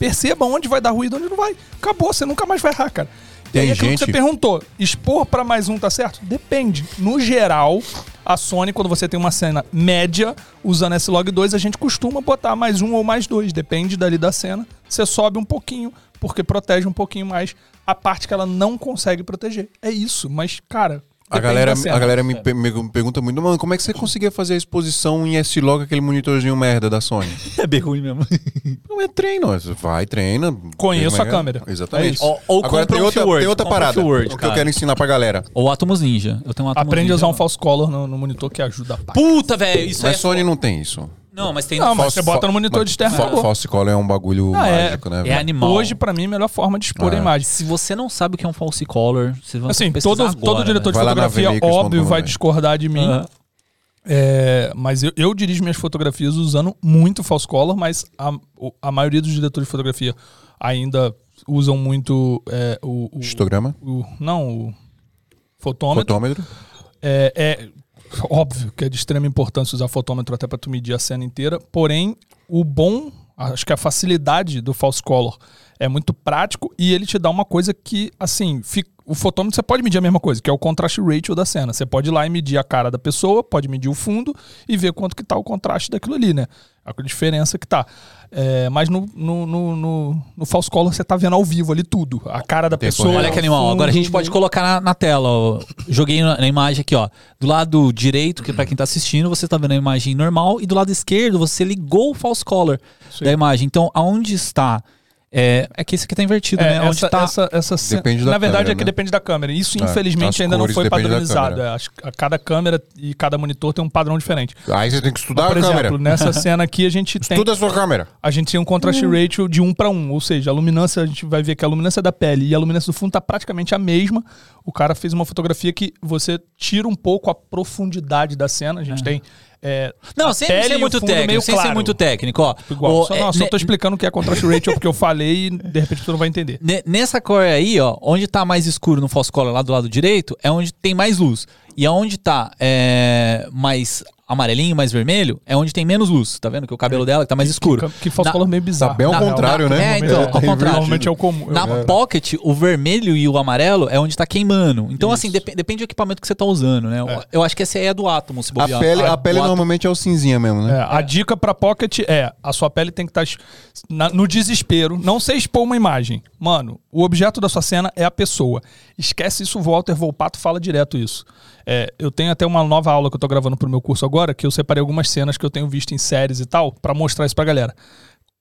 [SPEAKER 3] Perceba onde vai dar ruído, onde não vai. Acabou, você nunca mais vai errar, cara. E aí, é
[SPEAKER 1] Tem
[SPEAKER 3] aquilo que
[SPEAKER 1] gente-
[SPEAKER 3] você perguntou, expor pra mais um tá certo? Depende. No geral, a Sony, quando você tem uma cena média, usando esse log 2, a gente costuma botar mais um ou mais dois. Depende dali da cena. Você sobe um pouquinho, porque protege um pouquinho mais a parte que ela não consegue proteger. É isso, mas, cara.
[SPEAKER 1] A
[SPEAKER 3] depende
[SPEAKER 1] galera, é
[SPEAKER 3] da cena.
[SPEAKER 1] a galera me, pe- me pergunta muito, mano, como é que você conseguia fazer a exposição em S-Log, aquele monitorzinho merda da Sony?
[SPEAKER 4] É bem ruim mesmo.
[SPEAKER 1] Não é treino, é- vai, treina.
[SPEAKER 3] Conheço
[SPEAKER 1] Como é
[SPEAKER 3] a
[SPEAKER 1] que é?
[SPEAKER 3] câmera. É
[SPEAKER 1] Exatamente.
[SPEAKER 3] isso.
[SPEAKER 4] Ou- ou
[SPEAKER 1] Agora
[SPEAKER 4] compra
[SPEAKER 1] tem
[SPEAKER 4] um
[SPEAKER 1] outra,
[SPEAKER 4] Fuel Word,
[SPEAKER 1] tem outra
[SPEAKER 4] compra um
[SPEAKER 1] parada,
[SPEAKER 4] Fuel Word,
[SPEAKER 1] o que eu
[SPEAKER 4] cara.
[SPEAKER 1] quero ensinar pra galera.
[SPEAKER 4] Ou Atomos
[SPEAKER 1] é
[SPEAKER 4] Ninja. Eu tenho um Atomos
[SPEAKER 3] Aprende
[SPEAKER 4] Ninja.
[SPEAKER 3] a usar um false color no, no monitor que ajuda a parte.
[SPEAKER 4] Puta, velho, isso
[SPEAKER 1] Mas
[SPEAKER 4] é.
[SPEAKER 1] Sony não tem isso.
[SPEAKER 4] Não, mas tem.
[SPEAKER 3] Não, mas
[SPEAKER 1] Fossi-
[SPEAKER 3] você bota no monitor
[SPEAKER 1] mas
[SPEAKER 3] de externo,
[SPEAKER 1] fo-
[SPEAKER 3] Ah, acabou.
[SPEAKER 1] Falsicolor é um bagulho
[SPEAKER 3] Ah, é.
[SPEAKER 1] mágico, né?
[SPEAKER 4] é animal.
[SPEAKER 3] Hoje, pra mim, a melhor forma de expor
[SPEAKER 1] Ah.
[SPEAKER 3] a imagem.
[SPEAKER 4] se você não sabe o que é um falsicolor, você vai
[SPEAKER 3] Assim,
[SPEAKER 4] pesquisar
[SPEAKER 3] todo,
[SPEAKER 4] agora, né?
[SPEAKER 3] todo diretor de
[SPEAKER 1] Vai lá na
[SPEAKER 3] fotografia,
[SPEAKER 1] Veneicas ponto
[SPEAKER 3] óbvio,
[SPEAKER 1] com
[SPEAKER 3] vai
[SPEAKER 1] também.
[SPEAKER 3] discordar de mim.
[SPEAKER 4] velho.
[SPEAKER 3] É, mas eu, eu dirijo minhas fotografias usando muito false color, mas a, o- a maioria dos diretores de fotografia ainda usam muito é, o, o-
[SPEAKER 1] Histograma,
[SPEAKER 3] o- Não, o fotômetro.
[SPEAKER 1] fotômetro.
[SPEAKER 3] É, é óbvio que é de extrema importância usar fotômetro até para tu medir a cena inteira, porém, o bom, acho que a facilidade do false color é muito prático e ele te dá uma coisa que, assim, fi- o fotômetro você pode medir a mesma coisa, que é o contraste ratio da cena. Você pode ir lá e medir a cara da pessoa, pode medir o fundo e ver quanto que tá o contraste daquilo ali, né? A diferença que tá. É, mas no, no, no, no, no false color você tá vendo ao vivo ali tudo. A cara da
[SPEAKER 1] Tempo
[SPEAKER 3] pessoa.
[SPEAKER 1] real.
[SPEAKER 4] Olha que animal.
[SPEAKER 3] fundo,
[SPEAKER 4] Agora a gente pode colocar na, na tela. ó. Joguei na, na imagem aqui, ó. Do lado direito, que pra quem tá assistindo, você tá vendo a imagem normal. E do lado esquerdo, você ligou o false color
[SPEAKER 3] Isso aí.
[SPEAKER 4] da imagem. Então, aonde está? É, é que esse aqui tá invertido,
[SPEAKER 3] É,
[SPEAKER 4] né? Onde
[SPEAKER 3] essa,
[SPEAKER 4] tá.
[SPEAKER 3] essa, essa ce-
[SPEAKER 1] Depende da
[SPEAKER 3] Na verdade,
[SPEAKER 1] câmera,
[SPEAKER 3] é que
[SPEAKER 1] né?
[SPEAKER 3] depende da câmera. Isso,
[SPEAKER 1] É, as
[SPEAKER 3] infelizmente, ainda não
[SPEAKER 1] cores
[SPEAKER 3] foi
[SPEAKER 1] dependem da
[SPEAKER 3] padronizado.
[SPEAKER 1] câmera.
[SPEAKER 3] Acho que a cada câmera e cada monitor tem um padrão diferente.
[SPEAKER 1] Aí você tem que estudar
[SPEAKER 3] Por
[SPEAKER 1] a
[SPEAKER 3] exemplo,
[SPEAKER 1] câmera. *laughs* é
[SPEAKER 3] nessa cena aqui, a gente tem.
[SPEAKER 1] Estuda a sua câmera.
[SPEAKER 3] A gente tem um contraste ratio de 1 para 1, ou seja, a luminância, a gente vai ver que a luminância da pele e a luminância do fundo tá praticamente a mesma. O cara fez uma fotografia que você tira um pouco a profundidade da cena. A gente tem. é,
[SPEAKER 4] Não,
[SPEAKER 3] a
[SPEAKER 4] sem,
[SPEAKER 3] pele e
[SPEAKER 4] sem
[SPEAKER 3] o
[SPEAKER 4] muito
[SPEAKER 3] fundo meio
[SPEAKER 4] técnico, sem ser
[SPEAKER 3] claro.
[SPEAKER 4] muito técnico, ó.
[SPEAKER 3] igual.
[SPEAKER 4] Ó,
[SPEAKER 3] só,
[SPEAKER 4] é,
[SPEAKER 3] não, só
[SPEAKER 4] ne-
[SPEAKER 3] tô explicando o que é contraste ratio porque eu falei e de repente tu não vai entender.
[SPEAKER 4] Ne- Nessa cor aí, ó, onde tá mais escuro no false color lá do lado direito, é onde tem mais luz. E aonde tá é, mais amarelinho, mais vermelho, é onde tem menos luz. Tá vendo que o cabelo dela que tá mais escuro.
[SPEAKER 3] É. Que falso
[SPEAKER 4] Na-
[SPEAKER 3] color meio bizarro.
[SPEAKER 1] bem ao
[SPEAKER 3] Na-
[SPEAKER 1] contrário,
[SPEAKER 3] na-
[SPEAKER 1] né?
[SPEAKER 4] É, então, ao contrário.
[SPEAKER 3] Normalmente é o comum.
[SPEAKER 4] Na pocket, o vermelho e o amarelo é onde tá queimando. Então, assim, depe- depende do equipamento que você tá usando, né? Eu acho que essa aí é a do átomo, se
[SPEAKER 1] A
[SPEAKER 4] bobear.
[SPEAKER 1] pele, a pele
[SPEAKER 4] do átomo.
[SPEAKER 1] normalmente é o cinzinha mesmo,
[SPEAKER 3] É,
[SPEAKER 1] né?
[SPEAKER 3] a dica pra pocket é: a sua pele tem que estar no desespero. Não sei expor uma imagem. Mano, o objeto da sua cena é a pessoa. Esquece isso, o Walter Volpato fala direto isso. É, eu tenho até uma nova aula que eu tô gravando pro meu curso agora, que eu separei algumas cenas que eu tenho visto em séries e tal, pra mostrar isso pra galera.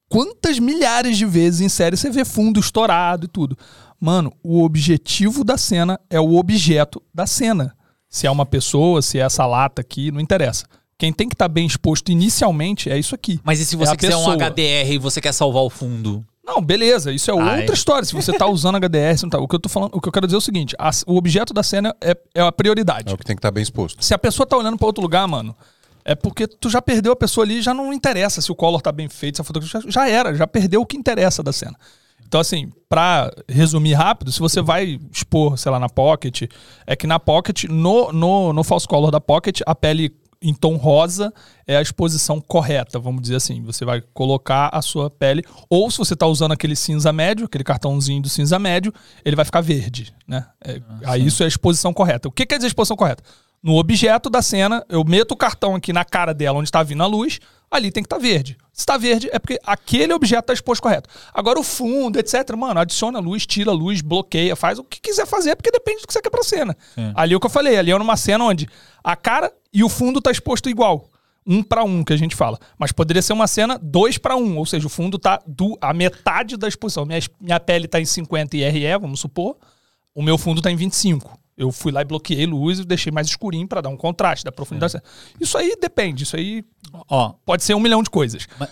[SPEAKER 3] Quantas milhares de vezes em série você vê fundo estourado e tudo. Mano, o objetivo da cena é o objeto da cena. Se é uma pessoa, se é essa lata aqui, não interessa. Quem tem que estar bem exposto inicialmente é isso aqui.
[SPEAKER 4] Mas e se
[SPEAKER 3] É
[SPEAKER 4] você
[SPEAKER 3] a
[SPEAKER 4] quiser um
[SPEAKER 3] pessoa.
[SPEAKER 4] HDR e você quer salvar o fundo?
[SPEAKER 3] Não, beleza, isso é
[SPEAKER 4] Ah,
[SPEAKER 3] outra
[SPEAKER 4] é.
[SPEAKER 3] história. Se você tá usando HDR, se não tá. O que eu tô falando, o que eu quero dizer é o seguinte: a- o objeto da cena é, é a prioridade.
[SPEAKER 1] É o que tem que estar bem exposto.
[SPEAKER 3] Se a pessoa tá olhando pra outro lugar, mano, é porque tu já perdeu a pessoa ali, já não interessa se o color tá bem feito, se a fotografia já, já era, já perdeu o que interessa da cena. Então, assim, pra resumir rápido, se você vai expor, sei lá, na pocket, é que na pocket, no, no, no false color da pocket, a pele em tom rosa é a exposição correta, vamos dizer assim. Você vai colocar a sua pele, ou se você tá usando aquele cinza médio, aquele cartãozinho do cinza médio, ele vai ficar verde, né? É, aí isso é a exposição correta. O que quer dizer exposição correta? no objeto da cena, eu meto o cartão aqui na cara dela, onde está vindo a luz, ali tem que estar verde. Se está verde, é porque aquele objeto está exposto correto. Agora o fundo, etc., mano, adiciona luz, tira luz, bloqueia, faz o que quiser fazer, porque depende do que você quer pra cena. Ali é o que eu falei, ali é numa cena onde a cara e o fundo tá exposto igual. Um para um, que a gente fala. Mas poderia ser uma cena dois para um, ou seja, o fundo tá do, a metade da exposição. Minha, minha pele tá em 50 IRE, vamos supor. O meu fundo tá em 25. Eu fui lá e bloqueei luz e deixei mais escurinho pra dar um contraste, da profundidade. Isso aí depende, isso aí
[SPEAKER 4] Ó,
[SPEAKER 3] pode ser um milhão de coisas.
[SPEAKER 4] Mas-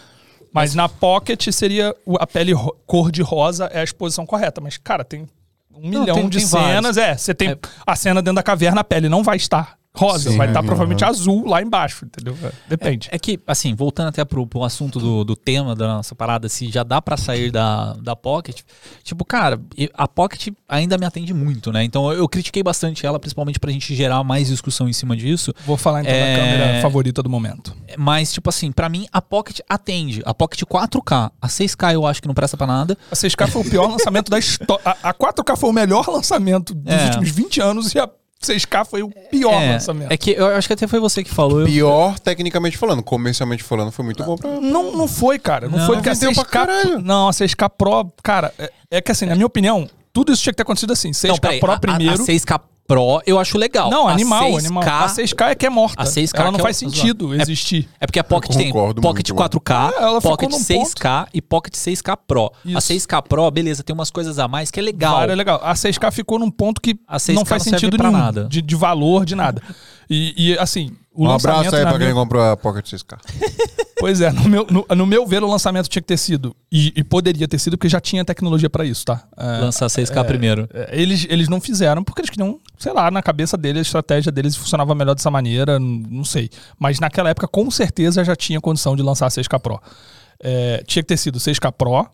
[SPEAKER 3] Mas, na pocket seria o- a pele ro- cor de rosa é a exposição correta. Mas, cara, tem um milhão
[SPEAKER 4] tem-
[SPEAKER 3] de
[SPEAKER 4] tem
[SPEAKER 3] cenas.
[SPEAKER 4] vários.
[SPEAKER 3] É, você tem
[SPEAKER 4] É.
[SPEAKER 3] a cena dentro da caverna, a pele não vai estar rosa,
[SPEAKER 1] Sim,
[SPEAKER 3] vai estar
[SPEAKER 1] uhum.
[SPEAKER 3] provavelmente azul lá embaixo, entendeu? É, Depende.
[SPEAKER 4] É que, assim, voltando até pro, pro assunto do, do tema da nossa parada, se já dá pra sair da, da Pocket, tipo, cara, e- a Pocket ainda me atende muito, né? Então eu critiquei bastante ela, principalmente pra gente gerar mais discussão em cima disso.
[SPEAKER 3] Vou falar então
[SPEAKER 4] É.
[SPEAKER 3] da câmera favorita do momento.
[SPEAKER 4] Mas, tipo assim, pra mim a Pocket atende. A Pocket 4K, a 6K eu acho que não presta pra nada.
[SPEAKER 3] A 6K foi o pior lançamento da história. A, a 4K foi o melhor lançamento dos
[SPEAKER 4] É.
[SPEAKER 3] últimos 20 anos e a 6K foi o pior
[SPEAKER 4] é,
[SPEAKER 3] lançamento.
[SPEAKER 4] é que eu acho que até foi você que falou. eu-
[SPEAKER 1] Pior, tecnicamente falando, comercialmente falando, foi muito bom pra.
[SPEAKER 3] Não, não foi, cara. Não,
[SPEAKER 4] Não.
[SPEAKER 3] foi porque a
[SPEAKER 1] Vendeu pra
[SPEAKER 3] 6K.
[SPEAKER 1] caralho.
[SPEAKER 3] Não, a 6K Pro, cara, é, é que assim, na minha opinião, tudo isso tinha que ter acontecido assim. 6K
[SPEAKER 4] não, peraí,
[SPEAKER 3] Pro
[SPEAKER 4] a- a-
[SPEAKER 3] primeiro.
[SPEAKER 4] A, 6K Pro eu acho legal.
[SPEAKER 3] não,
[SPEAKER 4] A
[SPEAKER 3] animal,
[SPEAKER 4] 6K
[SPEAKER 3] animal. A 6K é que é morta.
[SPEAKER 4] A 6K
[SPEAKER 3] Ela não
[SPEAKER 4] que é
[SPEAKER 3] faz
[SPEAKER 4] o-
[SPEAKER 3] sentido
[SPEAKER 4] É-
[SPEAKER 3] existir.
[SPEAKER 4] É porque a Pocket tem
[SPEAKER 1] concordo
[SPEAKER 4] Pocket
[SPEAKER 1] muito, mano.
[SPEAKER 4] 4K,
[SPEAKER 3] É, ela ficou
[SPEAKER 4] Pocket
[SPEAKER 3] num ponto.
[SPEAKER 4] 6K e Pocket 6K Pro. A
[SPEAKER 3] Isso.
[SPEAKER 4] 6K Pro, beleza, tem umas coisas a mais que é legal.
[SPEAKER 3] Claro, é legal. A 6K ficou num ponto que
[SPEAKER 4] A 6K
[SPEAKER 3] não faz
[SPEAKER 4] não serve
[SPEAKER 3] sentido
[SPEAKER 4] pra
[SPEAKER 3] nenhum
[SPEAKER 4] nada.
[SPEAKER 3] De, de valor, de nada. E, e, assim, o
[SPEAKER 1] Um
[SPEAKER 3] lançamento,
[SPEAKER 1] abraço aí
[SPEAKER 3] na
[SPEAKER 1] pra
[SPEAKER 3] minha-
[SPEAKER 1] quem comprou a Pocket 6K.
[SPEAKER 3] Pois é, no meu, no, no meu ver, o lançamento tinha que ter sido. E, e poderia ter sido, porque já tinha tecnologia pra isso, tá? É,
[SPEAKER 4] Lançar 6K primeiro.
[SPEAKER 3] é, Eles, eles não fizeram porque eles queriam, sei lá, na cabeça deles, a estratégia deles funcionava melhor dessa maneira, n- não sei. Mas naquela época, com certeza, já tinha condição de lançar a 6K Pro. É, tinha que ter sido 6K Pro,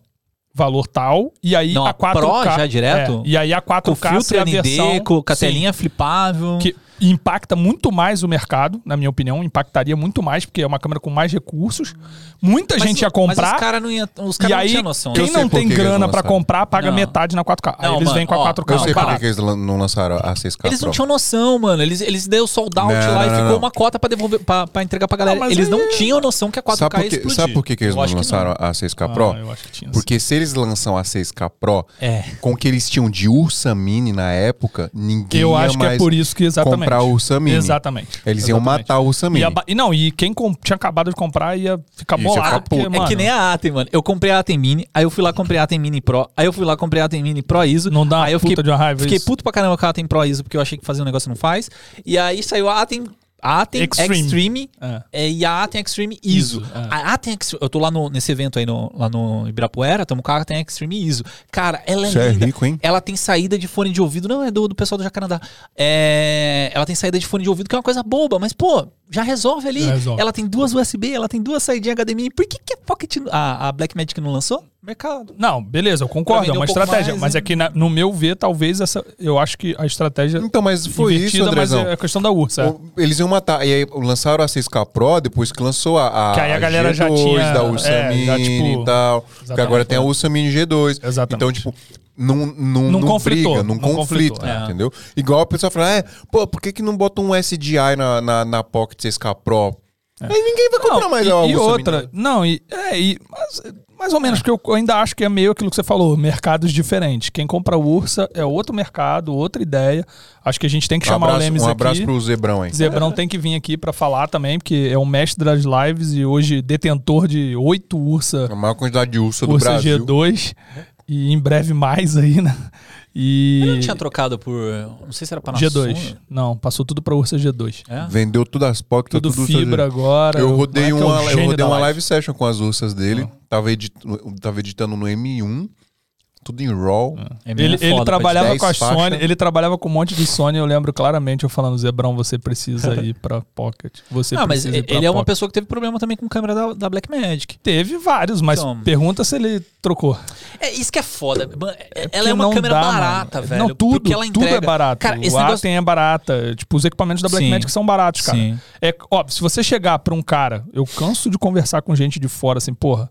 [SPEAKER 3] valor tal, e aí
[SPEAKER 4] Não,
[SPEAKER 3] a
[SPEAKER 4] a
[SPEAKER 3] 4K.
[SPEAKER 4] Pro já direto?
[SPEAKER 3] É, e aí a 4K
[SPEAKER 4] Com
[SPEAKER 3] ser
[SPEAKER 4] filtro
[SPEAKER 3] a
[SPEAKER 4] ND,
[SPEAKER 3] versão,
[SPEAKER 4] com com a
[SPEAKER 3] Sim
[SPEAKER 4] telinha flipável.
[SPEAKER 3] que impacta muito mais o mercado, na minha opinião, impactaria muito mais, porque é uma câmera com mais recursos. Muita
[SPEAKER 4] Mas-
[SPEAKER 3] gente ia
[SPEAKER 4] Mas os
[SPEAKER 3] comprar.
[SPEAKER 4] caras não, ia, os
[SPEAKER 3] e
[SPEAKER 4] cara não
[SPEAKER 3] aí,
[SPEAKER 4] tinham noção.
[SPEAKER 3] quem
[SPEAKER 1] Eu sei
[SPEAKER 3] não
[SPEAKER 1] por
[SPEAKER 3] tem
[SPEAKER 1] que que eles
[SPEAKER 3] grana
[SPEAKER 1] não
[SPEAKER 3] pra
[SPEAKER 1] lançaram.
[SPEAKER 3] comprar, paga
[SPEAKER 4] Não.
[SPEAKER 3] metade na 4K. Aí
[SPEAKER 4] Não,
[SPEAKER 3] eles vêm
[SPEAKER 4] mano,
[SPEAKER 3] com a
[SPEAKER 4] ó,
[SPEAKER 3] 4K.
[SPEAKER 1] Eu sei por que
[SPEAKER 3] parado.
[SPEAKER 1] que eles lan- não lançaram a 6K
[SPEAKER 4] Eles
[SPEAKER 1] Pro.
[SPEAKER 4] não tinham noção, mano. Eles, eles deu sold out
[SPEAKER 1] Não,
[SPEAKER 4] lá e
[SPEAKER 1] não, não,
[SPEAKER 4] ficou
[SPEAKER 1] não.
[SPEAKER 4] uma cota pra devolver pra, pra entregar pra galera.
[SPEAKER 3] Ah, mas
[SPEAKER 4] eles não
[SPEAKER 3] aí-
[SPEAKER 4] tinham noção que a 4K
[SPEAKER 1] Sabe por,
[SPEAKER 4] ia
[SPEAKER 1] que,
[SPEAKER 4] explodir.
[SPEAKER 1] sabe por que, que eles
[SPEAKER 4] Eu
[SPEAKER 1] não
[SPEAKER 4] acho que
[SPEAKER 1] lançaram a 6K
[SPEAKER 3] Ah,
[SPEAKER 1] Pro?
[SPEAKER 3] eu acho que tinha sim.
[SPEAKER 1] Porque se eles lançam a 6K Pro,
[SPEAKER 4] É.
[SPEAKER 1] com o que eles tinham de Ursa Mini na época, ninguém
[SPEAKER 3] Eu
[SPEAKER 1] ia
[SPEAKER 3] acho que
[SPEAKER 1] mais
[SPEAKER 3] é por isso que exatamente.
[SPEAKER 1] comprar o Ursa Mini.
[SPEAKER 3] Exatamente.
[SPEAKER 1] Eles iam
[SPEAKER 3] Exatamente.
[SPEAKER 1] matar o Ursa
[SPEAKER 3] E,
[SPEAKER 1] Mini.
[SPEAKER 3] a ba- e não, e quem com- tinha acabado de comprar ia ficar
[SPEAKER 1] Isso, ia
[SPEAKER 3] bolado.
[SPEAKER 1] ficar
[SPEAKER 3] porque,
[SPEAKER 1] puto.
[SPEAKER 4] É
[SPEAKER 3] mano,
[SPEAKER 4] que nem a Atem, mano. Eu comprei a Atem Mini, aí eu fui lá comprei a Atem Mini Pro, aí eu fui lá comprei a Atem Mini Pro ISO.
[SPEAKER 3] Não dá uma
[SPEAKER 4] aí eu
[SPEAKER 3] puta
[SPEAKER 4] fiquei,
[SPEAKER 3] de uma raiva
[SPEAKER 4] Fiquei
[SPEAKER 3] isso.
[SPEAKER 4] puto pra caramba com a Atem Pro ISO, porque eu achei que fazia um negócio e não faz. E aí saiu a Atem, a Atem
[SPEAKER 3] Extreme.
[SPEAKER 4] Extreme,
[SPEAKER 3] É.
[SPEAKER 4] é, e a Atem Extreme ISO.
[SPEAKER 3] ISO, é.
[SPEAKER 4] A Atem Extreme, eu tô lá no- nesse evento aí no, lá no Ibirapuera, tamo com a Atem Extreme ISO. Cara, ela é
[SPEAKER 1] Você é
[SPEAKER 4] linda.
[SPEAKER 1] rico, hein?
[SPEAKER 4] Ela tem saída de fone de ouvido, não é do, do pessoal do Jacarandá. É, ela tem saída de fone de ouvido, que é uma coisa boba, mas pô, já resolve ali.
[SPEAKER 3] Já resolve.
[SPEAKER 4] Ela tem duas USB, ela tem duas saídinhas HDMI. Por que, que a Pocket, a, a Blackmagic não lançou? Mercado.
[SPEAKER 3] Não, beleza, eu
[SPEAKER 4] Pra
[SPEAKER 3] concordo, é
[SPEAKER 4] vender
[SPEAKER 3] uma
[SPEAKER 4] um pouco
[SPEAKER 3] estratégia.
[SPEAKER 4] mais,
[SPEAKER 3] mas
[SPEAKER 4] né?
[SPEAKER 3] é que na- no meu ver, talvez essa. Eu acho que a estratégia.
[SPEAKER 1] Então, mas foi isso,
[SPEAKER 3] invertida, mas
[SPEAKER 1] Andrezão.
[SPEAKER 3] é a questão da ursa. é.
[SPEAKER 1] O- Eles iam matar. E aí lançaram a 6K Pro depois que lançou a, a,
[SPEAKER 3] Que aí a galera
[SPEAKER 1] G2,
[SPEAKER 3] já tinha-
[SPEAKER 1] da Ursa
[SPEAKER 3] é, já,
[SPEAKER 1] Mini
[SPEAKER 3] tipo,
[SPEAKER 1] e tal. Porque agora
[SPEAKER 3] exatamente.
[SPEAKER 1] tem a Ursa Mini G2.
[SPEAKER 3] Exatamente.
[SPEAKER 1] Então, tipo, não, não, não,
[SPEAKER 3] Não conflitou,
[SPEAKER 1] briga, não,
[SPEAKER 3] não
[SPEAKER 1] conflita,
[SPEAKER 3] conflitou,
[SPEAKER 4] é.
[SPEAKER 1] entendeu? Igual a pessoa fala, é, pô, por que, que não bota um SDI na, na, na Pocket 6K Pro?
[SPEAKER 3] É.
[SPEAKER 1] Aí ninguém vai comprar mais
[SPEAKER 3] e,
[SPEAKER 1] a
[SPEAKER 3] e
[SPEAKER 1] Ursa
[SPEAKER 3] outra,
[SPEAKER 1] Mini. Um
[SPEAKER 3] não, e, é, e- mas, mais ou menos, porque eu ainda acho que é meio aquilo que você falou, mercados diferentes. Quem compra ursa é outro mercado, outra ideia. Acho que a gente tem que
[SPEAKER 1] Um
[SPEAKER 3] chamar o
[SPEAKER 1] abraço,
[SPEAKER 3] Lemes
[SPEAKER 1] um
[SPEAKER 3] aqui.
[SPEAKER 1] abraço pro Zebrão, hein?
[SPEAKER 3] Zebrão tem que vir aqui pra falar também, porque é um mestre das lives e hoje detentor de oito ursa,
[SPEAKER 1] A maior quantidade de urso do
[SPEAKER 3] ursa
[SPEAKER 1] Brasil.
[SPEAKER 3] G2 e em breve mais aí, né? E
[SPEAKER 4] Ele não tinha trocado por. Não sei se era para
[SPEAKER 3] G2. Não, passou tudo pra ursa G2.
[SPEAKER 4] É?
[SPEAKER 1] Vendeu tudo as Pocket,
[SPEAKER 3] Tudo,
[SPEAKER 1] tudo Ursa
[SPEAKER 3] fibra
[SPEAKER 1] G2.
[SPEAKER 3] agora.
[SPEAKER 1] Eu
[SPEAKER 3] o
[SPEAKER 1] rodei
[SPEAKER 3] moleque é o
[SPEAKER 1] uma, eu
[SPEAKER 3] gênio
[SPEAKER 1] rodei
[SPEAKER 3] da
[SPEAKER 1] uma um live Ah. session com as ursas dele. Tava, edit, tava editando no M1, tudo em RAW.
[SPEAKER 4] É meio
[SPEAKER 3] Ele, ele
[SPEAKER 4] foda,
[SPEAKER 3] trabalhava
[SPEAKER 1] dez
[SPEAKER 3] com a
[SPEAKER 1] faixas.
[SPEAKER 3] Sony, ele trabalhava com um monte de Sony, eu lembro claramente eu falando, Zebrão,
[SPEAKER 1] *laughs*
[SPEAKER 3] você precisa ir pra Pocket. Você
[SPEAKER 4] Ah, mas
[SPEAKER 3] precisa ir
[SPEAKER 4] ele
[SPEAKER 3] pra
[SPEAKER 4] é uma
[SPEAKER 3] Pocket."
[SPEAKER 4] pessoa que teve problema também com câmera da, da Blackmagic.
[SPEAKER 3] Teve vários, mas
[SPEAKER 4] Então.
[SPEAKER 3] pergunta se ele trocou.
[SPEAKER 4] É isso que é foda. Man,
[SPEAKER 3] Porque
[SPEAKER 4] ela é uma
[SPEAKER 3] não
[SPEAKER 4] câmera
[SPEAKER 3] dá,
[SPEAKER 4] barata,
[SPEAKER 3] mano.
[SPEAKER 4] velho.
[SPEAKER 3] Não, tudo,
[SPEAKER 4] porque ela
[SPEAKER 3] tudo
[SPEAKER 4] entrega.
[SPEAKER 3] é barato.
[SPEAKER 4] Cara, esse
[SPEAKER 3] o
[SPEAKER 4] negócio.
[SPEAKER 3] Atem é barata. Tipo, os equipamentos da
[SPEAKER 4] Sim.
[SPEAKER 3] Blackmagic são baratos, cara.
[SPEAKER 4] Sim.
[SPEAKER 3] É, óbvio, se você chegar pra um cara, eu canso de conversar com gente de fora, assim, porra,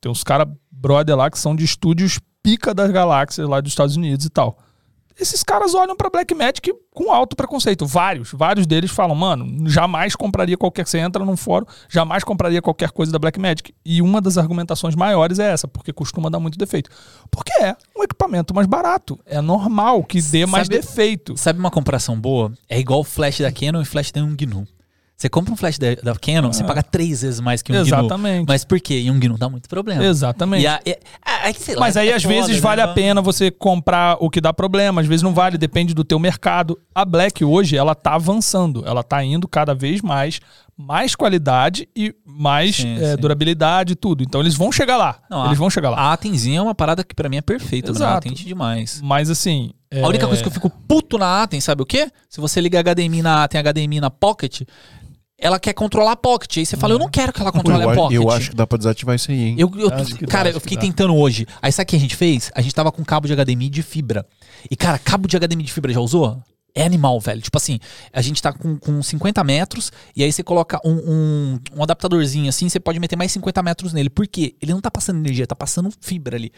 [SPEAKER 3] tem uns caras brother lá que são de estúdios pica das galáxias lá dos Estados Unidos e tal. Esses caras olham pra Blackmagic com alto preconceito. Vários, vários deles falam, mano, jamais compraria qualquer... Você entra num fórum, jamais compraria qualquer coisa da Blackmagic. E uma das argumentações maiores é essa, porque costuma dar muito defeito. Porque é um equipamento mais barato. É normal que dê mais
[SPEAKER 4] Sabe-
[SPEAKER 3] defeito.
[SPEAKER 4] Sabe uma comparação boa? É igual o flash da Canon e flash da um GNU. Você compra um flash da, da Canon, você paga três vezes mais que um GNU.
[SPEAKER 3] Ah. Exatamente.
[SPEAKER 4] Mas por quê? E um GNU dá muito problema.
[SPEAKER 3] Exatamente.
[SPEAKER 4] E a- e- a- a- sei lá,
[SPEAKER 3] Mas aí,
[SPEAKER 4] é
[SPEAKER 3] às
[SPEAKER 4] foda,
[SPEAKER 3] vezes,
[SPEAKER 4] né?
[SPEAKER 3] vale a pena você comprar o que dá problema, às vezes não vale, depende do teu mercado. A Black hoje, ela tá avançando, ela tá indo cada vez mais, mais qualidade e mais
[SPEAKER 4] Sim,
[SPEAKER 3] eh,
[SPEAKER 4] sim.
[SPEAKER 3] durabilidade e tudo. Então, eles vão chegar lá,
[SPEAKER 4] Não,
[SPEAKER 3] eles
[SPEAKER 4] a-
[SPEAKER 3] vão chegar lá.
[SPEAKER 4] A Atenzinha é uma parada que pra mim é perfeita, mano. Ela
[SPEAKER 3] Exato.
[SPEAKER 4] atende demais.
[SPEAKER 3] Mas, assim... é,
[SPEAKER 4] A única coisa que eu fico puto na Atem, sabe o quê? Se você liga HDMI na Atem, HDMI na Pocket, ela quer controlar a Pocket. Aí você fala, eu não quero que ela controle a Pocket.
[SPEAKER 1] que dá pra desativar isso aí, hein?
[SPEAKER 4] Eu, eu-
[SPEAKER 3] Acho que dá,
[SPEAKER 4] cara,
[SPEAKER 3] acho
[SPEAKER 4] eu
[SPEAKER 3] que
[SPEAKER 4] fiquei
[SPEAKER 3] dá.
[SPEAKER 4] tentando hoje. Aí sabe o que a gente fez? A gente tava com cabo de HDMI de fibra. E, cara, cabo de HDMI de fibra já usou? É animal, velho. Tipo assim, a gente tá com, com 50 metros e aí você coloca um, um, um adaptadorzinho assim, você pode meter mais 50 metros nele. Por quê? Ele não tá passando energia, tá passando fibra ali.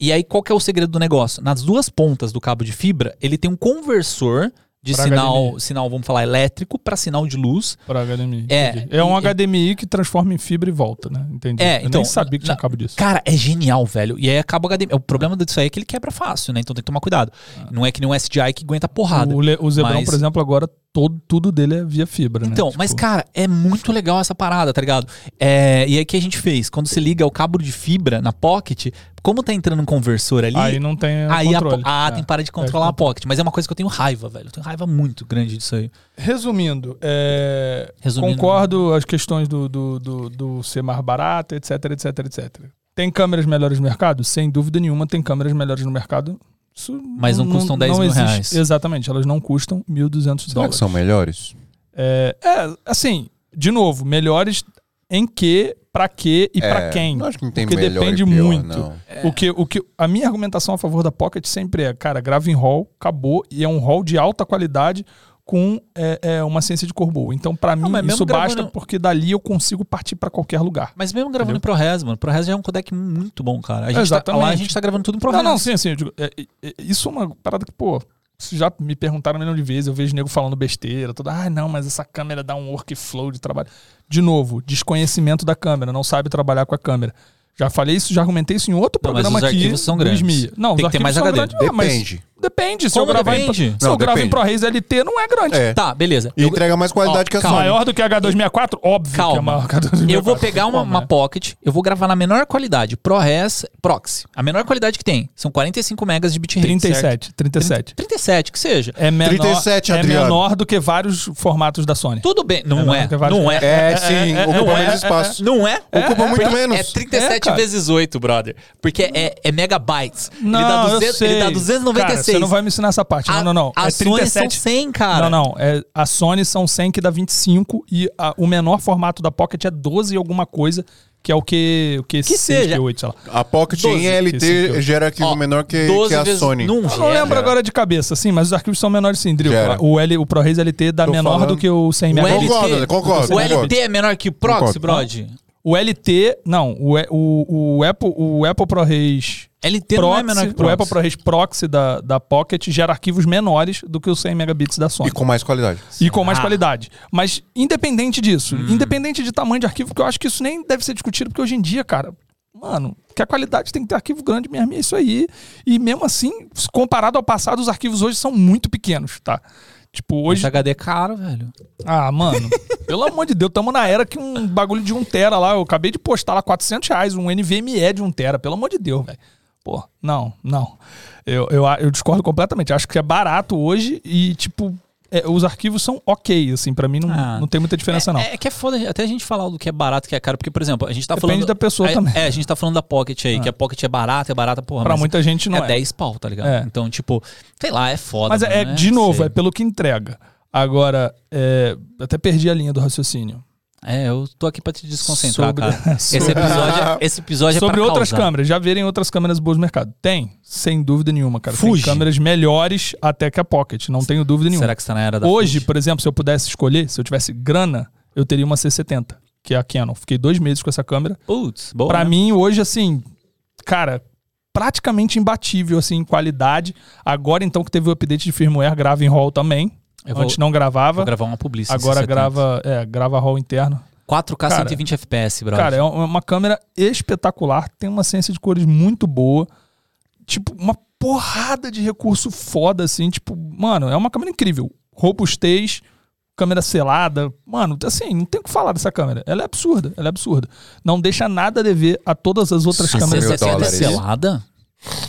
[SPEAKER 4] E aí, qual que é o segredo do negócio? Nas duas pontas do cabo de fibra, ele tem um conversor de
[SPEAKER 3] Pra
[SPEAKER 4] sinal,
[SPEAKER 3] HDMI.
[SPEAKER 4] sinal, vamos falar, elétrico pra sinal de luz.
[SPEAKER 3] Pra HDMI.
[SPEAKER 4] É,
[SPEAKER 3] entendi. É um
[SPEAKER 4] e-
[SPEAKER 3] HDMI que transforma em fibra e volta, né? Entendi.
[SPEAKER 4] É,
[SPEAKER 3] eu nem
[SPEAKER 4] então,
[SPEAKER 3] sabia que tinha
[SPEAKER 4] na-
[SPEAKER 3] cabo disso.
[SPEAKER 4] Cara, é genial, velho. E aí acaba o HDMI. O problema disso aí é que ele quebra fácil, né? Então tem que tomar cuidado. Não é que nem um SDI que aguenta porrada.
[SPEAKER 3] Ah. O, Le- o Zebrão,
[SPEAKER 4] mas-
[SPEAKER 3] por exemplo, agora todo, tudo dele é via fibra, né?
[SPEAKER 4] Então,
[SPEAKER 3] Tipo,
[SPEAKER 4] mas cara, é muito legal essa parada, tá ligado? É, e aí o que a gente fez? Quando você liga o cabo de fibra na pocket, como tá entrando um conversor ali,
[SPEAKER 3] Aí não tem
[SPEAKER 4] aí a,
[SPEAKER 3] controle.
[SPEAKER 4] po- ah,
[SPEAKER 3] É.
[SPEAKER 4] tem que parar de controlar a pocket. Mas é uma coisa que eu tenho raiva, velho. Eu tenho raiva muito grande disso aí.
[SPEAKER 3] Resumindo, é,
[SPEAKER 4] Resumindo. né?
[SPEAKER 3] concordo as questões do, do, do, do ser mais barato, etc, etc, etc. Tem câmeras melhores no mercado? Sem dúvida nenhuma, tem câmeras melhores no mercado. Isso
[SPEAKER 4] Mas não custam 10 mil reais.
[SPEAKER 3] Exatamente, elas não custam 1.200
[SPEAKER 1] Será que
[SPEAKER 3] dólares.
[SPEAKER 1] são melhores?
[SPEAKER 3] É, é, assim, de novo, melhores em que, pra quê e pra quem.
[SPEAKER 1] Não É, acho que não tem
[SPEAKER 3] Porque
[SPEAKER 1] melhor
[SPEAKER 3] depende
[SPEAKER 1] e pior,
[SPEAKER 3] muito.
[SPEAKER 1] não.
[SPEAKER 3] É. O que, o que, a minha argumentação a favor da Pocket sempre é, cara, grava em RAW, acabou, e é um RAW de alta qualidade com é, é, uma ciência de cor boa. Então, pra mim,
[SPEAKER 4] mas mesmo
[SPEAKER 3] isso
[SPEAKER 4] gravando-
[SPEAKER 3] basta, porque dali eu consigo partir pra qualquer lugar.
[SPEAKER 4] Mas mesmo gravando em ProRes, mano, ProRes já é um codec muito bom, cara. A gente tá,
[SPEAKER 3] Exatamente.
[SPEAKER 4] lá a gente tá gravando tudo em ProRes.
[SPEAKER 3] Não, não, sim, assim, eu digo, é, é, é, isso é uma parada que, pô, isso já me perguntaram um milhão de vezes, eu vejo nego falando besteira, toda, ah, não, mas essa câmera dá um workflow de trabalho. De novo, desconhecimento da câmera, não sabe trabalhar com a câmera. Já falei isso, já argumentei isso em outro
[SPEAKER 4] Não, mas
[SPEAKER 3] programa
[SPEAKER 4] os
[SPEAKER 3] aqui.
[SPEAKER 4] arquivos são
[SPEAKER 3] do
[SPEAKER 4] grandes.
[SPEAKER 3] SMI. Não,
[SPEAKER 4] Tem
[SPEAKER 3] os
[SPEAKER 4] que ter
[SPEAKER 3] arquivos
[SPEAKER 4] mais
[SPEAKER 3] são
[SPEAKER 4] HD.
[SPEAKER 3] grandes, é, mas
[SPEAKER 1] Depende.
[SPEAKER 3] Depende, se
[SPEAKER 4] Como
[SPEAKER 3] eu gravar
[SPEAKER 4] depende?
[SPEAKER 3] em se
[SPEAKER 1] Não,
[SPEAKER 3] eu gravo em
[SPEAKER 1] depende.
[SPEAKER 3] ProRes LT não é grande.
[SPEAKER 1] É.
[SPEAKER 4] Tá, beleza.
[SPEAKER 1] E
[SPEAKER 4] Eu-
[SPEAKER 1] entrega mais qualidade
[SPEAKER 4] Ó,
[SPEAKER 1] que a
[SPEAKER 4] calma.
[SPEAKER 1] Sony.
[SPEAKER 3] Maior do que a H264, óbvio que é
[SPEAKER 4] Calma.
[SPEAKER 3] maior que a H264.
[SPEAKER 4] Eu vou pegar uma,
[SPEAKER 3] Como,
[SPEAKER 4] uma
[SPEAKER 3] né?
[SPEAKER 4] Pocket, eu vou gravar na menor qualidade, ProRes Proxy. A menor qualidade que tem. São 45 megas de bitrate. certo?
[SPEAKER 3] 37, 37.
[SPEAKER 4] 37, que seja.
[SPEAKER 3] É menor,
[SPEAKER 1] 37,
[SPEAKER 3] é
[SPEAKER 1] Adriano.
[SPEAKER 3] menor do que vários formatos da Sony.
[SPEAKER 4] Tudo bem. Não
[SPEAKER 3] menor
[SPEAKER 4] é.
[SPEAKER 3] do que vários-
[SPEAKER 4] Não é.
[SPEAKER 1] É, sim, ocupa
[SPEAKER 4] é,
[SPEAKER 1] menos
[SPEAKER 4] é,
[SPEAKER 1] espaço.
[SPEAKER 4] Não é?
[SPEAKER 1] Ocupa muito menos.
[SPEAKER 4] É 37
[SPEAKER 3] É, cara.
[SPEAKER 4] vezes 8, brother. Porque é, é megabytes.
[SPEAKER 3] Não,
[SPEAKER 4] ele, dá
[SPEAKER 3] eu
[SPEAKER 4] 200,
[SPEAKER 3] sei.
[SPEAKER 4] ele dá 296.
[SPEAKER 3] Cara, você não vai me ensinar essa parte.
[SPEAKER 4] A-
[SPEAKER 3] não, não, não. É
[SPEAKER 4] As Sony são
[SPEAKER 3] 37.
[SPEAKER 4] 100, cara.
[SPEAKER 3] Não, não. É, a Sony são 100 que dá 25 e a- o menor formato da Pocket é 12 e alguma coisa, que é o que o que,
[SPEAKER 4] Que seja.
[SPEAKER 3] 8, sei lá.
[SPEAKER 1] A Pocket
[SPEAKER 3] 12,
[SPEAKER 1] em
[SPEAKER 3] isso aqui,
[SPEAKER 1] LT
[SPEAKER 3] ó.
[SPEAKER 1] gera arquivo
[SPEAKER 4] Ó,
[SPEAKER 1] menor que,
[SPEAKER 4] 12
[SPEAKER 1] que é a
[SPEAKER 4] vezes-
[SPEAKER 1] Sony.
[SPEAKER 4] Não
[SPEAKER 3] Eu não
[SPEAKER 4] gera.
[SPEAKER 3] lembro agora de cabeça, sim, mas os arquivos são menores sim, Drill.
[SPEAKER 1] Gera.
[SPEAKER 3] O, L, o ProRes LT dá
[SPEAKER 1] Tô
[SPEAKER 3] menor
[SPEAKER 1] falando.
[SPEAKER 3] do que o 100
[SPEAKER 4] O
[SPEAKER 3] MB.
[SPEAKER 4] LT,
[SPEAKER 1] Concordo, concordo,
[SPEAKER 4] O
[SPEAKER 1] concordo.
[SPEAKER 4] LT é menor que o Proxy,
[SPEAKER 1] Concordo.
[SPEAKER 4] brother?
[SPEAKER 3] O LT, não, o, E- o, o Apple, o Apple ProRes
[SPEAKER 4] LT
[SPEAKER 3] Proxy,
[SPEAKER 4] não é menor que
[SPEAKER 3] o
[SPEAKER 4] Proxy.
[SPEAKER 3] Apple ProRes Proxy da, da Pocket gera arquivos menores do que os 100 megabits da Sony.
[SPEAKER 1] E com mais qualidade.
[SPEAKER 3] E com mais
[SPEAKER 4] Ah.
[SPEAKER 3] qualidade. Mas independente disso, independente de tamanho de arquivo, que eu acho que isso nem deve ser discutido, porque hoje em dia, cara, mano, que a qualidade tem que ter arquivo grande mesmo, é isso aí. E mesmo assim, comparado ao passado, os arquivos hoje são muito pequenos, tá? Tipo,
[SPEAKER 4] Hoje...
[SPEAKER 3] hoje.
[SPEAKER 4] HD é caro, velho.
[SPEAKER 3] Ah, mano, *laughs* pelo amor de Deus, tamo na era que um bagulho de 1 tera lá, eu acabei de postar lá 400 reais, um NVMe de 1 tera, pelo amor de Deus, velho. Pô, não, não. Eu, eu, eu discordo completamente. Acho que é barato hoje e, tipo, é, os arquivos são ok, assim, pra mim não,
[SPEAKER 4] Ah.
[SPEAKER 3] não tem muita diferença,
[SPEAKER 4] é,
[SPEAKER 3] não.
[SPEAKER 4] é que é foda até a gente falar do que é barato, que é caro, porque, por exemplo, a gente tá
[SPEAKER 3] Depende
[SPEAKER 4] falando.
[SPEAKER 3] da pessoa
[SPEAKER 4] é,
[SPEAKER 3] também.
[SPEAKER 4] É, a gente tá falando da Pocket aí, que a Pocket é barata, é barata, porra.
[SPEAKER 3] pra
[SPEAKER 4] mas
[SPEAKER 3] muita gente não é.
[SPEAKER 4] é 10 pau, tá ligado?
[SPEAKER 3] É.
[SPEAKER 4] Então, tipo, sei lá, é foda.
[SPEAKER 3] Mas é, é,
[SPEAKER 4] mano,
[SPEAKER 3] de novo, é
[SPEAKER 4] sei.
[SPEAKER 3] pelo que entrega. Agora, é, até perdi a linha do raciocínio.
[SPEAKER 4] É, eu tô aqui pra te desconcentrar,
[SPEAKER 3] Sobre- *laughs*
[SPEAKER 4] cara. Esse
[SPEAKER 3] sobre-
[SPEAKER 4] episódio, esse episódio é
[SPEAKER 3] Sobre
[SPEAKER 4] pra
[SPEAKER 3] outras
[SPEAKER 4] causar.
[SPEAKER 3] câmeras, já verem outras câmeras boas no mercado. Tem, sem dúvida nenhuma, cara.
[SPEAKER 4] Fuji.
[SPEAKER 3] Tem câmeras melhores até que a Pocket, não tenho dúvida nenhuma.
[SPEAKER 4] Será que você tá na era da
[SPEAKER 3] Hoje,
[SPEAKER 4] Fuji?
[SPEAKER 3] por exemplo, se eu pudesse escolher, se eu tivesse grana, eu teria uma C70, que é a Canon. Fiquei dois meses com essa câmera.
[SPEAKER 4] Putz, boa.
[SPEAKER 3] Pra
[SPEAKER 4] né?
[SPEAKER 3] mim, hoje, assim, cara, praticamente imbatível, assim, em qualidade. Agora, então, que teve o update de firmware, grava em RAW também.
[SPEAKER 4] Eu vou-
[SPEAKER 3] Antes não
[SPEAKER 4] Vou
[SPEAKER 3] gravava.
[SPEAKER 4] gravar uma publicidade.
[SPEAKER 3] Agora grava, é, grava RAW interno.
[SPEAKER 4] 4K
[SPEAKER 3] Cara,
[SPEAKER 4] 120 FPS, brother.
[SPEAKER 3] Cara, é um- é uma câmera espetacular, tem uma ciência de cores muito boa. Tipo, uma porrada de recurso foda, assim. Tipo, mano, é uma câmera incrível. Robustez, câmera selada. Mano, assim, não tem o que falar dessa câmera. Ela é absurda, ela é absurda. Não deixa nada a dever a todas as outras
[SPEAKER 4] a
[SPEAKER 3] câmeras.
[SPEAKER 4] 60 é
[SPEAKER 1] dólares.
[SPEAKER 4] selada?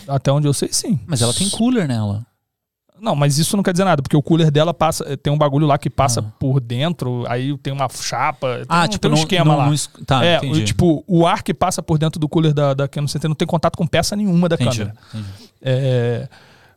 [SPEAKER 3] Até onde eu sei, sim.
[SPEAKER 4] Mas ela tem cooler nela.
[SPEAKER 3] Não, mas isso não quer dizer nada, porque o cooler dela passa. Tem um bagulho lá que passa por dentro, aí tem uma chapa. Tem
[SPEAKER 4] Ah,
[SPEAKER 3] um,
[SPEAKER 4] tipo,
[SPEAKER 3] tem um
[SPEAKER 4] não-
[SPEAKER 3] esquema
[SPEAKER 4] não-
[SPEAKER 3] lá.
[SPEAKER 4] não es- tá,
[SPEAKER 3] é,
[SPEAKER 4] entendi.
[SPEAKER 3] o- tipo, o ar que passa por dentro do cooler da, da Canon CT não tem contato com peça nenhuma da
[SPEAKER 4] Entendi.
[SPEAKER 3] câmera.
[SPEAKER 4] entendi.
[SPEAKER 3] É,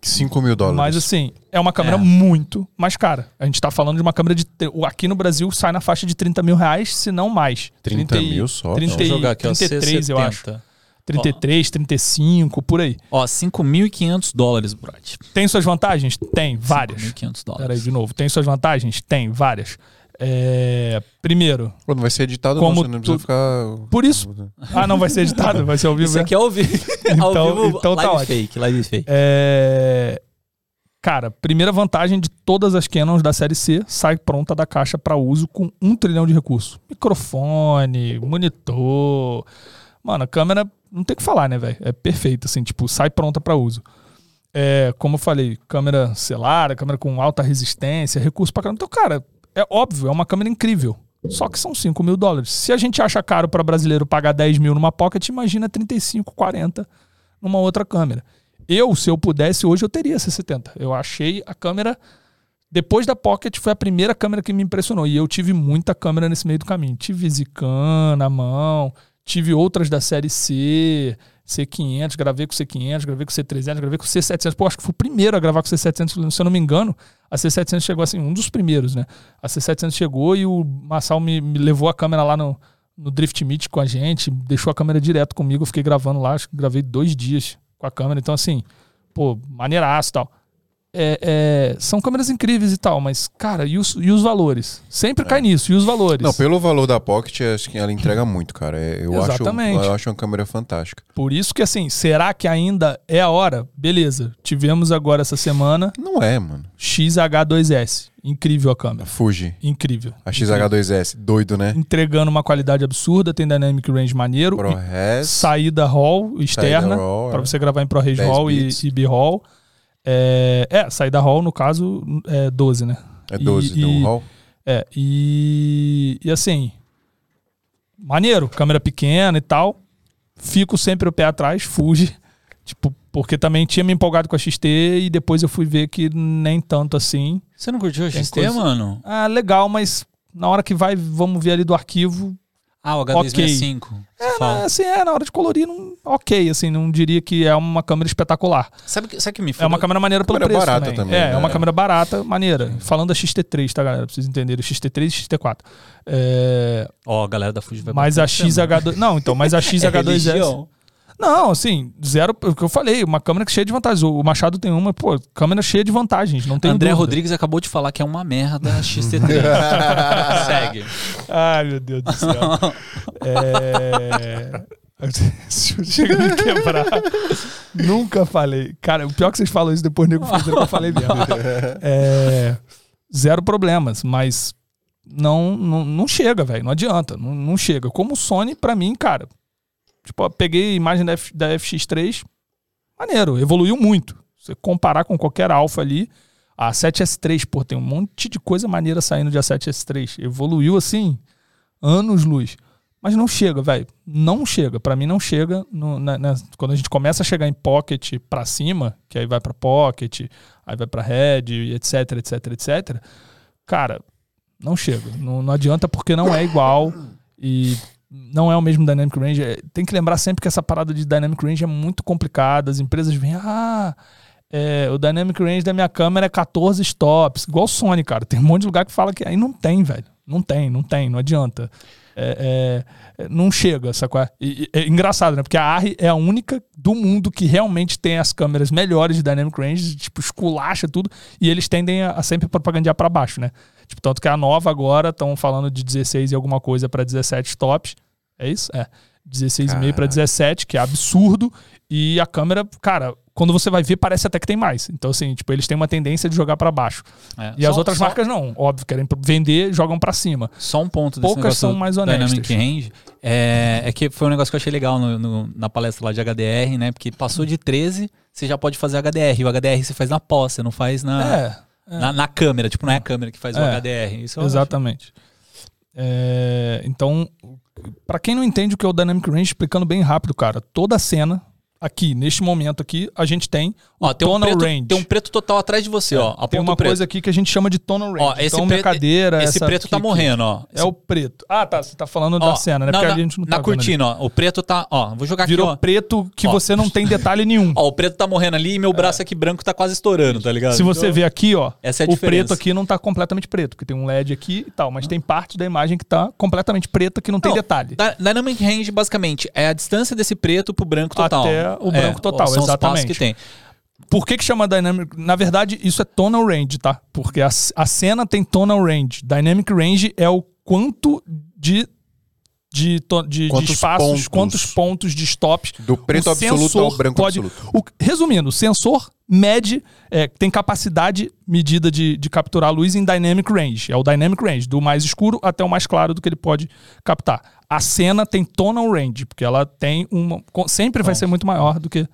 [SPEAKER 1] 5 mil dólares.
[SPEAKER 3] mas assim, é uma câmera
[SPEAKER 4] É.
[SPEAKER 3] muito mais cara. A gente tá falando de uma câmera de. tre- o- Aqui no Brasil sai na faixa de 30 mil reais, se não mais.
[SPEAKER 1] 30
[SPEAKER 3] e-
[SPEAKER 1] mil só?
[SPEAKER 3] 30
[SPEAKER 1] Vou
[SPEAKER 3] e-
[SPEAKER 4] Então, Vou jogar aqui, ó,
[SPEAKER 3] 33, eu acho.
[SPEAKER 4] 70.
[SPEAKER 3] 33, 35, por aí.
[SPEAKER 4] Ó, 5.500 dólares, brother.
[SPEAKER 3] Tem suas vantagens? Tem, várias.
[SPEAKER 4] 5.500
[SPEAKER 3] Peraí,
[SPEAKER 4] dólares.
[SPEAKER 3] de novo. Tem suas vantagens? Tem, várias. É, primeiro,
[SPEAKER 1] Quando vai ser editado,
[SPEAKER 3] Como
[SPEAKER 1] não, você não precisa
[SPEAKER 3] tu-
[SPEAKER 1] ficar...
[SPEAKER 3] por isso. Ah, não vai ser editado, vai ser ao vivo.
[SPEAKER 4] Isso
[SPEAKER 3] né?
[SPEAKER 4] aqui é
[SPEAKER 3] *laughs*
[SPEAKER 4] ao vivo. ao
[SPEAKER 3] Então-
[SPEAKER 4] vivo,
[SPEAKER 3] então tá
[SPEAKER 4] live
[SPEAKER 3] ótimo.
[SPEAKER 4] fake, live fake.
[SPEAKER 3] É, Cara, primeira vantagem de todas as Canons da série C, sai pronta da caixa para uso com um trilhão de recursos. Microfone, monitor. Mano, a câmera não tem o que falar, né, velho? É perfeita, assim, tipo, sai pronta para uso. é, como eu falei, câmera celular, câmera com alta resistência, recurso pra caramba. Então, cara, é óbvio, é uma câmera incrível. Só que são 5 mil dólares. Se a gente acha caro para brasileiro pagar 10 mil numa pocket, imagina 35, 40 numa outra câmera. Eu, se eu pudesse, hoje eu teria essa 70. Eu achei a câmera. Depois da Pocket foi a primeira câmera que me impressionou. E eu tive muita câmera nesse meio do caminho. Tive Zicam na mão, tive outras da série C, C500, gravei com C500, gravei com C300, gravei com C700. Pô, acho que fui o primeiro a gravar com C700, se eu não me engano. A C700 chegou assim, um dos primeiros, né? A C700 chegou e o Massal me, me levou a câmera lá no, no Drift Meet com a gente, deixou a câmera direto comigo, eu fiquei gravando lá, acho que gravei dois dias com a câmera. Então, assim, pô, maneiraço e tal. É, é, são câmeras incríveis e tal, mas, cara, e os, e os valores? Sempre cai nisso, e os valores?
[SPEAKER 1] Não, pelo valor da Pocket, acho que ela entrega muito, cara. É, Eu, acho,
[SPEAKER 3] Exatamente.
[SPEAKER 1] eu acho uma câmera fantástica.
[SPEAKER 3] Por isso que, assim, será que ainda é a hora? Beleza, tivemos agora essa semana
[SPEAKER 1] Não é, mano.
[SPEAKER 3] XH2S. Incrível a câmera.
[SPEAKER 1] Fuji.
[SPEAKER 3] Incrível.
[SPEAKER 1] A XH2S. Doido, né?
[SPEAKER 3] Entregando uma qualidade absurda, tem dynamic range maneiro.
[SPEAKER 1] ProRes.
[SPEAKER 3] saída hall externa
[SPEAKER 1] raw,
[SPEAKER 3] para
[SPEAKER 1] é.
[SPEAKER 3] você gravar em ProRes
[SPEAKER 1] 10
[SPEAKER 3] hall e,
[SPEAKER 1] bits.
[SPEAKER 3] e B hall. É, é, saída hall no caso é 12, né?
[SPEAKER 1] É 12
[SPEAKER 3] e-
[SPEAKER 1] do
[SPEAKER 3] e-
[SPEAKER 1] Hall.
[SPEAKER 3] É, e, e assim, maneiro, câmera pequena e tal. Fico sempre o pé atrás, fuge. *laughs* Tipo, porque também tinha me empolgado com a XT e depois eu fui ver que nem tanto assim.
[SPEAKER 4] Você não curtiu a
[SPEAKER 3] Tem
[SPEAKER 4] XT,
[SPEAKER 3] coisa-
[SPEAKER 4] mano?
[SPEAKER 3] Ah, legal, mas na hora que vai, vamos ver ali do arquivo,
[SPEAKER 4] Ah, o
[SPEAKER 3] Ok.
[SPEAKER 4] H265. você fala.
[SPEAKER 3] Ah, assim, é, na hora de colorir, não, ok, assim, não diria que é uma câmera espetacular.
[SPEAKER 4] Sabe, que- sabe que me
[SPEAKER 3] É uma câmera maneira pelo
[SPEAKER 1] Câmera
[SPEAKER 3] preço
[SPEAKER 1] barata
[SPEAKER 3] também.
[SPEAKER 1] também,
[SPEAKER 3] é,
[SPEAKER 1] né?
[SPEAKER 3] é uma câmera barata, maneira. Falando da XT3, tá, galera? Pra vocês entenderem, XT3 e XT4. É,
[SPEAKER 4] Ó, a galera da Fuji vai
[SPEAKER 3] mas a
[SPEAKER 4] bater no tema.
[SPEAKER 3] XH2... Não, então, mas
[SPEAKER 4] *laughs*
[SPEAKER 3] a
[SPEAKER 4] É
[SPEAKER 3] XH2S...
[SPEAKER 4] religião.
[SPEAKER 3] não, assim, zero... O que eu falei, uma câmera que cheia de vantagens. O Machado tem uma, pô, câmera cheia de vantagens, não tem
[SPEAKER 4] André
[SPEAKER 3] dúvida. *laughs*
[SPEAKER 4] Rodrigues acabou de falar que é uma merda a XT3. Segue.
[SPEAKER 3] Ai, meu Deus do céu. é... *laughs* Chega de quebrar. Nunca falei. Cara, o pior que vocês falam isso depois, nego, fica dizendo que eu falei mesmo. É, Zero problemas, mas não, não, não chega, velho. Não adianta. Não, não chega. Como o Sony, pra mim, cara. Tipo, eu peguei a imagem da, F- da FX3. Maneiro, evoluiu muito. Você comparar com qualquer Alpha ali. A 7S3, pô, tem um monte de coisa maneira saindo de A7S3. Evoluiu assim, anos-luz. Mas não chega, velho. Não chega. Pra mim, não chega. no- na- na- quando a gente começa a chegar em pocket pra cima, que aí vai pra pocket, aí vai pra head, etc, etc, etc. Cara, não chega. Não, não adianta porque não é igual. E não é o mesmo Dynamic Range. É, Tem que lembrar sempre que essa parada de Dynamic Range é muito complicada. As empresas vêm, ah, é, o Dynamic Range da minha câmera é 14 stops. Igual o Sony, cara. Tem um monte de lugar que fala que aí não tem, velho. Não tem, não tem, não adianta. É, é, é, não chega, sacou? E- e- é engraçado, né? Porque a ARRI é a única do mundo que realmente tem as câmeras melhores de Dynamic Range, tipo, esculacha tudo, e eles tendem a, a sempre propagandear pra baixo, né? Tipo, tanto que a nova agora estão falando de 16 e alguma coisa pra 17 stops. É isso? É. 16,5 para 17, que é absurdo. E a câmera, cara, quando você vai ver, parece até que tem mais. Então, assim, tipo, eles têm uma tendência de jogar pra baixo.
[SPEAKER 4] É,
[SPEAKER 3] E
[SPEAKER 4] só-
[SPEAKER 3] as outras
[SPEAKER 4] só-
[SPEAKER 3] marcas não. Óbvio, querem vender, jogam pra cima.
[SPEAKER 4] Só um ponto desse
[SPEAKER 3] Poucas
[SPEAKER 4] negócio
[SPEAKER 3] são
[SPEAKER 4] do
[SPEAKER 3] mais honestas.
[SPEAKER 4] Dynamic Range. É, é que foi um negócio que eu achei legal no- no- na palestra lá de HDR, né? Porque passou de 13, você já pode fazer HDR. E o HDR você faz na pós, você não faz na,
[SPEAKER 3] É,
[SPEAKER 4] na, na câmera. Tipo, não é a câmera que faz o
[SPEAKER 3] É.
[SPEAKER 4] HDR. Isso eu
[SPEAKER 3] exatamente. É, então, pra quem não entende o que é o Dynamic Range, explicando bem rápido, cara, toda cena, aqui, neste momento aqui, a gente tem o
[SPEAKER 4] Ó, tem um,
[SPEAKER 3] tonal
[SPEAKER 4] preto,
[SPEAKER 3] range. É.
[SPEAKER 4] tem um preto total atrás de você, ó. Aponta
[SPEAKER 3] Tem uma
[SPEAKER 4] o preto.
[SPEAKER 3] coisa aqui que a gente chama de tonal range.
[SPEAKER 4] Ó, esse
[SPEAKER 3] então, minha
[SPEAKER 4] preto- é
[SPEAKER 3] cadeira,
[SPEAKER 4] Esse
[SPEAKER 3] essa
[SPEAKER 4] preto tá
[SPEAKER 3] aqui-
[SPEAKER 4] morrendo, ó.
[SPEAKER 3] É o preto. Ah, tá. Você tá falando
[SPEAKER 4] Ó,
[SPEAKER 3] da cena, né? Porque
[SPEAKER 4] na,
[SPEAKER 3] a gente não tá
[SPEAKER 4] Na
[SPEAKER 3] vendo ali.
[SPEAKER 4] cortina, ó. O preto tá. Ó, vou jogar
[SPEAKER 3] Virou
[SPEAKER 4] aqui, ó.
[SPEAKER 3] preto que
[SPEAKER 4] Ó.
[SPEAKER 3] você não tem detalhe nenhum.
[SPEAKER 4] *laughs* Ó, o preto tá morrendo ali e meu braço aqui branco tá quase estourando, tá ligado?
[SPEAKER 3] É. Se você vê aqui, ó,
[SPEAKER 4] Essa é a
[SPEAKER 3] o
[SPEAKER 4] diferença.
[SPEAKER 3] preto aqui não tá completamente preto, porque tem um LED aqui e tal, mas tem parte da imagem que tá completamente preta que não, tem
[SPEAKER 4] Não,
[SPEAKER 3] detalhe.
[SPEAKER 4] Dy- Dynamic range, basicamente, é a distância desse preto pro branco total.
[SPEAKER 3] Até o branco
[SPEAKER 4] É,
[SPEAKER 3] total,
[SPEAKER 4] são os passos
[SPEAKER 3] exatamente.
[SPEAKER 4] que tem.
[SPEAKER 3] Por que, que chama Dynamic? Na verdade, isso é tonal range, tá? Porque a, a cena tem tonal range. Dynamic range é o quanto de, de, to- de, de
[SPEAKER 1] Quantos
[SPEAKER 3] espaços,
[SPEAKER 1] pontos.
[SPEAKER 3] quantos pontos de stops.
[SPEAKER 1] Do preto
[SPEAKER 3] o
[SPEAKER 1] absoluto ao
[SPEAKER 3] sensor
[SPEAKER 1] branco
[SPEAKER 3] pode-
[SPEAKER 1] absoluto.
[SPEAKER 3] o- resumindo, o sensor mede, é, tem capacidade medida de, de capturar a luz em dynamic range. É o dynamic range, do mais escuro até o mais claro do que ele pode captar. A cena tem tonal range, porque ela tem uma. co- Sempre vai ser muito maior do que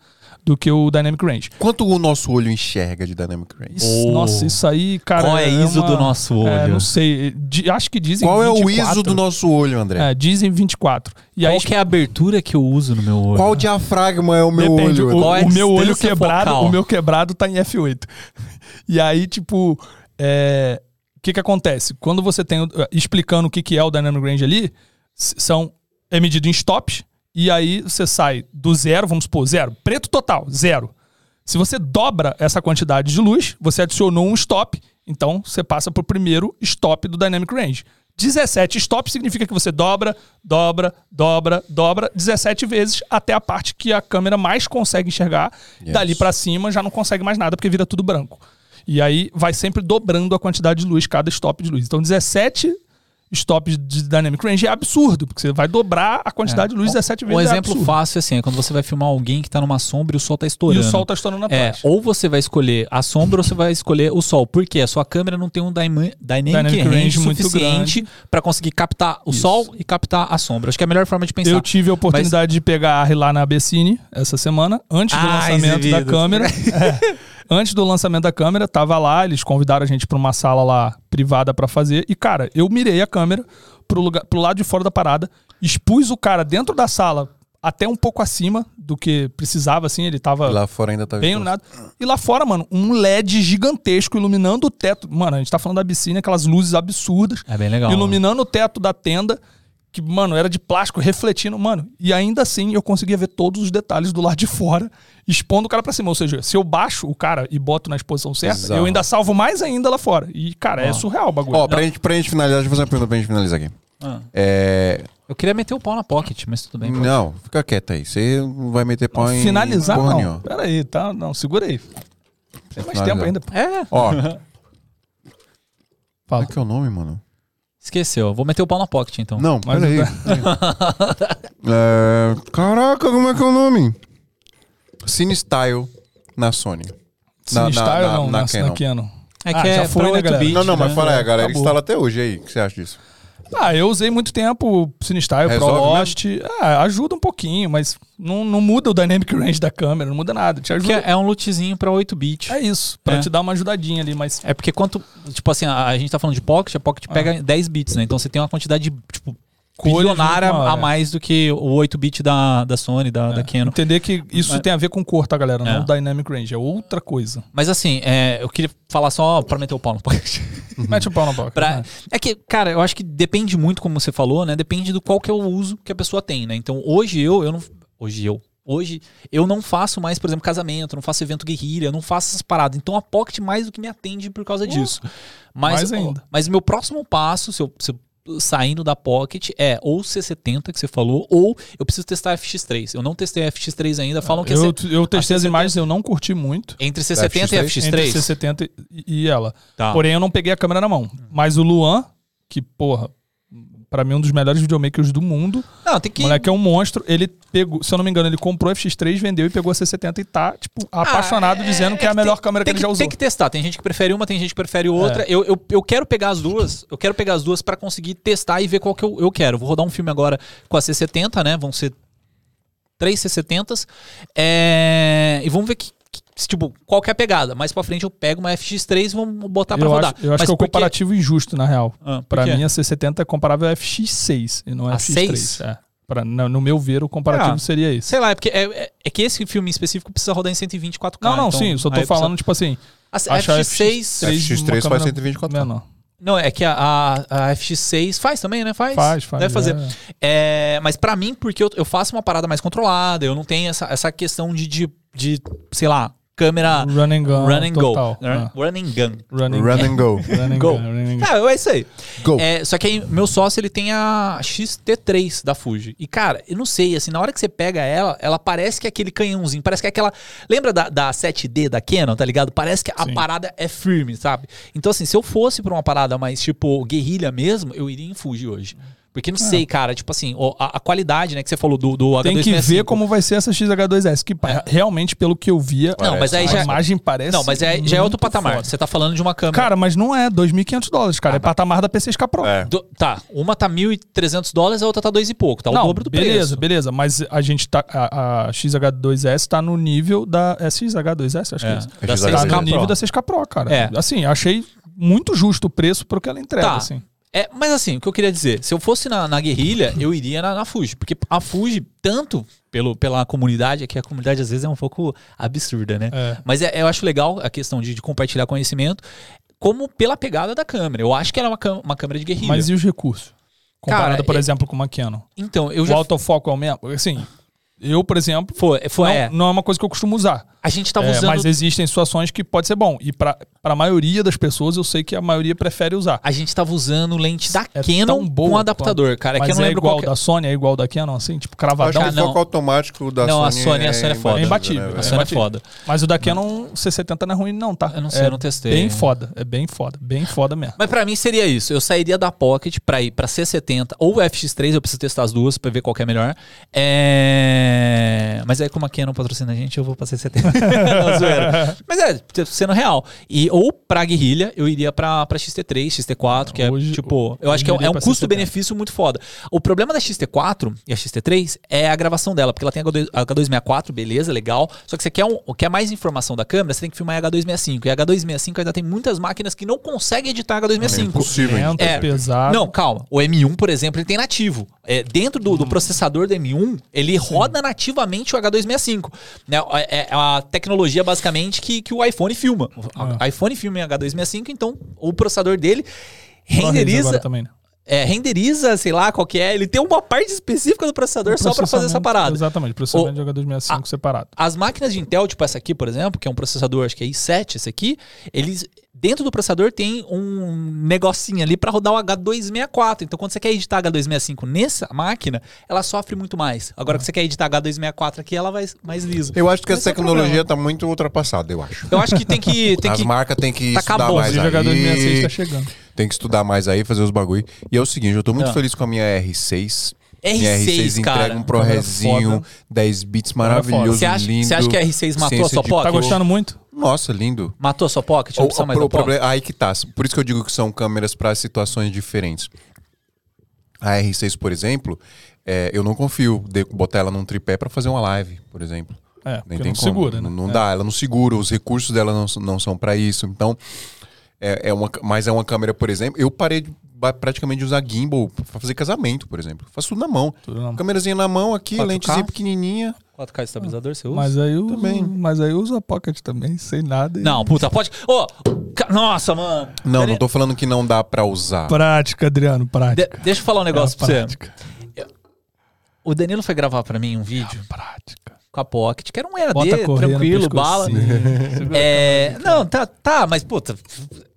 [SPEAKER 3] do que o Dynamic Range.
[SPEAKER 1] Quanto o nosso olho enxerga de Dynamic Range?
[SPEAKER 3] Isso-
[SPEAKER 4] Oh.
[SPEAKER 3] Nossa, isso aí, cara.
[SPEAKER 4] Qual é a ISO
[SPEAKER 3] uma-
[SPEAKER 4] do nosso olho?
[SPEAKER 3] É, não sei. Di- acho que dizem
[SPEAKER 1] Qual é o
[SPEAKER 3] 24.
[SPEAKER 1] ISO do nosso olho, André?
[SPEAKER 3] É, dizem 24. E aí, tipo,
[SPEAKER 4] Qual que é a abertura que eu uso no meu olho?
[SPEAKER 1] Qual diafragma é o meu
[SPEAKER 3] Depende,
[SPEAKER 1] olho?
[SPEAKER 3] O,
[SPEAKER 4] Qual é a
[SPEAKER 3] o meu olho
[SPEAKER 4] distância
[SPEAKER 3] quebrado,
[SPEAKER 4] focal?
[SPEAKER 3] o meu quebrado tá em F8. *laughs* E aí, tipo, é, o que que acontece? Quando você tem o- explicando o que que é o dynamic range ali, s- são é medido em stops e aí você sai do zero, vamos supor, zero, preto total, zero. Se você dobra essa quantidade de luz, você adicionou um stop, então você passa pro primeiro stop do dynamic range. 17 stops significa que você dobra, dobra, dobra, dobra 17 vezes até a parte que a câmera mais consegue enxergar.
[SPEAKER 1] Yes.
[SPEAKER 3] Dali pra cima já não consegue mais nada porque vira tudo branco. E aí vai sempre dobrando a quantidade de luz, cada stop de luz. Então 17 stops de dynamic range é absurdo, porque você vai dobrar a quantidade de luz 17 vezes.
[SPEAKER 4] Um
[SPEAKER 3] é
[SPEAKER 4] exemplo
[SPEAKER 3] absurdo.
[SPEAKER 4] fácil assim, é quando você vai filmar alguém que tá numa sombra e o sol tá
[SPEAKER 3] E
[SPEAKER 4] estourando.
[SPEAKER 3] o sol tá estourando na
[SPEAKER 4] É,
[SPEAKER 3] parte.
[SPEAKER 4] ou você vai escolher a sombra ou você vai escolher o sol. Por quê? A sua câmera não tem um dyma- dynamic,
[SPEAKER 3] Dynamic
[SPEAKER 4] range,
[SPEAKER 3] range muito
[SPEAKER 4] suficiente para conseguir captar o sol e captar a sombra. Acho que é a melhor forma de pensar.
[SPEAKER 3] Eu tive a oportunidade de pegar a Arri lá na Abcine essa semana, antes do
[SPEAKER 4] Ah,
[SPEAKER 3] lançamento da
[SPEAKER 4] exibidos. *laughs*
[SPEAKER 3] câmera. É. Antes do lançamento da câmera, tava lá, eles convidaram a gente pra uma sala lá privada pra fazer. E, cara, eu mirei a câmera pro, lugar, pro lado de fora da parada, expus o cara dentro da sala até um pouco acima do que precisava, assim, ele tava
[SPEAKER 1] Lá fora ainda tá
[SPEAKER 3] bem
[SPEAKER 1] exposto.
[SPEAKER 3] iluminado. E lá fora, mano, um LED gigantesco iluminando o teto. Mano, a gente tá falando da piscina, aquelas luzes absurdas.
[SPEAKER 4] É bem legal.
[SPEAKER 3] Iluminando o teto da tenda, que, mano, era de plástico, refletindo, mano. E ainda assim eu conseguia ver todos os detalhes do lado de fora, expondo o cara pra cima. Ou seja, se eu baixo o cara e boto na exposição certa,
[SPEAKER 1] Bizarro.
[SPEAKER 3] eu ainda salvo mais ainda lá fora. E, cara, é surreal o bagulho.
[SPEAKER 1] Ó, pra gente, pra gente finalizar, deixa eu fazer uma pergunta pra gente finalizar aqui.
[SPEAKER 4] Ah.
[SPEAKER 1] É,
[SPEAKER 4] Eu queria meter o pau na pocket, mas tudo bem.
[SPEAKER 3] Hum.
[SPEAKER 1] Não, fica quieto aí. Você não vai meter pau em.
[SPEAKER 3] Finalizar,
[SPEAKER 1] porra
[SPEAKER 3] não.
[SPEAKER 1] nenhuma.
[SPEAKER 3] Pera aí, tá? Não, segura aí. Tem mais
[SPEAKER 1] Finalizar.
[SPEAKER 3] tempo ainda.
[SPEAKER 4] É,
[SPEAKER 3] *laughs*
[SPEAKER 1] Ó,
[SPEAKER 3] Fala.
[SPEAKER 1] qual que é o nome, mano?
[SPEAKER 4] esqueceu. Vou meter o pau na pocket então.
[SPEAKER 1] Não,
[SPEAKER 3] Mas
[SPEAKER 1] peraí. *laughs* É, caraca, como é que é o nome? Cine Style na Sony. Na- na-
[SPEAKER 3] Sim, style
[SPEAKER 1] na-
[SPEAKER 3] não, né?
[SPEAKER 1] na
[SPEAKER 3] na,
[SPEAKER 1] Canon.
[SPEAKER 3] na Canon.
[SPEAKER 4] É que
[SPEAKER 3] Ah,
[SPEAKER 4] é
[SPEAKER 3] já
[SPEAKER 4] pra
[SPEAKER 3] foi, né,
[SPEAKER 4] 8
[SPEAKER 3] galera?
[SPEAKER 4] bits,
[SPEAKER 1] Não, não, mas
[SPEAKER 4] né?
[SPEAKER 1] fala aí, a galera
[SPEAKER 3] Acabou.
[SPEAKER 1] instala até hoje aí. O que você acha disso?
[SPEAKER 3] Ah, eu usei muito tempo Sinistyle,
[SPEAKER 1] Resolve
[SPEAKER 3] ProLost. Ah, ajuda um pouquinho, mas não, não muda o dynamic range da câmera, não muda nada. Te
[SPEAKER 4] Porque
[SPEAKER 3] ajuda.
[SPEAKER 4] é um lootzinho pra 8 bits.
[SPEAKER 3] É isso, pra
[SPEAKER 4] É.
[SPEAKER 3] te dar uma ajudadinha ali, mas
[SPEAKER 4] É porque quanto. Tipo assim, a, a gente tá falando de pocket, a
[SPEAKER 3] Ah.
[SPEAKER 4] pocket pega 10 bits, né? Então você tem uma quantidade, tipo,
[SPEAKER 3] Cores
[SPEAKER 4] bilionária
[SPEAKER 3] muito maior,
[SPEAKER 4] a
[SPEAKER 3] é.
[SPEAKER 4] mais do que o 8 bit da, da Sony, da, da Canon.
[SPEAKER 3] entender que isso tem a ver com cor, tá, galera?
[SPEAKER 4] É.
[SPEAKER 3] Não dynamic range, é outra coisa.
[SPEAKER 4] Mas assim, é, eu queria falar só pra meter o pau no pocket.
[SPEAKER 3] Mete o pau na boca.
[SPEAKER 4] Uhum. Pra-
[SPEAKER 3] né?
[SPEAKER 4] É que, cara, eu acho que depende muito, como você falou, né? Depende do qual que é o uso que a pessoa tem, né? Então, hoje eu, eu não. Hoje eu. Hoje eu não faço mais, por exemplo, casamento, não faço evento guerrilha, não faço essas paradas. Então a Pocket mais do que me atende por causa disso. Mas,
[SPEAKER 3] Uh, mais ainda.
[SPEAKER 4] mas meu próximo passo, se eu, se eu- saindo da Pocket, é ou C70 que você falou, ou eu preciso testar a FX3. Eu não testei a FX3 ainda, falam que é
[SPEAKER 3] Ah, Eu,
[SPEAKER 4] C-
[SPEAKER 3] eu testei as
[SPEAKER 4] a
[SPEAKER 3] imagens, eu não curti muito.
[SPEAKER 4] entre C70 e a FX3.
[SPEAKER 3] Entre C70 e- e ela.
[SPEAKER 4] Tá.
[SPEAKER 3] Porém, eu não peguei a câmera na mão. Mas o Luan, que, porra, pra mim é um dos melhores videomakers do mundo,
[SPEAKER 4] Não, tem
[SPEAKER 3] O
[SPEAKER 4] que.
[SPEAKER 3] moleque é um monstro. Ele pegou, se eu não me engano, ele comprou a FX3, vendeu e pegou a C70 e tá, tipo, apaixonado dizendo que é a melhor
[SPEAKER 4] Ah, tem-
[SPEAKER 3] câmera que
[SPEAKER 4] tem
[SPEAKER 3] ele já usou. É.
[SPEAKER 4] Tem que testar. Tem gente que prefere uma, tem gente que prefere outra. Eu, eu, eu quero pegar as duas. Eu quero pegar as duas pra conseguir testar e ver qual que eu, eu quero. Vou rodar um filme agora com a C70, né? Vão ser três C70s. É, E vamos ver que, que- se, tipo, qual que é a pegada. Mais pra frente eu pego uma FX3 e vamos botar tá pra
[SPEAKER 3] eu
[SPEAKER 4] rodar.
[SPEAKER 3] acho, eu acho que é um
[SPEAKER 4] porque-
[SPEAKER 3] comparativo injusto, na real.
[SPEAKER 4] Ah, por
[SPEAKER 3] Pra
[SPEAKER 4] quê?
[SPEAKER 3] mim, a C70 é comparável à FX6 e não a
[SPEAKER 4] A seis?
[SPEAKER 3] FX3. É. Pra, no, no meu ver, o comparativo
[SPEAKER 4] Ah.
[SPEAKER 3] seria esse.
[SPEAKER 4] Sei lá, é porque é, é- é que esse filme em específico precisa rodar em 124K.
[SPEAKER 3] Não, não,
[SPEAKER 4] então,
[SPEAKER 3] sim, eu só
[SPEAKER 4] aí
[SPEAKER 3] tô
[SPEAKER 4] precisa-
[SPEAKER 3] falando, tipo assim,
[SPEAKER 4] A,
[SPEAKER 3] acho a
[SPEAKER 4] FX6.
[SPEAKER 3] Três de uma
[SPEAKER 1] FX3 faz
[SPEAKER 3] câmera
[SPEAKER 1] 124
[SPEAKER 3] menor.
[SPEAKER 4] Não, é que a, a, a FX6 faz também, né? Faz.
[SPEAKER 3] Faz, faz,
[SPEAKER 4] Deve fazer.
[SPEAKER 3] é.
[SPEAKER 4] É, mas pra mim, porque eu, eu faço uma parada mais controlada, eu não tenho essa, essa questão de, de, de, sei lá, câmera
[SPEAKER 3] Run and gun.
[SPEAKER 4] run and go.
[SPEAKER 3] total.
[SPEAKER 4] Né?
[SPEAKER 3] É.
[SPEAKER 4] Run and gun.
[SPEAKER 3] Run and
[SPEAKER 1] Run
[SPEAKER 3] gun.
[SPEAKER 1] and go.
[SPEAKER 4] *laughs*
[SPEAKER 3] Run and
[SPEAKER 4] Go.
[SPEAKER 3] gun, run and gun.
[SPEAKER 4] Ah, é isso aí.
[SPEAKER 1] Go.
[SPEAKER 4] É, só que aí, meu sócio, ele tem a XT3 da Fuji. E, cara, eu não sei, assim, na hora que você pega ela, ela parece que é aquele canhãozinho, parece que é aquela... Lembra da, da 7D da Canon, tá ligado? Parece que a
[SPEAKER 3] Sim.
[SPEAKER 4] parada é firme, sabe? Então, assim, se eu fosse pra uma parada mais, tipo, guerrilha mesmo, eu iria em Fuji hoje. Porque não sei, cara, tipo assim, o- a, a qualidade, né, que você falou do, do H265.
[SPEAKER 3] É. Tem que ver como vai ser essa XH2S, que pa- realmente, pelo que eu via,
[SPEAKER 4] É. Não, mas aí
[SPEAKER 3] a
[SPEAKER 4] já.
[SPEAKER 3] imagem parece.
[SPEAKER 4] Não, mas é, já é outro
[SPEAKER 3] muito
[SPEAKER 4] patamar. Ah, tá.
[SPEAKER 3] foda.
[SPEAKER 4] Você tá falando de uma câmera.
[SPEAKER 3] Cara, mas não é 2.500 dólares, cara. é patamar da P6K Pro.
[SPEAKER 1] É.
[SPEAKER 4] do- tá, uma tá 1.300 dólares, a outra tá dois e pouco. Tá o dobro do
[SPEAKER 3] beleza,
[SPEAKER 4] preço.
[SPEAKER 3] beleza. Mas a gente tá. A, a XH2S tá no nível da. É XH2S, acho que é isso.
[SPEAKER 1] É
[SPEAKER 4] Da
[SPEAKER 1] XH2S.
[SPEAKER 3] Tá no
[SPEAKER 4] 6K
[SPEAKER 3] nível
[SPEAKER 4] Pro.
[SPEAKER 3] da 6K Pro, cara.
[SPEAKER 4] É.
[SPEAKER 3] Assim, achei muito justo o preço pro que ela entrega,
[SPEAKER 4] Tá.
[SPEAKER 3] assim.
[SPEAKER 4] É, mas assim, o que eu queria dizer, se eu fosse na, na guerrilha, eu iria na, na Fuji. Porque a Fuji, tanto pelo, pela comunidade, é que a comunidade às vezes é um pouco absurda, né?
[SPEAKER 3] É.
[SPEAKER 4] Mas é- eu acho legal a questão de, de compartilhar conhecimento, como pela pegada da câmera. Eu acho que era uma, cam- uma câmera de guerrilha.
[SPEAKER 3] Mas e os recursos? Comparado,
[SPEAKER 4] Cara,
[SPEAKER 3] por
[SPEAKER 4] é-
[SPEAKER 3] exemplo, com uma Canon.
[SPEAKER 4] então, eu
[SPEAKER 3] o
[SPEAKER 4] já.
[SPEAKER 3] autofoco é o mesmo? Assim, eu, por exemplo,
[SPEAKER 4] Foi, foi,
[SPEAKER 3] não,
[SPEAKER 4] é,
[SPEAKER 3] não é uma coisa que eu costumo usar.
[SPEAKER 4] a gente tava
[SPEAKER 3] É,
[SPEAKER 4] usando.
[SPEAKER 3] Mas existem situações que pode ser bom. E pra pra maioria das pessoas, eu sei que a maioria prefere usar.
[SPEAKER 4] A gente tava usando lente da
[SPEAKER 3] É
[SPEAKER 4] Canon
[SPEAKER 3] tão boa
[SPEAKER 4] com adaptador, cara.
[SPEAKER 3] Mas
[SPEAKER 4] que eu não
[SPEAKER 3] é
[SPEAKER 4] lembro
[SPEAKER 3] igual
[SPEAKER 4] qual que...
[SPEAKER 3] da Sony, é igual da Canon, assim? Tipo,
[SPEAKER 1] Acho
[SPEAKER 3] cravadão.
[SPEAKER 1] que o
[SPEAKER 4] não.
[SPEAKER 1] foco automático da
[SPEAKER 4] Não, a
[SPEAKER 1] Sony.
[SPEAKER 4] Sony- a Sony é foda.
[SPEAKER 3] É imbatível,
[SPEAKER 1] né,
[SPEAKER 4] A
[SPEAKER 1] velho?
[SPEAKER 4] Sony é
[SPEAKER 3] Imbatível.
[SPEAKER 4] foda.
[SPEAKER 3] Mas o da Canon C70 não é ruim, não, tá?
[SPEAKER 4] Eu não sei,
[SPEAKER 3] é
[SPEAKER 4] eu não testei.
[SPEAKER 3] Bem foda, é bem foda, bem foda mesmo.
[SPEAKER 4] Mas pra mim seria isso. Eu sairia da Pocket pra ir pra C70 ou FX3. Eu preciso testar as duas pra ver qual que é melhor. É... Mas aí, como a Canon patrocina a gente, eu vou pra C70. *laughs* Não, zoeira. Mas é, t- sendo real. E, ou pra guerrilha, eu iria pra, pra XT3, XT4, que é
[SPEAKER 3] Hoje-
[SPEAKER 4] tipo. Eu
[SPEAKER 3] hoje
[SPEAKER 4] acho que é,
[SPEAKER 3] eu
[SPEAKER 4] um-
[SPEAKER 3] iria
[SPEAKER 4] é um
[SPEAKER 3] pra
[SPEAKER 4] custo-benefício muito foda. O problema da XT4 e a XT3 é a gravação dela, porque ela tem H2- H264, beleza, legal. Só que você quer, um, quer mais informação da câmera, você tem que filmar em H265. E H265 ainda tem muitas máquinas que não conseguem editar
[SPEAKER 1] É
[SPEAKER 4] H265.
[SPEAKER 1] impossível.
[SPEAKER 3] Lento,
[SPEAKER 4] É.
[SPEAKER 3] um pesado.
[SPEAKER 4] Não, calma. O M1, por exemplo, ele tem nativo. É, dentro do, do
[SPEAKER 1] Hum.
[SPEAKER 4] processador do M1, ele roda nativamente o H265. Né? É, é a tecnologia, basicamente, que, que o iPhone filma. O
[SPEAKER 3] Ah.
[SPEAKER 4] iPhone filma em H265, então o processador dele
[SPEAKER 3] Só Reis agora
[SPEAKER 4] renderiza,
[SPEAKER 3] também, né?
[SPEAKER 4] é, renderiza, sei lá qual que é. Ele tem uma parte específica do processador só pra fazer essa
[SPEAKER 3] Processamento-
[SPEAKER 4] parada.
[SPEAKER 3] Exatamente, processamento de H265 separado.
[SPEAKER 4] As máquinas de Intel, tipo essa aqui, por exemplo, que é um processador, acho que é i7, esse aqui, eles dentro do processador tem um negocinho ali pra rodar o H264. Então, quando você quer editar H265 nessa máquina, ela sofre muito mais. Agora que você quer editar H264 aqui, ela vai mais liso.
[SPEAKER 1] Eu acho que essa
[SPEAKER 4] Esse é o
[SPEAKER 1] tecnologia
[SPEAKER 4] problema.
[SPEAKER 1] tá muito ultrapassada, eu acho.
[SPEAKER 4] Eu acho que tem que
[SPEAKER 1] *laughs*
[SPEAKER 4] tem
[SPEAKER 1] As
[SPEAKER 4] que
[SPEAKER 1] marcas têm que
[SPEAKER 4] Tá
[SPEAKER 1] estudar
[SPEAKER 4] acabou,
[SPEAKER 1] mais
[SPEAKER 3] Inclusive, o H265
[SPEAKER 1] aí.
[SPEAKER 3] tá chegando.
[SPEAKER 1] Tem que estudar mais aí, fazer os bagulho. E é o seguinte, eu tô muito
[SPEAKER 4] Ah.
[SPEAKER 1] feliz com a minha R6. minha
[SPEAKER 4] R6,
[SPEAKER 1] R6
[SPEAKER 4] cara.
[SPEAKER 1] entrega um ProResinho, 10 bits maravilhoso,
[SPEAKER 4] Você acha,
[SPEAKER 1] lindo.
[SPEAKER 4] você acha que a R6 matou a
[SPEAKER 1] ciência
[SPEAKER 4] sua
[SPEAKER 1] de
[SPEAKER 4] pocket?
[SPEAKER 3] Tá gostando muito?
[SPEAKER 1] Nossa, lindo.
[SPEAKER 4] Matou a sua pocket? A
[SPEAKER 1] O,
[SPEAKER 4] opção
[SPEAKER 1] o-
[SPEAKER 4] mais
[SPEAKER 1] o
[SPEAKER 4] da pocket?
[SPEAKER 1] problema, aí que tá. Por isso que eu digo que são câmeras para situações diferentes. A R6, por exemplo, é, eu não confio de botar ela num tripé para fazer uma live, por exemplo.
[SPEAKER 3] É, porque
[SPEAKER 1] Nem
[SPEAKER 3] não
[SPEAKER 1] tem como.
[SPEAKER 3] segura, né?
[SPEAKER 1] Não, não
[SPEAKER 3] É.
[SPEAKER 1] dá, ela não segura, os recursos dela não, s- não são para isso. Então, é, é uma, c- mas é uma câmera, por exemplo, eu parei de, ba- praticamente de usar gimbal para fazer casamento, por exemplo. Faço tudo na mão.
[SPEAKER 3] Tudo na mão.
[SPEAKER 1] Câmerazinha na mão aqui,
[SPEAKER 4] 4K?
[SPEAKER 1] lentezinha pequenininha.
[SPEAKER 4] 4K estabilizador, você usa?
[SPEAKER 3] Mas aí eu
[SPEAKER 1] Também.
[SPEAKER 3] uso, mas aí eu uso a Pocket também, sem nada. e-
[SPEAKER 4] Não, puta, pode... Ô, ca- nossa, mano.
[SPEAKER 1] Não, não tô falando que não dá para usar.
[SPEAKER 3] Prática, Adriano,
[SPEAKER 4] De-
[SPEAKER 3] prática.
[SPEAKER 4] deixa eu falar um negócio pra você.
[SPEAKER 3] prática.
[SPEAKER 4] O Danilo foi gravar pra mim um vídeo
[SPEAKER 3] Prática.
[SPEAKER 4] com a Pocket, que era um EAD,
[SPEAKER 3] Bota a correia no
[SPEAKER 4] tranquilo, bala.
[SPEAKER 3] pescocinho.
[SPEAKER 4] É, não, tá, tá, mas puta,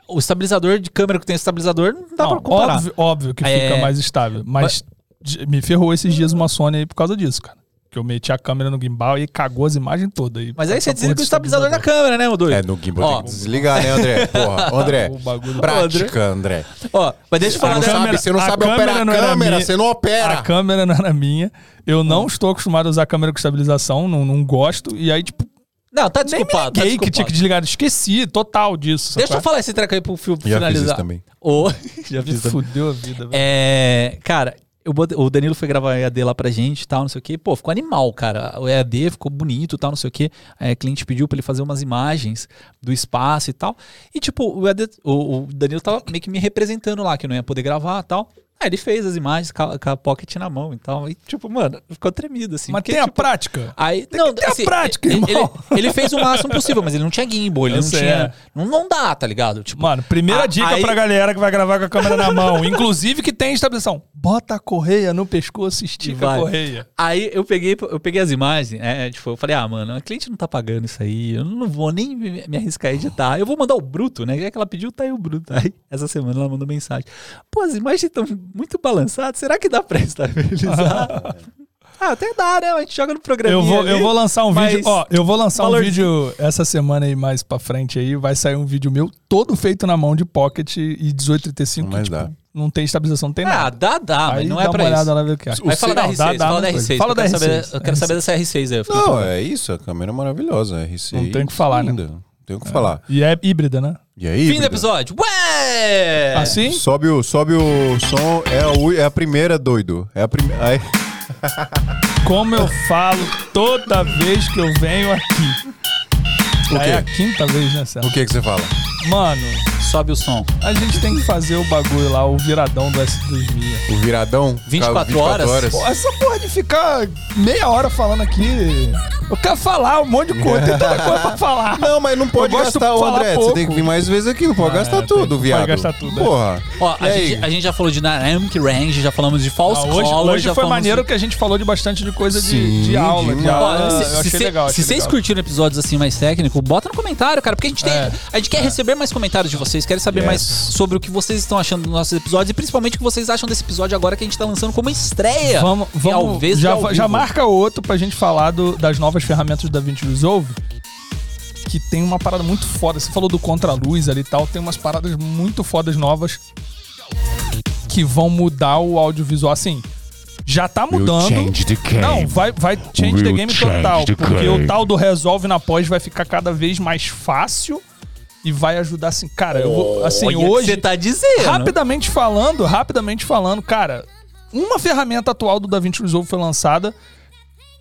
[SPEAKER 4] o estabilizador de câmera que tem estabilizador não dá pra
[SPEAKER 3] Não,
[SPEAKER 4] comparar.
[SPEAKER 3] óbvio, óbvio que
[SPEAKER 4] É.
[SPEAKER 3] fica mais estável. Mas de- me ferrou esses dias uma Sony aí por causa disso, cara. Que eu meti a câmera no gimbal e cagou as imagens todas. E
[SPEAKER 4] Mas aí
[SPEAKER 3] essa
[SPEAKER 4] você desliga
[SPEAKER 3] porra
[SPEAKER 4] o
[SPEAKER 3] de
[SPEAKER 4] estabilizador da câmera, né, ô doido?
[SPEAKER 1] É, no gimbal
[SPEAKER 4] Ó.
[SPEAKER 1] tem que desligar, né,
[SPEAKER 3] *laughs*
[SPEAKER 1] André? Porra, André.
[SPEAKER 3] O bagulho-
[SPEAKER 1] Prática, André.
[SPEAKER 4] Ó, mas deixa
[SPEAKER 1] Você
[SPEAKER 4] eu falar um
[SPEAKER 1] não
[SPEAKER 4] dessa...
[SPEAKER 1] sabe, você não
[SPEAKER 3] a
[SPEAKER 1] sabe
[SPEAKER 3] câmera
[SPEAKER 1] operar a
[SPEAKER 3] não era
[SPEAKER 1] câmera,
[SPEAKER 3] minha.
[SPEAKER 1] você não
[SPEAKER 3] A
[SPEAKER 1] opera.
[SPEAKER 3] câmera não era minha. Eu
[SPEAKER 4] Hum.
[SPEAKER 3] não estou acostumado a usar câmera com estabilização, não, não gosto. E aí, tipo,
[SPEAKER 4] Não, tá
[SPEAKER 3] nem me
[SPEAKER 4] desculpado, tá
[SPEAKER 3] liguei que
[SPEAKER 4] desculpado.
[SPEAKER 3] tinha que desligar. Esqueci total disso. é?
[SPEAKER 4] Deixa eu falar esse treco aí pro fio
[SPEAKER 1] Já
[SPEAKER 4] finalizar.
[SPEAKER 1] fiz isso também.
[SPEAKER 4] Ô, *laughs* já fiz também.
[SPEAKER 3] Fudeu a vida, velho.
[SPEAKER 4] É, cara, eu botei- o Danilo foi gravar EAD lá pra gente e tal, não sei o que. Pô, ficou animal, cara. O EAD ficou bonito e tal, não sei o que. É, cliente pediu pra ele fazer umas imagens do espaço e tal. E, tipo, o, EAD, o, o Danilo tava meio que me representando lá, que eu não ia poder gravar e tal. Aí ele fez as imagens com a, com a pocket na mão e tal. E, tipo, mano, ficou tremido, assim.
[SPEAKER 3] Mas
[SPEAKER 4] porque,
[SPEAKER 3] tem a
[SPEAKER 4] tipo,
[SPEAKER 3] prática.
[SPEAKER 4] Aí, não,
[SPEAKER 3] ter a prática,
[SPEAKER 4] ele,
[SPEAKER 3] irmão.
[SPEAKER 4] ele- ele fez o máximo possível, mas ele não tinha gimbal, ele
[SPEAKER 3] Eu
[SPEAKER 4] não
[SPEAKER 3] sei,
[SPEAKER 4] tinha.
[SPEAKER 3] é.
[SPEAKER 4] Não, não dá, tá ligado? Tipo,
[SPEAKER 3] Mano, primeira
[SPEAKER 4] A-
[SPEAKER 3] dica
[SPEAKER 4] aí-
[SPEAKER 3] pra galera que vai gravar com a câmera na mão, inclusive que tem estabilização. Bota a correia no pescoço, estica
[SPEAKER 4] Vai.
[SPEAKER 3] a correia.
[SPEAKER 4] Aí eu peguei, eu peguei as imagens, é, tipo, eu falei, ah, mano, a cliente não tá pagando isso aí, eu não vou nem me me arriscar a editar. Eu vou mandar o bruto, né? Já que ela pediu, tá aí o bruto. Aí, essa semana ela mandou
[SPEAKER 3] *laughs*
[SPEAKER 4] mensagem. Pô, as imagens estão muito balançadas, será que dá pra estabilizar? Ah, até dá, né? A gente joga no programa.
[SPEAKER 3] Eu vou, eu vou lançar um
[SPEAKER 4] mas
[SPEAKER 3] vídeo. Ó, eu vou lançar um
[SPEAKER 4] valorzinho.
[SPEAKER 3] vídeo essa semana aí mais pra frente aí. Vai sair um vídeo meu todo feito na mão de pocket e 18,35.
[SPEAKER 1] Mas
[SPEAKER 3] tipo,
[SPEAKER 1] dá.
[SPEAKER 3] Não tem estabilização, não tem
[SPEAKER 4] Ah,
[SPEAKER 3] nada.
[SPEAKER 4] dá, dá,
[SPEAKER 3] aí
[SPEAKER 4] mas não
[SPEAKER 3] dá
[SPEAKER 4] é
[SPEAKER 3] uma
[SPEAKER 4] pra
[SPEAKER 3] olhada
[SPEAKER 4] isso.
[SPEAKER 3] lá ver o que é.
[SPEAKER 4] Mas fala da
[SPEAKER 3] Não,
[SPEAKER 4] R6,
[SPEAKER 3] dá-
[SPEAKER 4] fala
[SPEAKER 3] dá
[SPEAKER 4] da
[SPEAKER 3] uma coisa.
[SPEAKER 4] R6.
[SPEAKER 3] Fala
[SPEAKER 4] eu quero
[SPEAKER 3] da É
[SPEAKER 4] saber-
[SPEAKER 3] R6.
[SPEAKER 4] Eu quero saber dessa R6 aí. eu fiquei
[SPEAKER 1] Não,
[SPEAKER 4] curioso.
[SPEAKER 1] é isso, a câmera é maravilhosa. a RCI.
[SPEAKER 3] Não tem o que falar, né?
[SPEAKER 1] linda, Não tem o que falar.
[SPEAKER 3] E é híbrida, né?
[SPEAKER 1] E aí?
[SPEAKER 4] Fim do
[SPEAKER 1] Brigão?
[SPEAKER 4] episódio. Ué!
[SPEAKER 3] Assim?
[SPEAKER 1] Sobe o, sobe o som, é a, u- é a primeira, doido. É a primeira. Aí-
[SPEAKER 3] Como eu falo toda vez que eu venho aqui. Já
[SPEAKER 1] quê?
[SPEAKER 3] é a quinta vez, né, Sérgio?
[SPEAKER 1] O que que você fala?
[SPEAKER 3] Mano,
[SPEAKER 4] Sobe o som.
[SPEAKER 3] a gente tem que fazer o bagulho lá, o viradão do S2000.
[SPEAKER 1] O viradão?
[SPEAKER 4] 24 horas?
[SPEAKER 3] Pô, essa porra de ficar meia hora falando aqui. Eu quero falar um monte de coisa, tem tanta coisa pra falar.
[SPEAKER 1] Não, mas não pode
[SPEAKER 3] Eu gosto
[SPEAKER 1] gastar, o
[SPEAKER 3] de falar
[SPEAKER 1] André. Você
[SPEAKER 3] pouco. Ah,
[SPEAKER 1] tem que vir mais vezes aqui, não pode gastar
[SPEAKER 3] tem-
[SPEAKER 1] tudo,
[SPEAKER 3] pode
[SPEAKER 1] viado.
[SPEAKER 3] gastar tudo, é.
[SPEAKER 1] Porra.
[SPEAKER 4] Ó,
[SPEAKER 1] E
[SPEAKER 4] a
[SPEAKER 1] aí?
[SPEAKER 4] gente, a gente já falou de Dynamic Range, já falamos de False
[SPEAKER 3] Ah,
[SPEAKER 4] Color,
[SPEAKER 3] hoje
[SPEAKER 4] já
[SPEAKER 3] hoje foi
[SPEAKER 4] falamos
[SPEAKER 3] maneiro que a gente falou de bastante de coisa
[SPEAKER 1] Sim,
[SPEAKER 3] de, de aula. De
[SPEAKER 1] demais.
[SPEAKER 3] aula.
[SPEAKER 4] Ó,
[SPEAKER 3] eu achei
[SPEAKER 4] se, cê-
[SPEAKER 3] legal. achei
[SPEAKER 4] se vocês
[SPEAKER 3] legal.
[SPEAKER 4] curtiram episódios assim mais técnico, bota no comentário, cara, porque a gente, tem,
[SPEAKER 3] É.
[SPEAKER 4] a gente quer receber mais comentários de vocês, quer saber
[SPEAKER 1] Yes.
[SPEAKER 4] mais sobre o que vocês estão achando dos nossos episódios e principalmente o que vocês acham desse episódio agora que a gente tá lançando como estreia.
[SPEAKER 3] Vamos,
[SPEAKER 4] E
[SPEAKER 3] vamos
[SPEAKER 4] ao vez
[SPEAKER 3] já,
[SPEAKER 4] e é ao
[SPEAKER 3] já
[SPEAKER 4] vivo.
[SPEAKER 3] marca outro pra gente falar do- das novas ferramentas da DaVinci Resolve. Que tem uma parada muito foda. Você falou do contra-luz ali e tal. Tem umas paradas muito fodas novas que vão mudar o audiovisual. Assim, já tá mudando. Não, vai, vai change the
[SPEAKER 6] Will
[SPEAKER 3] game
[SPEAKER 6] change
[SPEAKER 3] total.
[SPEAKER 6] the
[SPEAKER 3] Porque
[SPEAKER 6] game.
[SPEAKER 3] o tal do resolve na pós vai ficar cada vez mais fácil e vai ajudar assim. Cara, eu vou. Assim,
[SPEAKER 4] Olha o que
[SPEAKER 3] hoje.
[SPEAKER 4] Você tá dizendo.
[SPEAKER 3] Rapidamente falando, rapidamente falando, cara, uma ferramenta atual do DaVinci Resolve foi lançada.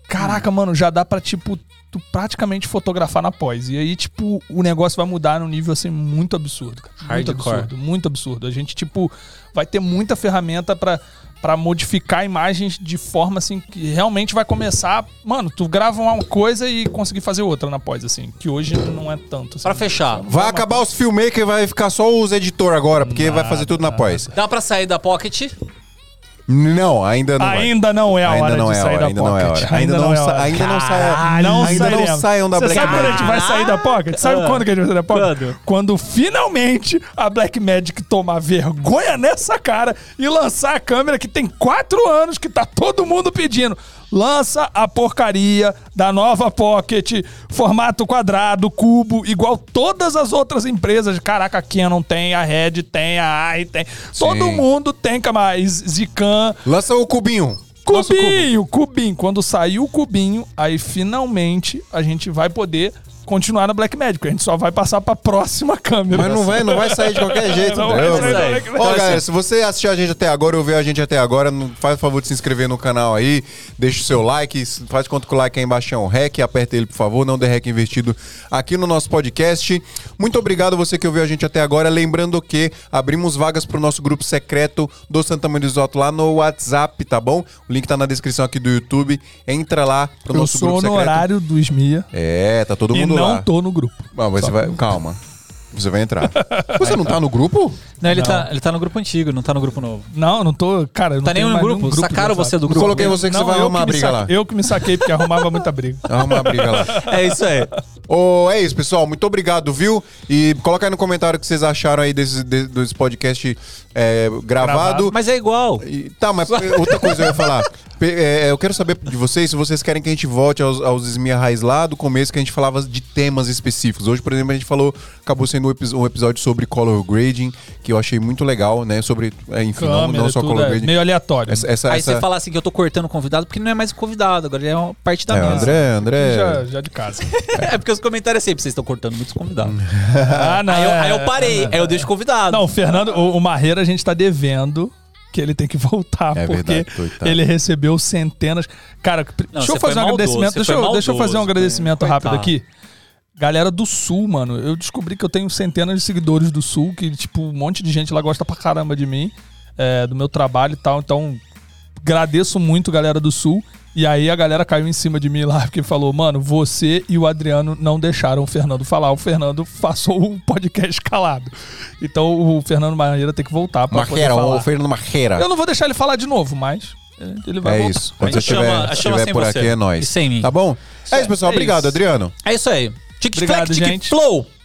[SPEAKER 3] Caraca, mano, já dá pra, tipo, tu praticamente fotografar na pós. E aí, tipo, o negócio vai mudar num nível, assim, muito absurdo. Cara. Muito
[SPEAKER 4] Hardcore.
[SPEAKER 3] absurdo, muito absurdo. A gente, tipo, vai ter muita ferramenta pra, pra modificar imagens de forma, assim, que realmente vai começar... Mano, tu grava uma coisa e conseguir fazer outra na pós, assim, que hoje não é tanto. Assim,
[SPEAKER 4] Pra fechar,
[SPEAKER 1] Vai acabar os filmmakers, vai ficar só os editores agora, porque vai fazer tudo na
[SPEAKER 3] Ah,
[SPEAKER 1] pós.
[SPEAKER 4] dá pra sair da Pocket.
[SPEAKER 1] Não, ainda não. vai.
[SPEAKER 3] Ainda não é a
[SPEAKER 1] Ainda
[SPEAKER 3] hora
[SPEAKER 1] não
[SPEAKER 3] de
[SPEAKER 1] é a
[SPEAKER 3] sair
[SPEAKER 1] hora,
[SPEAKER 3] da
[SPEAKER 1] ainda não é a
[SPEAKER 3] Pocket.
[SPEAKER 1] hora. Ainda não sa-
[SPEAKER 3] hora.
[SPEAKER 1] ainda não sai-
[SPEAKER 3] Caralho, não
[SPEAKER 1] ainda não
[SPEAKER 3] sairemos.
[SPEAKER 1] saiam da
[SPEAKER 3] Você
[SPEAKER 1] Black
[SPEAKER 3] sabe quando a gente vai
[SPEAKER 4] Magic?
[SPEAKER 3] sair da Pocket? Sabe quando que a gente vai sair da Pocket?
[SPEAKER 4] Quando?
[SPEAKER 3] finalmente a Black Magic tomar vergonha nessa cara e lançar a câmera que tem quatro anos que tá todo mundo pedindo. Lança a porcaria da nova Pocket, formato quadrado, cubo, igual todas as outras empresas. Caraca, a Canon tem, a Red tem, a Ai tem. Todo
[SPEAKER 1] Sim.
[SPEAKER 3] mundo tem, mais Zican.
[SPEAKER 1] Lança o cubinho.
[SPEAKER 4] Nosso
[SPEAKER 3] Cubinho, cubinho. Quando saiu o cubinho, aí finalmente a gente vai poder continuar na Black Magic. A gente só vai passar pra próxima câmera.
[SPEAKER 1] Mas não vai, não vai sair de
[SPEAKER 3] *laughs*
[SPEAKER 1] qualquer jeito.
[SPEAKER 3] Não
[SPEAKER 1] entendeu?
[SPEAKER 3] vai sair,
[SPEAKER 4] não vai
[SPEAKER 1] Ó,
[SPEAKER 4] sair.
[SPEAKER 1] galera, se você assistiu a gente até agora, ouviu a gente até agora, não- faz o favor de se inscrever no canal aí, deixa o seu like, s- faz conta que o like aí embaixo é um rec, aperta ele, por favor, não dê rec investido aqui no nosso podcast. Muito obrigado a você que ouviu a gente até agora, lembrando que abrimos vagas pro nosso grupo secreto do Santa Mãe do Isoto lá no WhatsApp, tá bom? O link tá na descrição aqui do YouTube, entra lá pro
[SPEAKER 3] Eu
[SPEAKER 1] nosso
[SPEAKER 3] sou
[SPEAKER 1] um grupo secreto.
[SPEAKER 3] honorário do SMIA
[SPEAKER 1] É, tá todo
[SPEAKER 3] e
[SPEAKER 1] mundo
[SPEAKER 3] não
[SPEAKER 1] lá.
[SPEAKER 3] tô no grupo.
[SPEAKER 1] Não, mas você vai. Calma. Você vai entrar. Você não tá no grupo?
[SPEAKER 4] Não, ele, Tá, ele tá no grupo antigo, não tá no grupo novo.
[SPEAKER 3] Não, não tô. Cara, eu não
[SPEAKER 4] Tá nem
[SPEAKER 3] tenho
[SPEAKER 4] no
[SPEAKER 3] mais
[SPEAKER 4] grupo?
[SPEAKER 3] nenhum de
[SPEAKER 4] Sacaram
[SPEAKER 3] WhatsApp.
[SPEAKER 4] você do grupo?
[SPEAKER 1] Coloquei você que
[SPEAKER 3] Não,
[SPEAKER 1] você vai
[SPEAKER 3] eu
[SPEAKER 1] arrumar
[SPEAKER 3] que me
[SPEAKER 1] briga
[SPEAKER 3] sa-
[SPEAKER 1] lá.
[SPEAKER 3] Eu que me saquei, porque arrumava muita briga.
[SPEAKER 1] Arruma Ah, uma briga lá.
[SPEAKER 4] É isso
[SPEAKER 3] *laughs*
[SPEAKER 4] aí.
[SPEAKER 1] Ô, é isso, pessoal. Muito obrigado, viu? E coloca aí no comentário o que vocês acharam aí desse, de- desse podcast é, gravado.
[SPEAKER 4] Mas é igual.
[SPEAKER 1] E- tá, mas pe- outra coisa eu ia falar. Pe- é, eu quero saber de vocês se vocês querem que a gente volte aos, aos Esmia Raiz lá do começo, que a gente falava de temas específicos. Hoje, por exemplo, a gente falou, acabou sendo um, epi- um episódio sobre color grading, que eu achei muito legal, né? Sobre, é, enfim, *laughs* não- não,
[SPEAKER 3] Câmera,
[SPEAKER 1] só
[SPEAKER 3] tudo
[SPEAKER 1] color
[SPEAKER 3] é
[SPEAKER 1] grading.
[SPEAKER 3] meio aleatório.
[SPEAKER 1] Essa, essa,
[SPEAKER 4] Aí
[SPEAKER 1] essa-
[SPEAKER 4] você fala assim que eu tô cortando o convidado porque não é mais o convidado, agora ele é uma parte da
[SPEAKER 1] É,
[SPEAKER 4] mesa.
[SPEAKER 1] André, André.
[SPEAKER 3] Já, já de casa.
[SPEAKER 4] *laughs* É porque os comentários é sempre, vocês estão cortando muitos
[SPEAKER 3] *laughs*
[SPEAKER 4] convidados.
[SPEAKER 3] ah, não.
[SPEAKER 4] Aí eu, aí eu
[SPEAKER 3] é- *laughs*
[SPEAKER 4] parei, aí eu deixo o convidado.
[SPEAKER 3] Não, o Fernando, o, o Marreira a gente tá devendo que ele tem que *laughs* voltar,
[SPEAKER 1] É
[SPEAKER 3] porque
[SPEAKER 1] verdade, coitado.
[SPEAKER 3] ele recebeu centenas. Cara, pr-
[SPEAKER 4] Não,
[SPEAKER 3] deixa eu
[SPEAKER 4] você
[SPEAKER 3] fazer um
[SPEAKER 4] foi maldoso,
[SPEAKER 3] agradecimento.
[SPEAKER 4] você
[SPEAKER 3] Deixa
[SPEAKER 4] foi
[SPEAKER 3] eu, deixa eu fazer um
[SPEAKER 4] maldoso,
[SPEAKER 3] agradecimento
[SPEAKER 4] coitado.
[SPEAKER 3] rápido aqui. Galera do Sul, mano, eu descobri que eu tenho centenas de seguidores do Sul, que, tipo, um monte de gente lá gosta pra caramba de mim, é, do meu trabalho e tal. Então, agradeço muito, galera do Sul. E aí a galera caiu em cima de mim lá, porque falou, mano, você e o Adriano não deixaram o Fernando falar. O Fernando passou o podcast calado. Então o Fernando Maneira tem que voltar pra
[SPEAKER 1] Marreira,
[SPEAKER 3] poder falar.
[SPEAKER 1] o Fernando Marreira.
[SPEAKER 3] Eu não vou deixar ele falar de novo, mas é, ele vai
[SPEAKER 1] É
[SPEAKER 3] voltar.
[SPEAKER 1] isso. Quando você
[SPEAKER 4] Mas a chama-
[SPEAKER 1] estiver
[SPEAKER 4] a chama
[SPEAKER 1] estiver
[SPEAKER 4] sem
[SPEAKER 1] por
[SPEAKER 4] você.
[SPEAKER 1] aqui, é
[SPEAKER 4] E
[SPEAKER 1] nóis.
[SPEAKER 4] sem mim.
[SPEAKER 1] Tá bom? É isso, pessoal.
[SPEAKER 3] É
[SPEAKER 1] Obrigado,
[SPEAKER 3] isso.
[SPEAKER 1] Adriano.
[SPEAKER 4] É isso aí. Tic
[SPEAKER 3] Obrigado,
[SPEAKER 4] Flac, tic
[SPEAKER 3] gente.
[SPEAKER 4] flow.